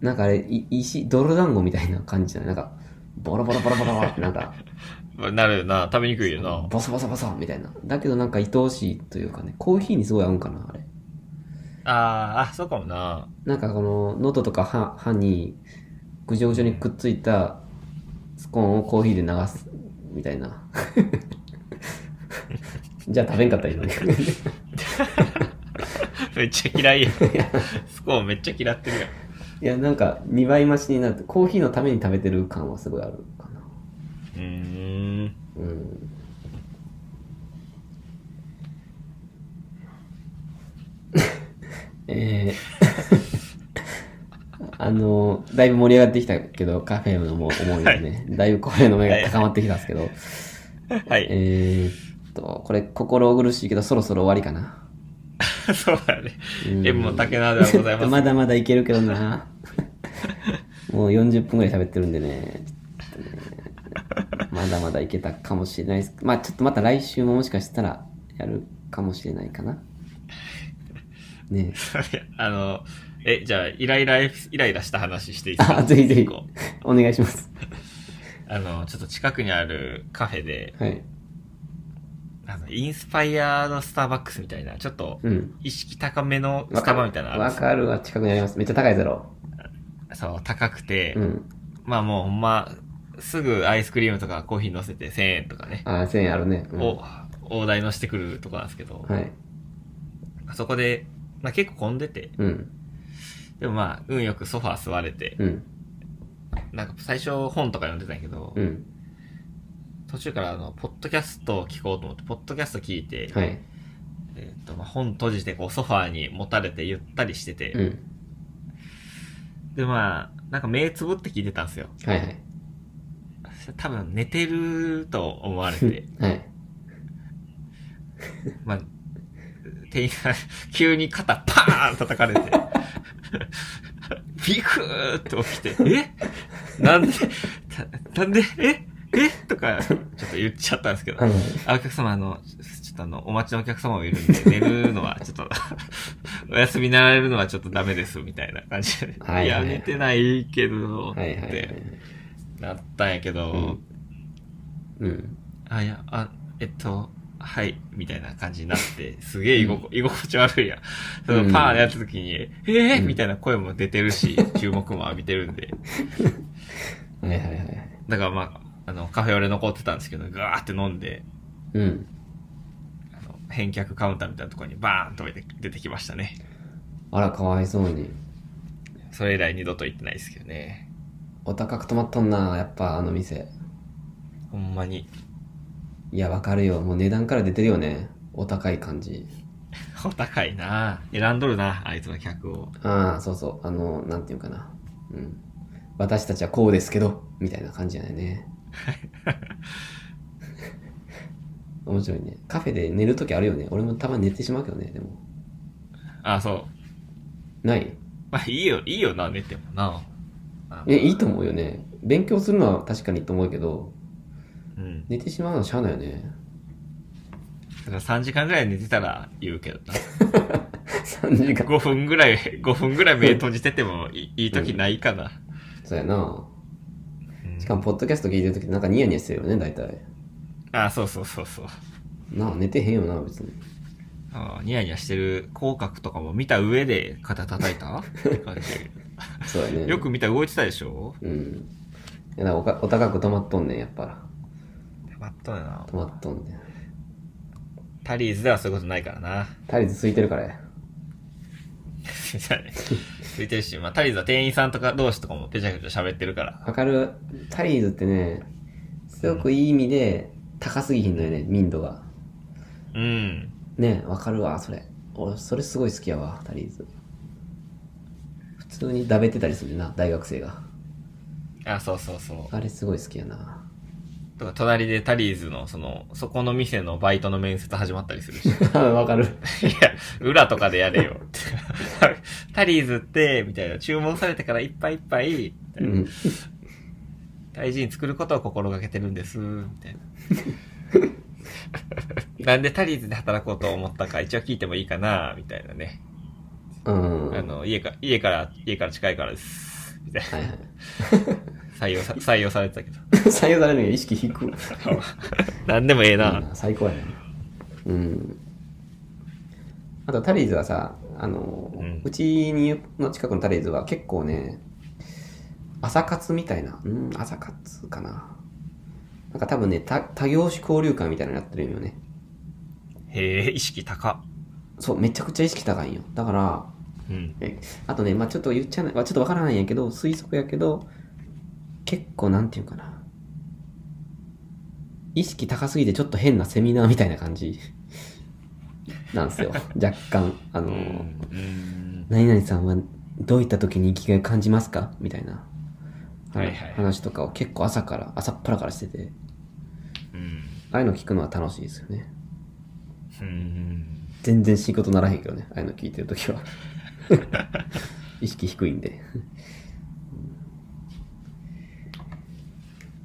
A: なんかあれ、い石、泥団子みたいな感じじゃないなんか、ボロボロボロボロボロ ってなんか、
B: なるよな、食べにくいよな。
A: ボソボソボソみたいな。だけどなんか愛おしいというかね、コーヒーにすごい合うんかな、あれ。
B: あー、あ、そうかもな。
A: なんかこの、喉とか歯歯に、ぐじょぐじょにくっついたスコーンをコーヒーで流す、みたいな。 じゃあ食べんかったらいいのに。
B: めっちゃ嫌 いやん。スコーンめっちゃ嫌ってるやん。
A: いや、なんか、2倍増しになって、コーヒーのために食べてる感はすごいあるかな。
B: うーん。
A: うん。えー あの、だいぶ盛り上がってきたけど、カフェのも思いがね、だいぶ声の目が高まってきたんですけど、
B: はい。
A: えーっと、これ、心苦しいけど、そろそろ終わりかな。
B: そうだね。
A: うん
B: M の竹縄ではございま。
A: ますだまだいけるけど な。もう40分ぐらい喋ってるんでね。ちょっとねまだまだいけたかもしれないです。まあちょっとまた来週ももしかしたらやるかもしれないかな。 ねえ
B: あの、え、じゃあ、イライラエピ、イライラした話していいですか
A: あ、ぜひぜひ
B: 一個。
A: お願いします。
B: あの、ちょっと近くにあるカフェで、
A: はい。
B: あの、インスパイアのスターバックスみたいな、ちょっと、
A: うん。
B: 意識高めの
A: わ
B: ス
A: か
B: タ
A: る
B: バみたいなのあ
A: わ
B: るんですよ
A: かるわ、近くにあります。めっちゃ高いだろ。
B: そう、高くて、
A: うん。
B: まあもうほんま、すぐアイスクリームとかコーヒー乗せて1000円とかね、
A: あ、1000円あるね。うん
B: を、大台乗してくるとこなんですけど、
A: はい。
B: そこで、まあ結構混んでて、
A: うん。
B: でもまあ、運よくソファー座れて、
A: うん。
B: なんか最初本とか読んでたんやけど、
A: うん。
B: 途中からあの、ポッドキャストを聞こうと思って、ポッドキャスト聞いて、
A: はい。
B: えーっと、まあ、本閉じてこうソファーにもたれてゆったりしてて、
A: うん。
B: でまあ、なんか目つぶって聞いてたんですよ。
A: はいはい。
B: 多分寝てると思わ れて、
A: はい。
B: まあ、店員さん、急に肩パーン叩かれて、ビクーって起きて、えなんで、 たなんで、ええとか、ちょっと言っちゃったんですけど、
A: うん
B: あ、お客様、あの、ちょっとあの、お待ちのお客様もいる んで、寝るのは、ちょっと、 お休みになられるのはちょっとダメです、みたいな感じで。
A: はいはい
B: や、寝てないけど、っ
A: はいはいはいは
B: て
A: い。
B: なったんやけど、
A: うんうん。
B: あ、いや、あ、えっと、はい、みたいな感じになって、すげえ居心,、居心地悪いやん。そのパーンやった時に、えー、
A: うん
B: みたいな声も出てるし、注目も浴びてるんで。
A: はいはいはい。
B: だからまあ、あの、カフェオレ残ってたんですけど、ガーって飲んで、
A: うん。
B: あの返却カウンターみたいなところにバーンと置いて出てきましたね。
A: あら、かわいそうに。
B: それ以来二度と行ってないですけどね。
A: お高く止まっとんな、やっぱあの店。
B: ほんまに、
A: いや、わかるよ。もう値段から出てるよね。お高い感じ。
B: お高いな選んどるな、あいつの客を。
A: ああ、そうそう。あの、なんていうかな。うん。私たちはこうですけど、みたいな感じじゃないね。面白いね。カフェで寝るときあるよね。俺もたまに寝てしまうけどね、でも。
B: あ、そう。
A: ない
B: まあいいよ、いいよな、寝てもな。あ
A: え、いいと思うよね。勉強するのは確かにいいと思うけど、
B: うん。
A: 寝てしまうのはしゃあないよね。
B: だから3時間ぐらい寝てたら言うけどな。
A: 3時 間。
B: 5分ぐらい、5分ぐらい目閉じててもいいいい時ないかな。
A: そうやな。
B: うん
A: しかも、ポッドキャスト聞いてるときなんかニヤニヤしてるよね、大体。
B: あ、そうそうそうそう。
A: なあ、寝てへんよな、別に。
B: あーニヤニヤしてる口角とかも見た上で肩叩いたって感 じ。
A: そうやね。
B: よく。見たら動いてたでしょ
A: うん。いや、なんかおかお高く止まっとんねん、やっぱ。
B: まっとんやな
A: 止。まっとんねん。
B: タリーズではそういうことないからな。
A: 体力ついてるからや。
B: みたいなついてるし、まあタリーズは店員さんとか同士とかもペチャペチャ喋ってるから。
A: わかるタリーズってね、すごくいい意味で高すぎひんのよね、民度が。
B: うん。
A: ねわかるわ、それ。俺、それすごい好きやわ、タリーズ。普通にだべってたりするな、大学生が。
B: あ、そうそうそう。
A: あれすごい好きやな。
B: とか、隣でタリーズの、その、そこの店のバイトの面接始まったりするし。
A: わかる。
B: いや、裏とかでやれよ って。タリーズって、みたいな、注文されてからいっぱいいっぱい、み
A: う。
B: たいなん大事に作ることを心がけてるんです、みたいな。なんでタリーズで働こうと思ったか一応聞いてもいいかな、みたいなね。
A: うん。
B: あの、家か、家から、家から近いからです、みたい
A: はいはい。
B: な。採用 さ、採用されてたけど。
A: 採用されるのに意識低く。
B: なんでもええな。
A: 最高やね。うん。あとタリーズはさ、あの、う
B: うん
A: ちにの近くのタリーズは結構ね、朝活みたいな、うん、朝活かな。なんか多分ね、た多業種交流会みたいなのやってるんよね。
B: へえ、意識高。
A: そう、めちゃくちゃ意識高いんよ。だから、
B: うん。
A: えあとね、まあちょっと言っちゃない、まあちょっとわからないんやけど、推測やけど、結構なんていうかな。意識高すぎてちょっと変なセミナーみたいな感じなんです よ。若干。あの、
B: うん。
A: 何々さんはどういった時に生きがいを感じますかみたいな、
B: はいはい
A: 話とかを結構朝から、朝っぱらからしてて、
B: うん。
A: ああいうの聞くのは楽しいですよね。
B: うん。
A: 全然仕事ならへんけどね、ああいうの聞いてるときは。 意識低いんで。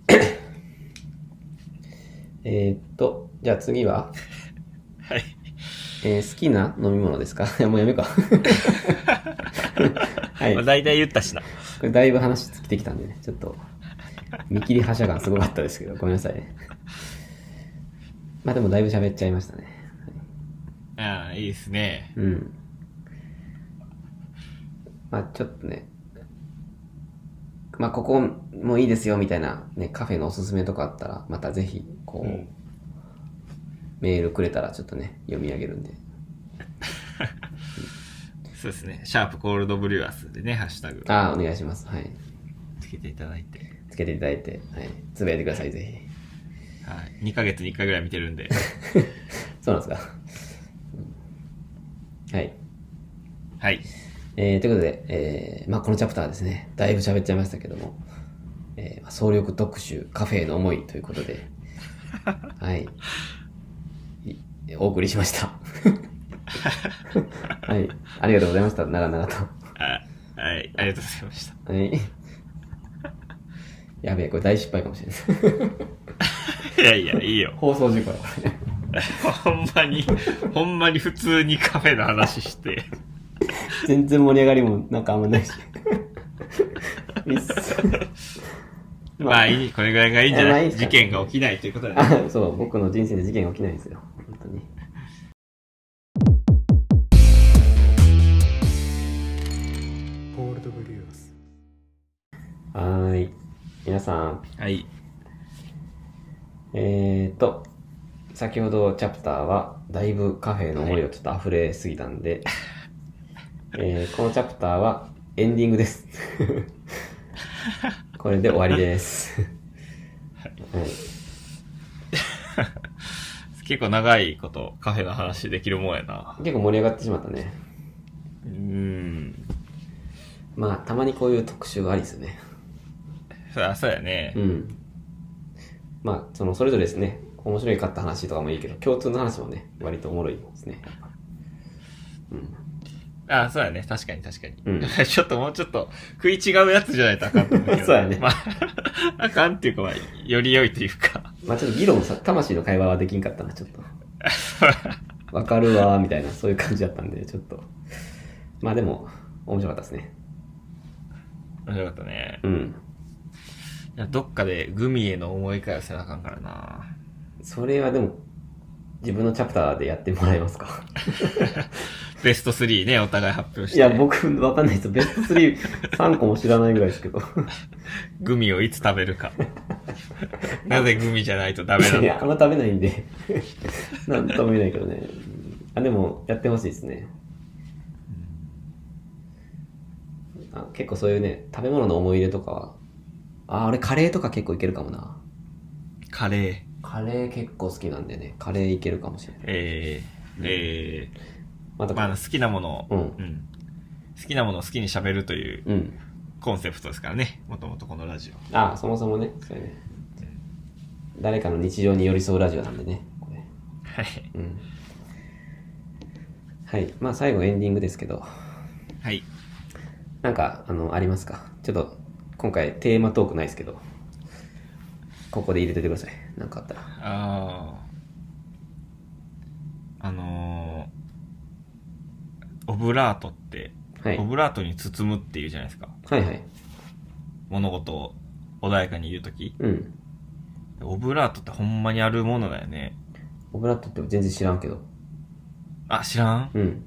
A: えーっと、じゃあ次は、
B: はい。
A: えー好きな飲み物ですか いやもうやめようか。はい。
B: ま
A: こ
B: あ、大体言ったしな。
A: れだいぶ話尽きてきたんでね、ちょっと、見切り覇者感すごかったですけど、ごめんなさいね。まあでもだいぶ喋っちゃいましたね。
B: ああ、いいですね。
A: うん。まあちょっとね、まあここもいいですよみたいなね、カフェのおすすめとかあったら、またぜひ、こう、
B: うん
A: メールくれたらちょっとね、読み上げるんで。
B: そうですね。シャープコールドブリュアスでね、ハッシュタグ
A: ああ、お願いします。はい。
B: つけていただいて。
A: つけていただいて、はい。つぶやいてください、ぜ
B: はい。2ヶ月に1回ぐらい見てるん で。
A: ひ。そうなんですか。うんはい。
B: はい。
A: えーということで、えーまあ、このチャプターはですね、だいぶ喋っちゃいましたけども、えーまあ総力特集、カフェへの思いということで、はい。いお送りしました。はい。ありがとうございました。長々と。
B: あはい。ありがとうございました。
A: はい。やべえ、これ大失敗かもしれない。
B: いやいや、いいよ。
A: 放送事故だ、これ。
B: ほんまに、ほんまに普通にカフェの話して。
A: 全然盛り上がりもなんかあんまないし。ミス。
B: まあいい、これぐらいがいいんじゃ
A: まあ
B: ないい
A: いっすか
B: 事件が起きないということで、ね。
A: あ そう、僕の人生で事件が起きないんですよ。本当に。
C: ポール・ド・ブリュース
A: はーい。皆さん、
B: はい。
A: えーと、先ほどチャプターは、だいぶカフェの思いをちょっと溢れすぎたんで、えーこのチャプターはエンディング です。これで終わりです。はい、
B: 結構長いことカフェの話できるもんやな。
A: 結構盛り上がってしまったね。
B: うーん。
A: まあ、たまにこういう特集はありですよね。
B: そうあそうやね
A: う。ん。まあ、その、それぞれですね、面白いかった話とかもいいけど、共通の話もね、割とおもろいですね。やっぱうん。
B: あ、そうやね。確かに確かに。
A: うん
B: ちょっともうちょっと食い違うやつじゃないとあかんと思うけど。
A: そうやね
B: まあ、 あかんっていうか、まあ、より良いというか。
A: まあちょっと議論さ、魂の会話はできんかったな、ちょっ と。わかるわー、みたいな、そういう感じだったんで、ちょっと。まあでも、面白かったですね。
B: 面白かったね。
A: うん。
B: いやどっかでグミへの思い返せなあかんからな。
A: それはでも、自分のチャプターでやってもらえますか
B: ベスト3ね、お互い発表し
A: い
B: て。
A: や、僕、わかんないです。ベスト3、3個も知らないぐらいですけど。
B: グミをいつ食べるか。 なぜグミじゃないとダメないの
A: や、あんま食べないんで。 なんとも言えないけどね。うんあ、でも、やってほしいですね。あ結構そういうね、食べ物の思い入れとかは、あ、俺カレーとか結構いけるかもな。
B: カレ
A: カレー結構好きなんでね、カレーいけるかもしれない
B: ー。。えー、え
A: また、
B: ー、まあ好きなものを、
A: うん
B: ん好きなものを好きに喋るという
A: うん。
B: コンセプトですからね。もともとこのラジオ。
A: あそもそもね、そうやね。誰かの日常に寄り添うラジオなんでね、これ。
B: はい。
A: うん。はい。まあ、最後エンディングですけど、
B: はい。
A: なんか、あの、ありますかちょっと、今回テーマトークないですけど。ここで入れててください。なんかあったら。
B: ああ。あのーオブラートって、
A: はい
B: オ。ブラートに包むっていうじゃないですか。
A: はいはい。
B: 物事を穏やかに言うとき。
A: うん。
B: オブラートってほんまにあるものだよね。
A: オブラートって全然知らんけど。
B: あ、知らん
A: うん。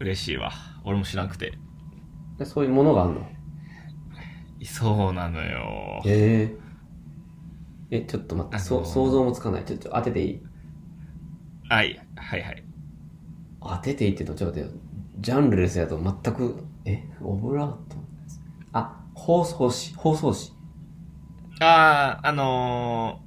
B: 嬉しいわ。俺も知らなくて。
A: でそういうものがあるの。
B: そうなのよ。
A: へえ。え、ちょっと待って、
B: あ
A: そ
B: のー
A: 想像もつかない。ちょっと当てていい
B: はい、はいはい。
A: 当てていいって言うと、ちょっと待ってよ。ジャンルレスやと全く、え、オブラートあ、包装紙、包装紙。
B: ああ、あの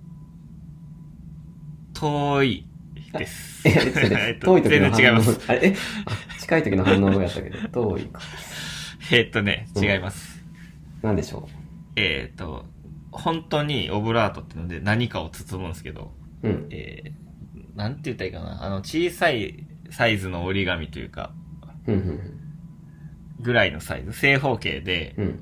B: ー、遠いです。
A: え、ちょっと待って
B: えっと
A: 遠い時の反応。
B: 全然違います。
A: あれえあ近い時の反応やったけど、遠いか。
B: えっとね、
A: うん
B: 違います。
A: なんでしょ
B: えっと、本当にオブラートってので何かを包むんですけど、
A: う。うん。
B: えー、なんて言ったらいいかな。あの、小さいサイズの折り紙というか、
A: うん、うん
B: ぐらいのサイズ、正方形で、
A: うん、うん。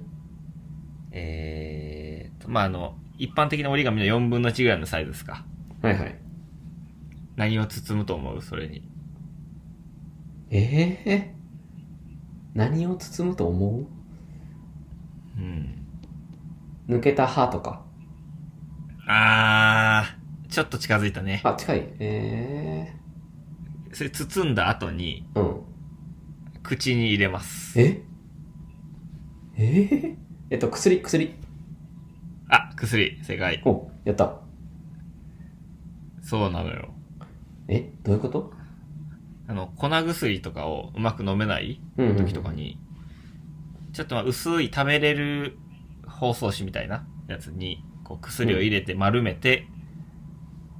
B: えーと、まあ、あの、一般的な折り紙の4分の1ぐらいのサイズですか。
A: はいはい。
B: 何を包むと思うそれに。
A: ええ何を包むと思
B: うん。
A: う抜けた歯とか。
B: あー、ちょっと近づいたね。
A: あ、近い。え
B: それ包んだ後に、
A: えうん。
B: 口に入れます。
A: ええーえっと、薬、薬。
B: あ、薬、正解。
A: お、やった。
B: そうなのよ。
A: え、どういうこと
B: あの、粉薬とかをうまく飲めない
A: うんうん、うん。
B: 時とかに、ちょっとまあ薄い溜めれる包装紙みたいなやつに、こう薬を入れて丸めて、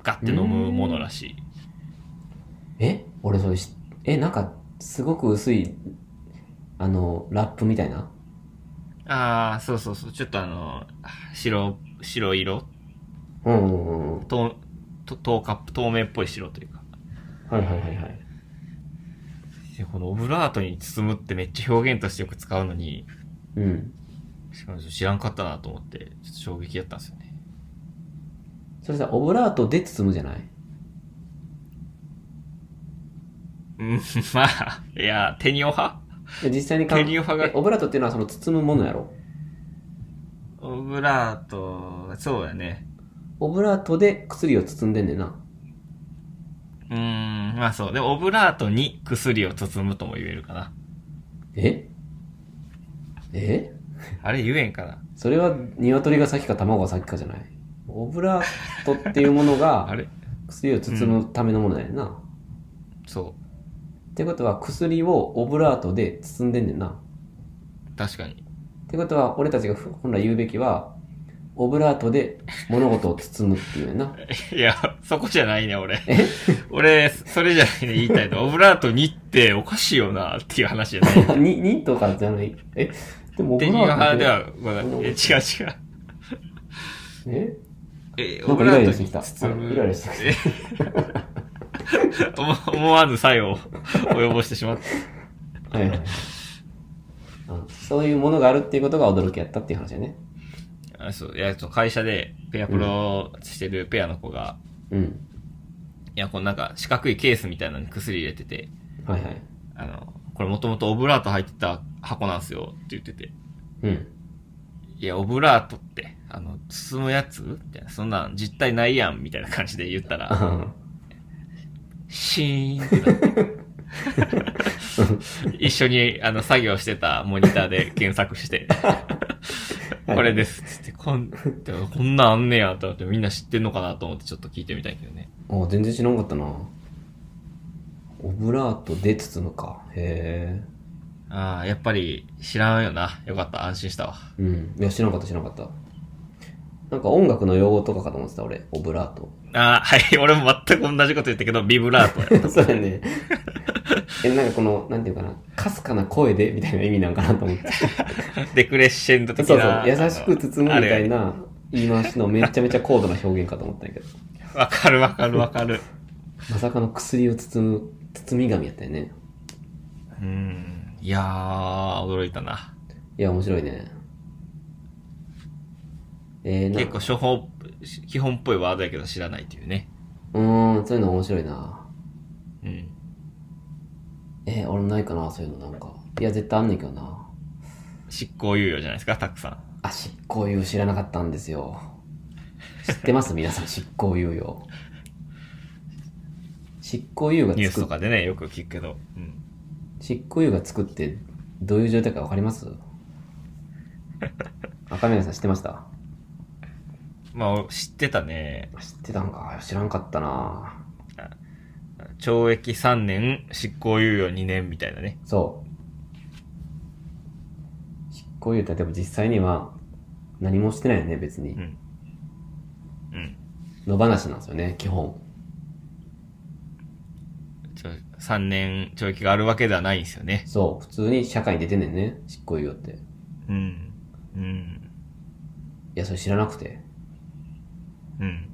B: ガッて飲むものらしい。
A: え俺それし、え、なんか、すごく薄い、あの、ラップみたいな
B: ああ、そうそうそう。ちょっとあの、白、白色
A: うんうんうんうん。
B: 透、と透過透明っぽい白というか。
A: はいはいはいはい。
B: でこのオブラートに包むってめっちゃ表現としてよく使うのに、
A: うん。
B: しかも知らんかったなと思って、ちょっと衝撃やったんですよね。
A: それさ、オブラートで包むじゃない
B: うん、 まあ、いや、手におは
A: で実際にかん
B: 手に派が
A: えオブラートっていうのはその包むものやろ
B: オブラート、そうやね。
A: オブラートで薬を包んでんねんな。
B: うーん、まあそう。でも、オブラートに薬を包むとも言えるかな。
A: ええ
B: あれ言えんかな。
A: それは鶏が先か卵が先かじゃないオブラートっていうもの
B: あ
A: が
B: れ
A: 薬を包むためのものだよな、っ
B: そ
A: てことは薬をオブラートで包んでんねんな
B: う。確かに。
A: ってことは俺たちがふ本来言うべきはオブラートで物事を包むっていうねんな
B: いや、そこじゃないね、俺。俺、それじゃないね、言いたいの。オブラートにっておかしいよな、っていう話じゃない。
A: ににとかじゃないえでもオブ
B: 手
A: ラ
B: に
A: ート
B: 派
A: っ
B: で
A: て
B: はごめん。え違う違う。
A: え
B: え、
A: な
B: オ
A: んか
B: ブ
A: イ
B: ラ
A: ライ
B: ー
A: ラ
B: ト
A: して
B: に
A: きた
B: 包
A: あ
B: む。
A: イライラしてきた
B: え 思思わぬ作用を 及ぼしてしまった。
A: はいはいはいあそういうものがあるっていうことが驚きやったっていう話だね
B: あそう、いや、そう会社で、ペアプロしてるペアの子が、
A: うん
B: いや、このなんか、四角いケースみたいなのに薬入れてて、
A: はいはい
B: あの、これもともとオブラート入ってた箱なんですよ、って言ってて。
A: うん
B: いや、オブラートって、あの、包むやつみたいな、そんなん実体ないやん、みたいな感じで言った
A: あ
B: ら、
A: はは
B: シーンってなって。一緒に、あの、作業してたモニターで検索して、これです、つって、こん、でもこんなんあんねや、と思ってみんな知ってんのかなと思ってちょっと聞いてみたいけどね。
A: あ全然知らんかったなオブラートで包むかへ
B: ああ、やっぱり知らんよな。よかった、安心したわ。
A: えうんいや知らんかった知らんかったなんか音楽の用語とかかと思ってた俺オブラート
B: ああ、はい、俺も全く同じこと言ったけど、ビブラートや。
A: そうやねえなんかこのなんていうかなかすかな声でみたいな意味なんかなと思って
B: デクレッシェンド的
A: そうそ
B: な
A: う。優しく包むみたい
B: な。
A: な言い回しのめちゃめちゃ高度な表現かと思ったんやけど
B: わかるわかるわかる。
A: まさかの薬を包む包み紙やったよね
B: うん。いやー、驚いたな。
A: いや面白いねえー、な
B: 結構初法、基本っぽいワードやけど知らないというね。
A: うーん、そういうの面白いな。
B: うん。
A: えー、俺もないかな、そういうのなんか。いや、絶対あんねんけどな。
B: 執行猶予じゃないですか、たくさん。
A: あ、執行猶予知らなかったんですよ。知ってます 皆さん、執行猶予。執行猶予が
B: ニュー
A: つ
B: スと
A: く、
B: かでね、よく聞くけど。うん。
A: 執行猶予がつくって、どういう状態かわかります 赤嶺さん知ってました
B: まあ、知ってたね。
A: 知ってたんか知らんかったな
B: 懲役3年、執行猶予2年みたいなね。
A: そう。執行猶予って、でも実際には何もしてないよね、別に
B: う。ん。うん。
A: 野放しなんですよね、基本。
B: ちょ3年懲役があるわけではないんですよね。
A: そう、普通に社会に出てんねんね、執行猶予って。い
B: うん。うん。
A: や、それ知らなくて。
B: うん。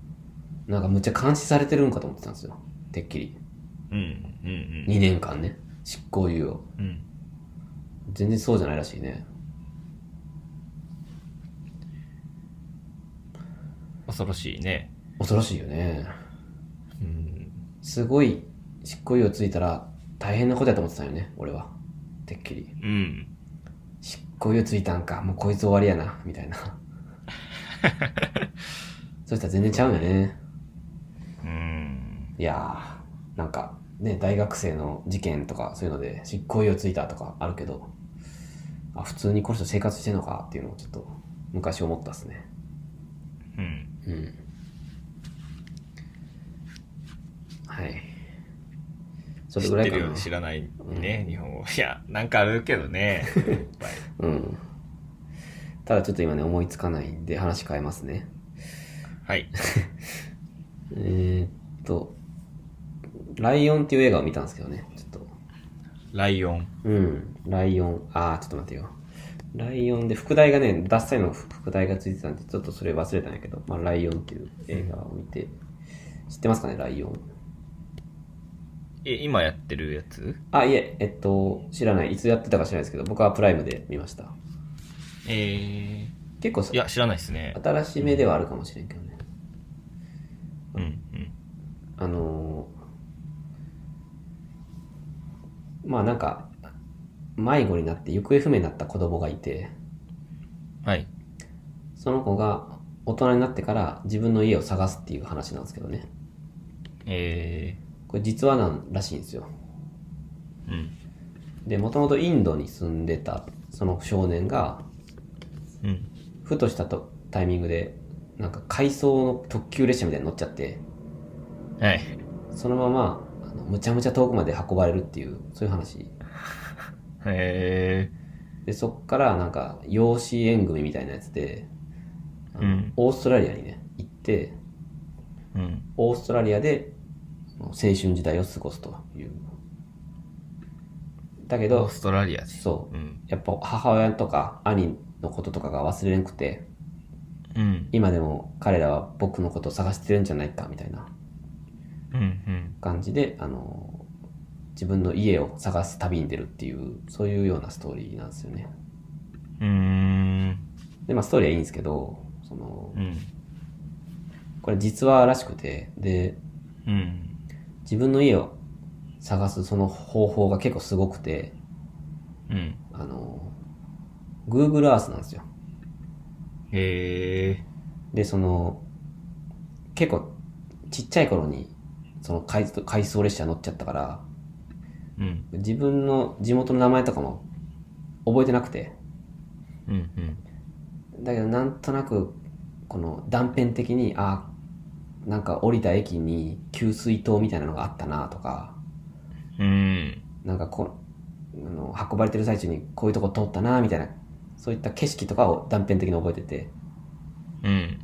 A: なんかむっちゃ監視されてるんかと思ってたんですよ。てっきり。
B: うん。うん。
A: 2年間ね、執行猶予。
B: うん。
A: 全然そうじゃないらしいね。
B: 恐ろしいね。
A: 恐ろしいよね。
B: うん。
A: すごい執行猶予ついたら大変なことやと思ってたよね、俺は。てっきり。
B: うん。
A: 執行猶予ついたんか、もうこいつ終わりやな、みた いな。そしたら全然ちゃうんよね。
B: うん。
A: いやー、なんかね、大学生の事件とかそういうので執行猶予ついたとかあるけど、あ、普通にこの人生活してんのかっていうのをちょっと昔思ったっすね。
B: うん。
A: うん。はい。それ
B: 知
A: ぐ
B: っ
A: ら
B: て
A: いか
B: るよう
A: な
B: で。知らないね、日本語。 いや、なんかあるけどね。いっぱい
A: うん。ただちょっと今ね、思いつかないんで話変えますね。
B: はい。
A: えー、っと、ライオンっていう映画を見たんですけどね、ちょっと。
B: ライオン。
A: うん、ライオン、あー、ちょっと待ってよ。ライオンで、副題がね、ダッサいの副題がついてたんで、ちょっとそれ忘れたんやけど、まあ、ライオンっていう映画を見て、知ってますかね、ライオン。
B: え、今やってるやつ
A: あ、いえ、えっと、知らない、いつやってたか知らないですけど、僕はプライムで見ました。
B: え
A: 結構さ
B: ー、いや、知らないですね。
A: 新しめではあるかもしれんけどね。
B: うん、うん。
A: あのーまあなんか、迷子になって行方不明になった子供がいて、
B: はい。
A: その子が大人になってから自分の家を探すっていう話なんですけどね。
B: え
A: これ実話なんらしいんですよ。
B: ー、うん。
A: で、もともとインドに住んでたその少年が、
B: うん。
A: ふとしたとタイミングで、なんか回送の特急列車みたいに乗っちゃって、
B: はい。
A: そのまま、あのむちゃむちゃ遠くまで運ばれるっていう、そういう話。
B: え
A: で、そっからなんか養子縁組みたいなやつで、あの
B: うん
A: オーストラリアにね、行って、
B: ー、うん。
A: オーストラリアで青春時代を過ごすという。だけ
B: オー
A: ど、
B: ストラリアで。
A: そう
B: う。ん。
A: やっぱ母親とか兄のこととかが忘れなくて、
B: うん。
A: 今でも彼らは僕のことを探してるんじゃないかみたいな
B: うん、うん。
A: 感じで、あの、自分の家を探す旅に出るっていう、そういうようなストーリーなんですよね。
B: うーん。
A: で、まあストーリーはいいんですけど、その
B: う、ん。
A: これ実話らしくて、で、
B: うん。
A: 自分の家を探すその方法が結構すごくて、
B: うん。
A: あの、Google Earth なんですよ。
B: え
A: で、その、結構、ちっちゃい頃に、その回、回送列車乗っちゃったから、
B: ー、うん。
A: 自分の地元の名前とかも覚えてなくて、
B: うん、うん。
A: だけどなんとなく、この断片的に、あ、なんか降りた駅に給水塔みたいなのがあったなとか、
B: うん。
A: なんかこう、あの運ばれてる最中にこういうとこ通ったなみたいな、そういった景色とかを断片的に覚えてて、
B: うん。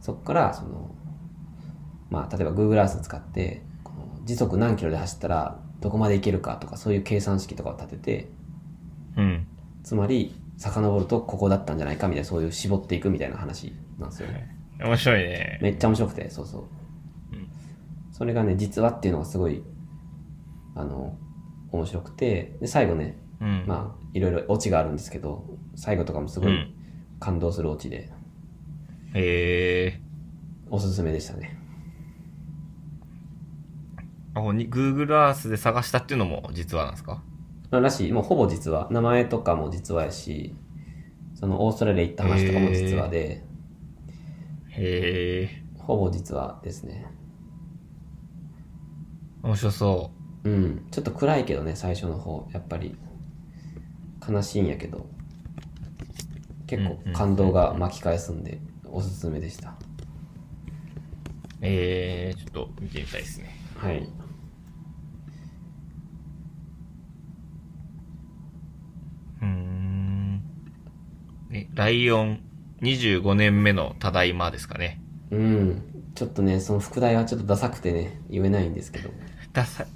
A: そこからその、まあ、例えば Google Earth を使ってこの時速何キロで走ったらどこまで行けるかとかそういう計算式とかを立てて
B: うん。
A: つまり遡るとここだったんじゃないかみたいなそういう絞っていくみたいな話なんですよね
B: 面白いね。
A: めっちゃ面白くてそうそう
B: うん
A: それがね実話っていうのがすごいあの面白くてで最後ね
B: うん。
A: まあいろいろオチがあるんですけど最後とかもすご
B: う
A: い
B: ん。
A: 感動するオチで、
B: ええ
A: おすすめでしたね。
B: ー、あ、ほんに Google Earth で探したっていうのも実はなんですか
A: まあらしい、もうほぼ実は、名前とかも実はやし、そのオーストラリア行った話とかも実はで、
B: へえ
A: ほぼ実はですね。
B: ー、面白そ
A: うん、ちょっと暗いけどね、最初の方、やっぱり。悲しいんやけど、結構感動が巻き返すんで、おすすめでした。
B: う。えー、ちょっと見てみたいですね。
A: はい。
B: うーん。え、ライオン25年目のただいまですかね。
A: うん、ちょっとね、その副題はちょっとダサくてね、言えないんですけど。
B: ダサい。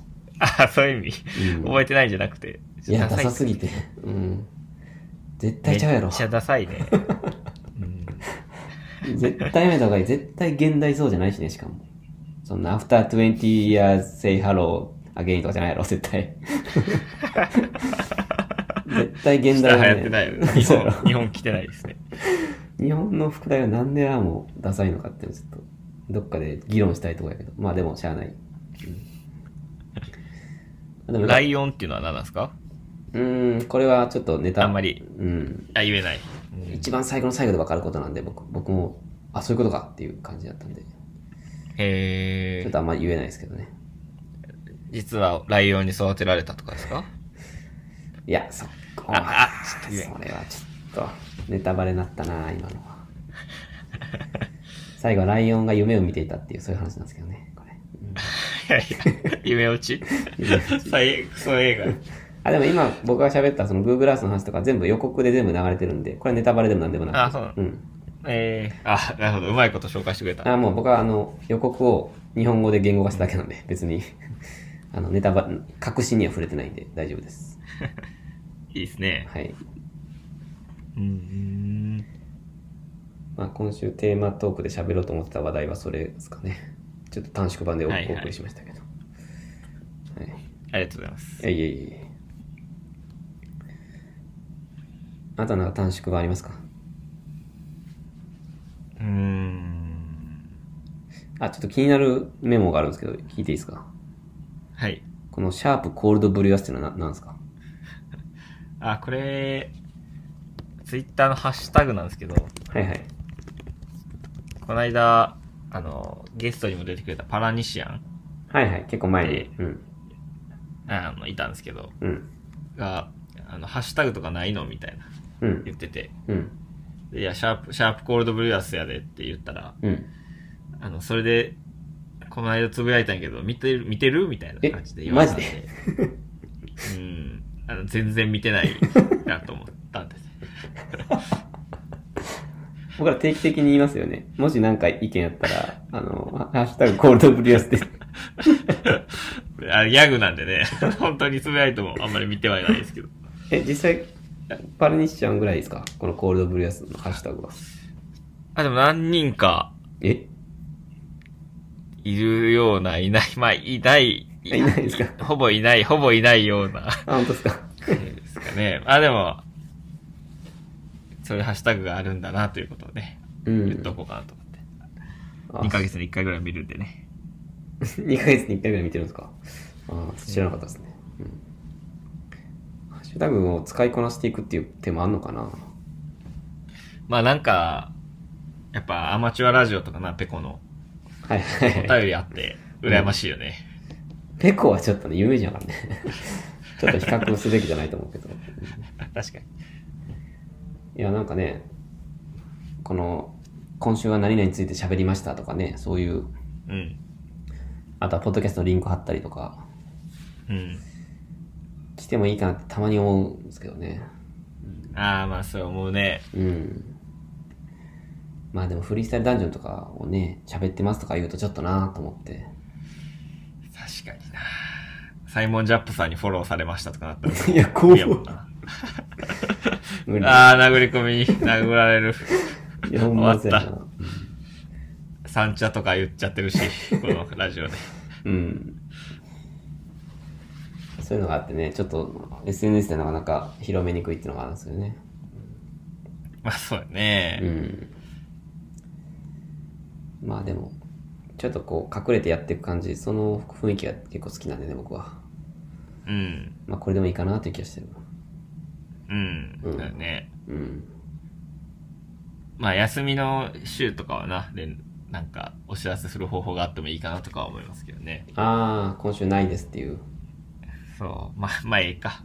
B: あ、そういう意味。
A: うん
B: 覚えてないんじゃなくて。
A: いや、ダ
B: い
A: サすぎて。 うん。絶対ちゃうや
B: め
A: ろ
B: っ。ちゃダサいね。うん
A: 絶対やめた方がいい。絶対現代そうじゃないしね、しかも。そんな、after 20 years say hello again とかじゃないやろ、絶 対。絶対 現
B: 下
A: 代
B: 流
A: は
B: 行っ
A: ね。
B: てないよね。日
A: そうや
B: 本、日本来てないですね。
A: ろ日本の副題はなんでああもうダサいのかって、ちょっと、どっかで議論したいとこやけど。まあでも、しゃあない。うん、でも
B: ライオンっていうのは何なんですか
A: うーん、これはちょっとネタ。
B: あんまり
A: うん。
B: あ、言えない。うん
A: 一番最後の最後で分かることなんで、僕僕も、あ、そういうことかっていう感じだったんで、ち
B: え
A: ょっ
B: ー、
A: とあんまり言えないですけどね。
B: 実はライオンに育てられたとかですか
A: いや、そっか。
B: ああちょっと
A: そ
B: 言
A: れ
B: え
A: はちょっと、ネタバレになったな、今の は。最後はライオンが夢を見ていたっていう、そういう話なんですけどね、これ。うん
B: いやいや 夢落ち
A: 夢落
B: 最悪、クソ映画。
A: あ、でも今、僕が喋ったその Google Earth の話とか全部予告で全部流れてるんで、これはネタバレでもなんでもなく。
B: あそうなの
A: ん。
B: えー、あ、なるほど。うまいこと紹介してくれた。
A: あもう僕はあの予告を日本語で言語化しただけなんで、別に あのネタバレ、確信には触れてないんで大丈夫です。
B: いいですね。
A: はい。
B: うん。
A: まあ、今週テーマトークで喋ろうと思ってた話題はそれですかね。ちょっと短縮版でお,、
B: はいはい
A: 送りしましたけど。はい。
B: ありがとうございます。
A: いやいやいやいやあとはなんか短縮版ありますか
B: うーん。
A: あ、ちょっと気になるメモがあるんですけど、聞いていいですか
B: はい。
A: このシャープコールドブリュアスっていうのは何ですか
B: あ、これ、ツイッターのハッシュタグなんですけど、
A: はいはい。
B: この間、あの、ゲストにも出てくれたパラニシアン、
A: はいはい。結構前に
B: え。
A: うん。
B: あの、いたんですけど、
A: うん。
B: が、あの、ハッシュタグとかないのみたいな、
A: うん
B: 言。ってて、
A: うん。
B: でいや、シャープ、シャープコールドブリュアスやでって言ったら、
A: うん。
B: あの、それで、この間つぶやいたんやけど、見てる、見てるみたいな感じで言われたん
A: え
B: で。うん。あの、全然見てないなと思ったんです。
A: 僕ら定期的に言いますよね。もし何か意見あったら、あの、ハッシュタグコールドブリュアスで。
B: あれ、ギャグなんでね、 本当につぶやいてもあんまり見てはいないですけど。
A: え、実際、パルニッシャンぐらいですかこのコールドブリュアスのハッシュタグは。
B: あ、でも何人か
A: え
B: いるような、いない、まあ、いない、
A: いないですか
B: ほぼいない、ほぼいないような、
A: あ、本当ですか
B: ですかね。あ、でも、そういうハッシュタグがあるんだな、ということをね、
A: う
B: 言っ
A: ん。
B: とこうかなと思って。
A: あ
B: 2ヶ月に1回ぐらい見るんでね。
A: 2ヶ月に1回ぐらい見てるんですかあ知らなかったですね、うん。ハッシュタグを使いこなしていくっていう手もあんのかな
B: まあなんか、やっぱアマチュアラジオとかな、ペコの
A: はいはい
B: お
A: はい。
B: 便りあって、羨ましいよね。
A: ペコはちょっとね、有名人やからね。 ちょっと比較すべきじゃないと思うけど。
B: 確かに。
A: いや、なんかね、この、今週は何々について喋りましたとかね、そういう、
B: うん。
A: あとはポッドキャストのリンク貼ったりとか、
B: うん。
A: してもいいかなってたまに思うんですけどね。
B: ああ、まあそう思うね。
A: うん。まあでもフリースタイルダンジョンとかをね、喋ってますとか言うとちょっとなと思って。
B: 確かにな。サイモン・ジャップさんにフォローされましたとかなったら。
A: いや怖い
B: 嫌もんな
A: 無理。
B: ああ、殴り込み、殴られる。
A: いや、ほんまそうや
B: 終
A: な。
B: 三茶とか言っちゃってるし、このラジオで。
A: うん。そういうのがあってね、ちょっと SNS でなかなか広めにくいっていうのがあるんですよね。
B: まあそうや
A: う
B: ね。
A: ん。まあでも、ちょっとこう、隠れてやっていく感じ、その雰囲気が結構好きなんでね、僕は。
B: うん。
A: まあこれでもいいかなという気がしてる。
B: うん。
A: うん
B: だよね。
A: うん。
B: まあ、休みの週とかはな、で、なんか、お知らせする方法があってもいいかなとかは思いますけどね。
A: ああ、今週ないですっていう。
B: そう。まあ、まあ、ええか。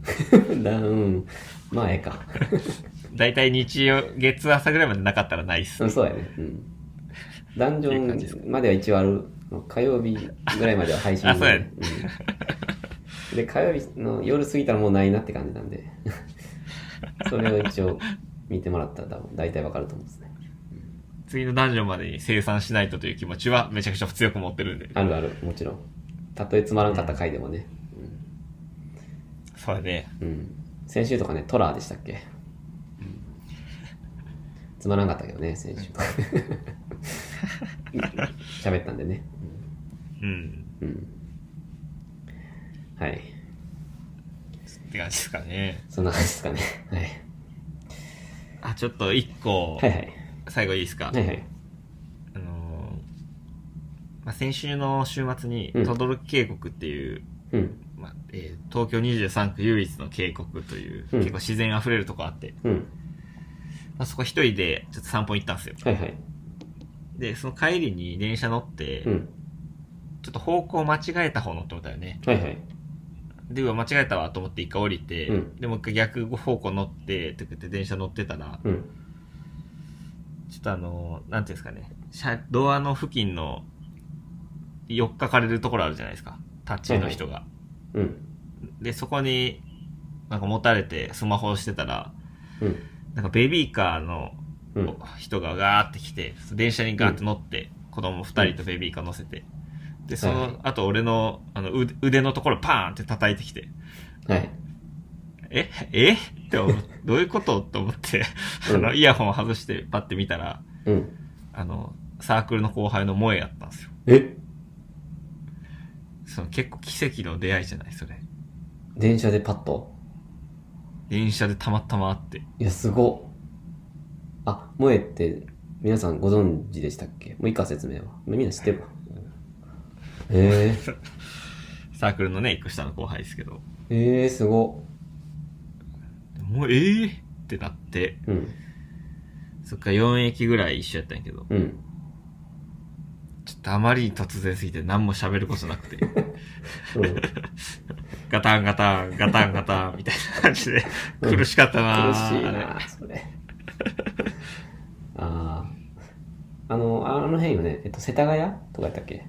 A: だうん。まあええか。
B: だいたい日曜、月朝ぐらいまでなかったらないっす
A: う
B: ね。
A: ん、そうやね。うん。ダンジ
B: っていう感じです
A: ョンまでは一応ある。火曜日ぐらいまでは配信
B: あそうやね
A: うんで、火曜日の夜過ぎたらもうないなって感じなんで、 それを一応見てもらったら多分大体わかると思うんですね。
B: 次のダンジョンまでに生産しないとという気持ちはめちゃくちゃ強く持ってるんで。
A: あるある、もちろん。たとえつまらんかった回でもね。
B: そうだね。
A: うん。先週とかね、トラーでしたっけ、つまらんかったけどね、先週。喋ったんでね。
B: うん。
A: うん。はい。
B: って感じですかね。
A: そんな感じですかね。はい。
B: あ、ちょっと一個
A: は、いはい。
B: 最後いいですか。
A: はいはい。
B: あのーまあ、先週の週末に、
A: うん
B: 轟渓谷っていう、
A: うん。
B: まあえー東京23区唯一の渓谷という、
A: うん
B: 結構自然あふれるとこあって、
A: うん。
B: まあ、そこ一人でちょっと散歩行ったんですよ。
A: はいはい。
B: で、その帰りに電車乗って、
A: うん。
B: ちょっと方向間違えた方乗って思ったよね。
A: はいはい。
B: で、うわ、間違えたわと思って一回降りて、
A: うん
B: で、もう一回逆方向乗って、って言って電車乗ってたら、
A: うん。
B: ちょっとあのーなんていうんですかね、車、ドアの付近の、寄っかかれるところあるじゃないですか。タッチの人が。
A: うん。
B: で、そこに、なんか持たれてスマホをしてたら、
A: うん。
B: なんかベビーカーの
A: うん。
B: 人がガーって来て、電車にガーって乗って、子供2人とベビーカー乗せて、で、そ
A: はいはい
B: の後俺のあの腕腕のところパーンって叩いてきて、
A: はい。
B: ええって思うどういうことと思って、あ
A: う
B: の、
A: ん
B: イヤホンを外してパッて見たら、
A: うん。
B: あの、サークルの後輩の萌えやったんですよ。
A: え
B: その結構奇跡の出会いじゃない、それ。
A: 電車でパッと
B: 電車でたまたま会って。
A: いや、すごっ。あ、萌えって皆さんご存知でしたっけもういいか説明は。みんな知ってるわ。えー、
B: サークルのね、一個下の後輩ですけど。
A: えー、すご
B: もう、ええってなって、
A: っ。うん。
B: そっから4駅ぐらい一緒やったんやけど、
A: うん。
B: ちょっとあまりに突然すぎて何も喋ることなくて、
A: うん。
B: ガタンガタン、ガタンガタンみたいな感じで、苦しかったな
A: 苦
B: ぁ
A: しいなそれあああのあの辺よねえっと世田谷とかやったっけ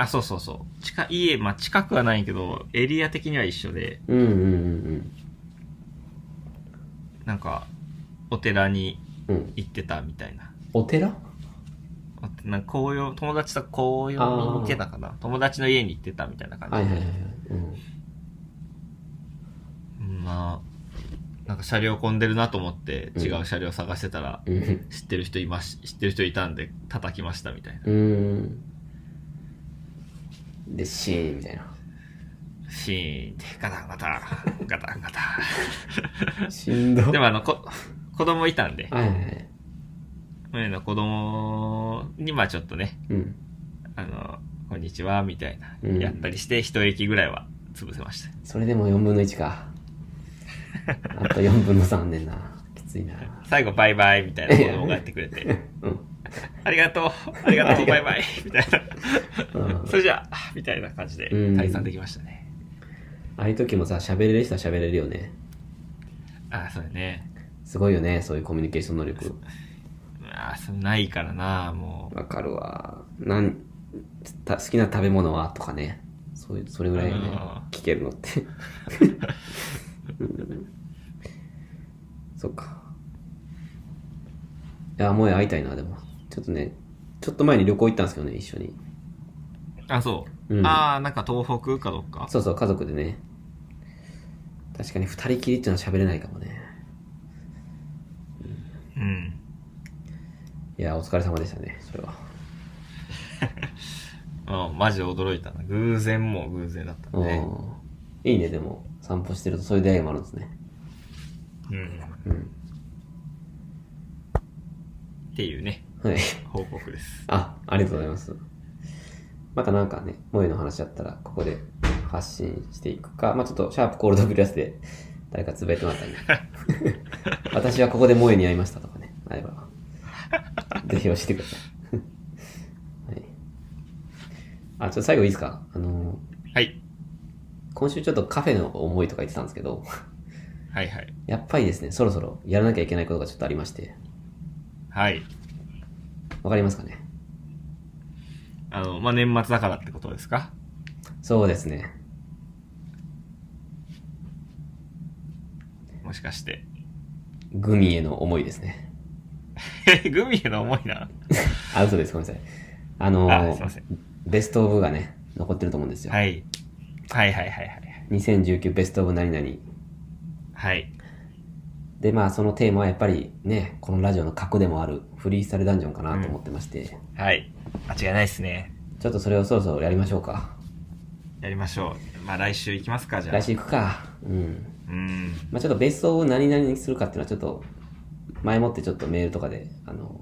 B: あ、そうそうそう。近、家、まあ近くはないけど、エリア的には一緒で、
A: うんうんうん
B: なんか、お寺に
A: うんうん
B: 行ってたみたいな。
A: お寺
B: なんか紅葉、友達と紅葉見に行ってたかな。友達の家に行ってたみたいな感じ
A: はいはいはいはい、
B: うんまあ、なんか車両混んでるなと思って、
A: うん
B: 違う車両探してたら、
A: うん、うん
B: 知ってる人いまし、知ってる人いたんで叩きましたみたいな。
A: うーんでシーンみたいな
B: シーンって、ガタンガタン、ガタンガタ
A: しんど
B: ン。で
A: はい
B: もあの、こ、子供いたんで、
A: はいはい
B: 胸の子供にまあちょっとね、
A: うん
B: あの、こんにちは、みたいな、
A: うん
B: やったりして、一駅ぐらいは潰せました。
A: それでも4分の1か あと4分の3ねんなきついな
B: 最後、バイバイ、みたいな子供がやってくれて、
A: うん
B: ありがとう、ありがとう、
A: あ
B: バ
A: り
B: イバイ、みたい
A: うん
B: な。それじゃあ、みたいな感じで
A: うん
B: 退散できましたね。
A: ああいう時もさ喋れる人は喋れるよね
B: ああ、そうだね。
A: すごいよねそういうコミュニケーション能力
B: ああ、それないからな、も
A: わかるわなんた好きな食べ物はとかねそういうそれぐらいよね
B: あ
A: 聞けるのって うんそっかいやもう会いたいなでもちょっとねちょっと前に旅行行ったんですけどね一緒に
B: う。あそう。
A: うん
B: ああ、なんか東北かどっか。
A: そうそう家族でね確かに二人きりっていうのは喋れないかもね
B: うん。
A: いやお疲れ様でしたねそれは
B: うん、マジで驚いたな。偶然も偶然だった
A: うん、
B: ね。
A: いいねでも散歩してるとそういう出会いもあるんですね
B: うん。
A: うん
B: っていうね、
A: はい。
B: 報告です。
A: あ、ありがとうございます。またなんかね、萌えの話だったら、ここで発信していくか、まあちょっと、シャープコールドブリュアスで、誰かつぶやいてもらったり、私はここで萌えに会いましたとかね、あれば、ぜひ教えてください。 はい。あ、ちょっと最後いいですかあの、
B: はい。
A: 今週ちょっとカフェの思いとか言ってたんですけど、
B: はいはい。
A: やっぱりですね、そろそろやらなきゃいけないことがちょっとありまして、
B: はい。
A: わかりますかね
B: あの、まあ、年末だからってことですか
A: そうですね。
B: もしかして。
A: グミへの思いですね。
B: え、 グミへの思いな。
A: あ、嘘です。ごめんなさい。あの
B: あ、すいません。
A: ベストオブがね、残ってると思うんですよ。
B: はい。はいはいはいはい。
A: 2019ベストオブ何々。
B: はい。
A: で、まあ、そのテーマはやっぱりね、このラジオの核でもあるフリースタイルダンジョンかなと思ってまして、
B: はい。間違いないですね。
A: ちょっとそれをそろそろやりましょうか。
B: やりましょう。まあ、来週行きますか、じゃあ。
A: 来週行くか。うん。
B: うん。
A: まあ、ちょっとベストオブ何々にするかっていうのはちょっと、前もってちょっとメールとかで、あの、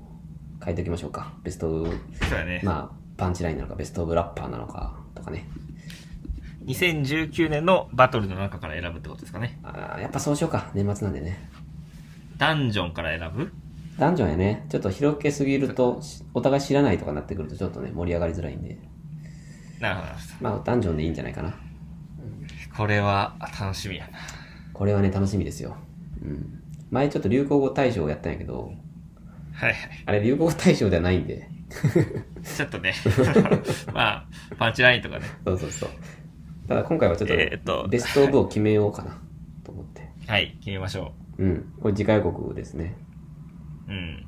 A: 書いておきましょうか。ベストオブ、
B: そうだね。
A: まあ、パンチラインなのか、ベストオブラッパーなのか、とかね。
B: 2019年のバトルの中から選ぶってことですかね。
A: あーやっぱそうしようか。年末なんでね。
B: ダンジョンから選ぶ
A: ダンジョンやね、ちょっと広げすぎると、しお互い知らないとかなってくると、ちょっとね、盛り上がりづらいんで、
B: なるほど。
A: まあ、ダンジョンでいいんじゃないかな。
B: これは楽しみやな。
A: これはね、楽しみですよ。うん。前ちょっと流行語大賞をやったんやけど、
B: はいはい。
A: あれ、流行語大賞ではないんで、
B: ちょっとね、 まあ、パンチラインとかね。
A: そうそうそう。ただ、今回はちょっと、
B: えーっと
A: ベストオブを決めようかな、と思って。
B: はい、決めましょ
A: うん。これ、次回予告ですね。
B: う。うん。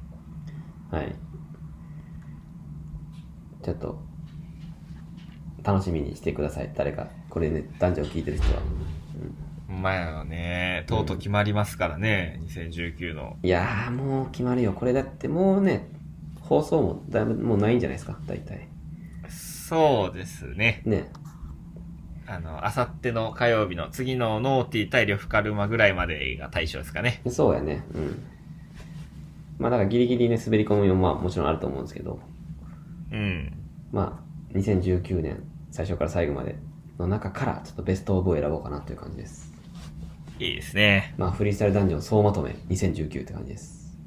A: はい。ちょっと、楽しみにしてください。誰か、これね、ダンジョン聞いてる人は。
B: 前はね、とうとう決まりますからね、2019の。
A: いやーもう決まるよこれだってもうね放送もだいぶもうないんじゃないですか大体
B: そうですね。
A: ね
B: あの、あさっての火曜日の次のノーティー対呂布カルマぐらいまでが対象ですかね。
A: そうやねうんまあだからギリギリね滑り込みもまあもちろんあると思うんですけど
B: うん。
A: まあ2019年最初から最後までの中からちょっとベストオブを選ぼうかなという感じです
B: いいですね。
A: まあフリースタイルダンジョン総まとめ2019って感じです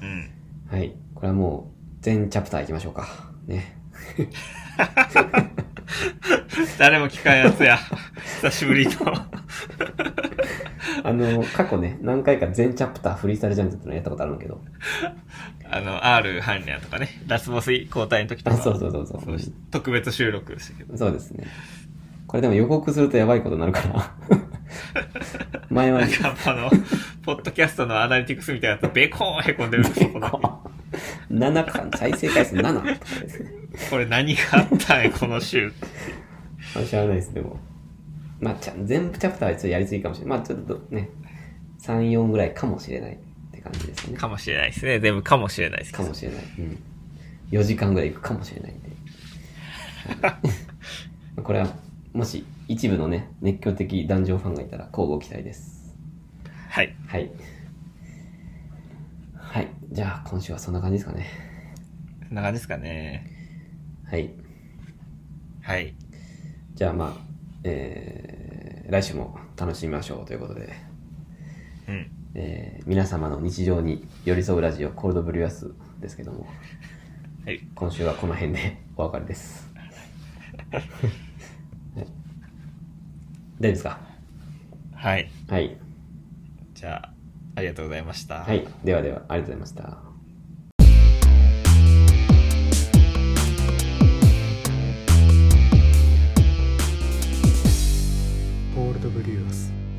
B: うん。
A: はいこれはもう全チャプターいきましょうかね
B: 誰も聞かんやつ や。久しぶりと。
A: あの過去ね何回か全チャプターフリースタイルダンジョンってのやったことあるんだけど
B: あの、R ハンニャとかね、ラスボス交代の時と
A: あ
B: か。
A: そうそうそうそう
B: そうし特別収録でしたけど。
A: そうですね。これでも予告するとやばいことになるから。前は
B: なん、か、あの、ポッドキャストのアナリティクスみたいなやつ、ベコーンへこんでるんですよこの
A: 7回、再生回数7とかですね。
B: これ何があったんや、この週。
A: あ知らないです、でも。まあ、ちゃ全部チャプターはちょっとやりすぎかもしれない。まあ、ちょっとね、3、4ぐらいかもしれないって感じですね。
B: かもしれないですね。全部かもしれないですけ
A: か
B: ど
A: も。しれない。うん。4時間ぐらいいくかもしれないんで。はいこれは、もし一部のね、熱狂的男女ファンがいたら、交互期待です。
B: はい。
A: はい。はい。じゃあ、今週はそんな感じですかね。
B: そんな感じですかね。
A: はい。
B: はい。
A: じゃあ、まあ、えー来週も楽しみましょうということで、
B: うん。
A: えー皆様の日常に寄り添うラジオ、コールドブリュアスですけども、
B: はい。
A: 今週はこの辺で お別れです。はい大丈夫ですか
B: はい。
A: はい。
B: じゃあ、ありがとうございました。
A: はい。ではでは、ありがとうございました。
C: ポール・ド・ブリュース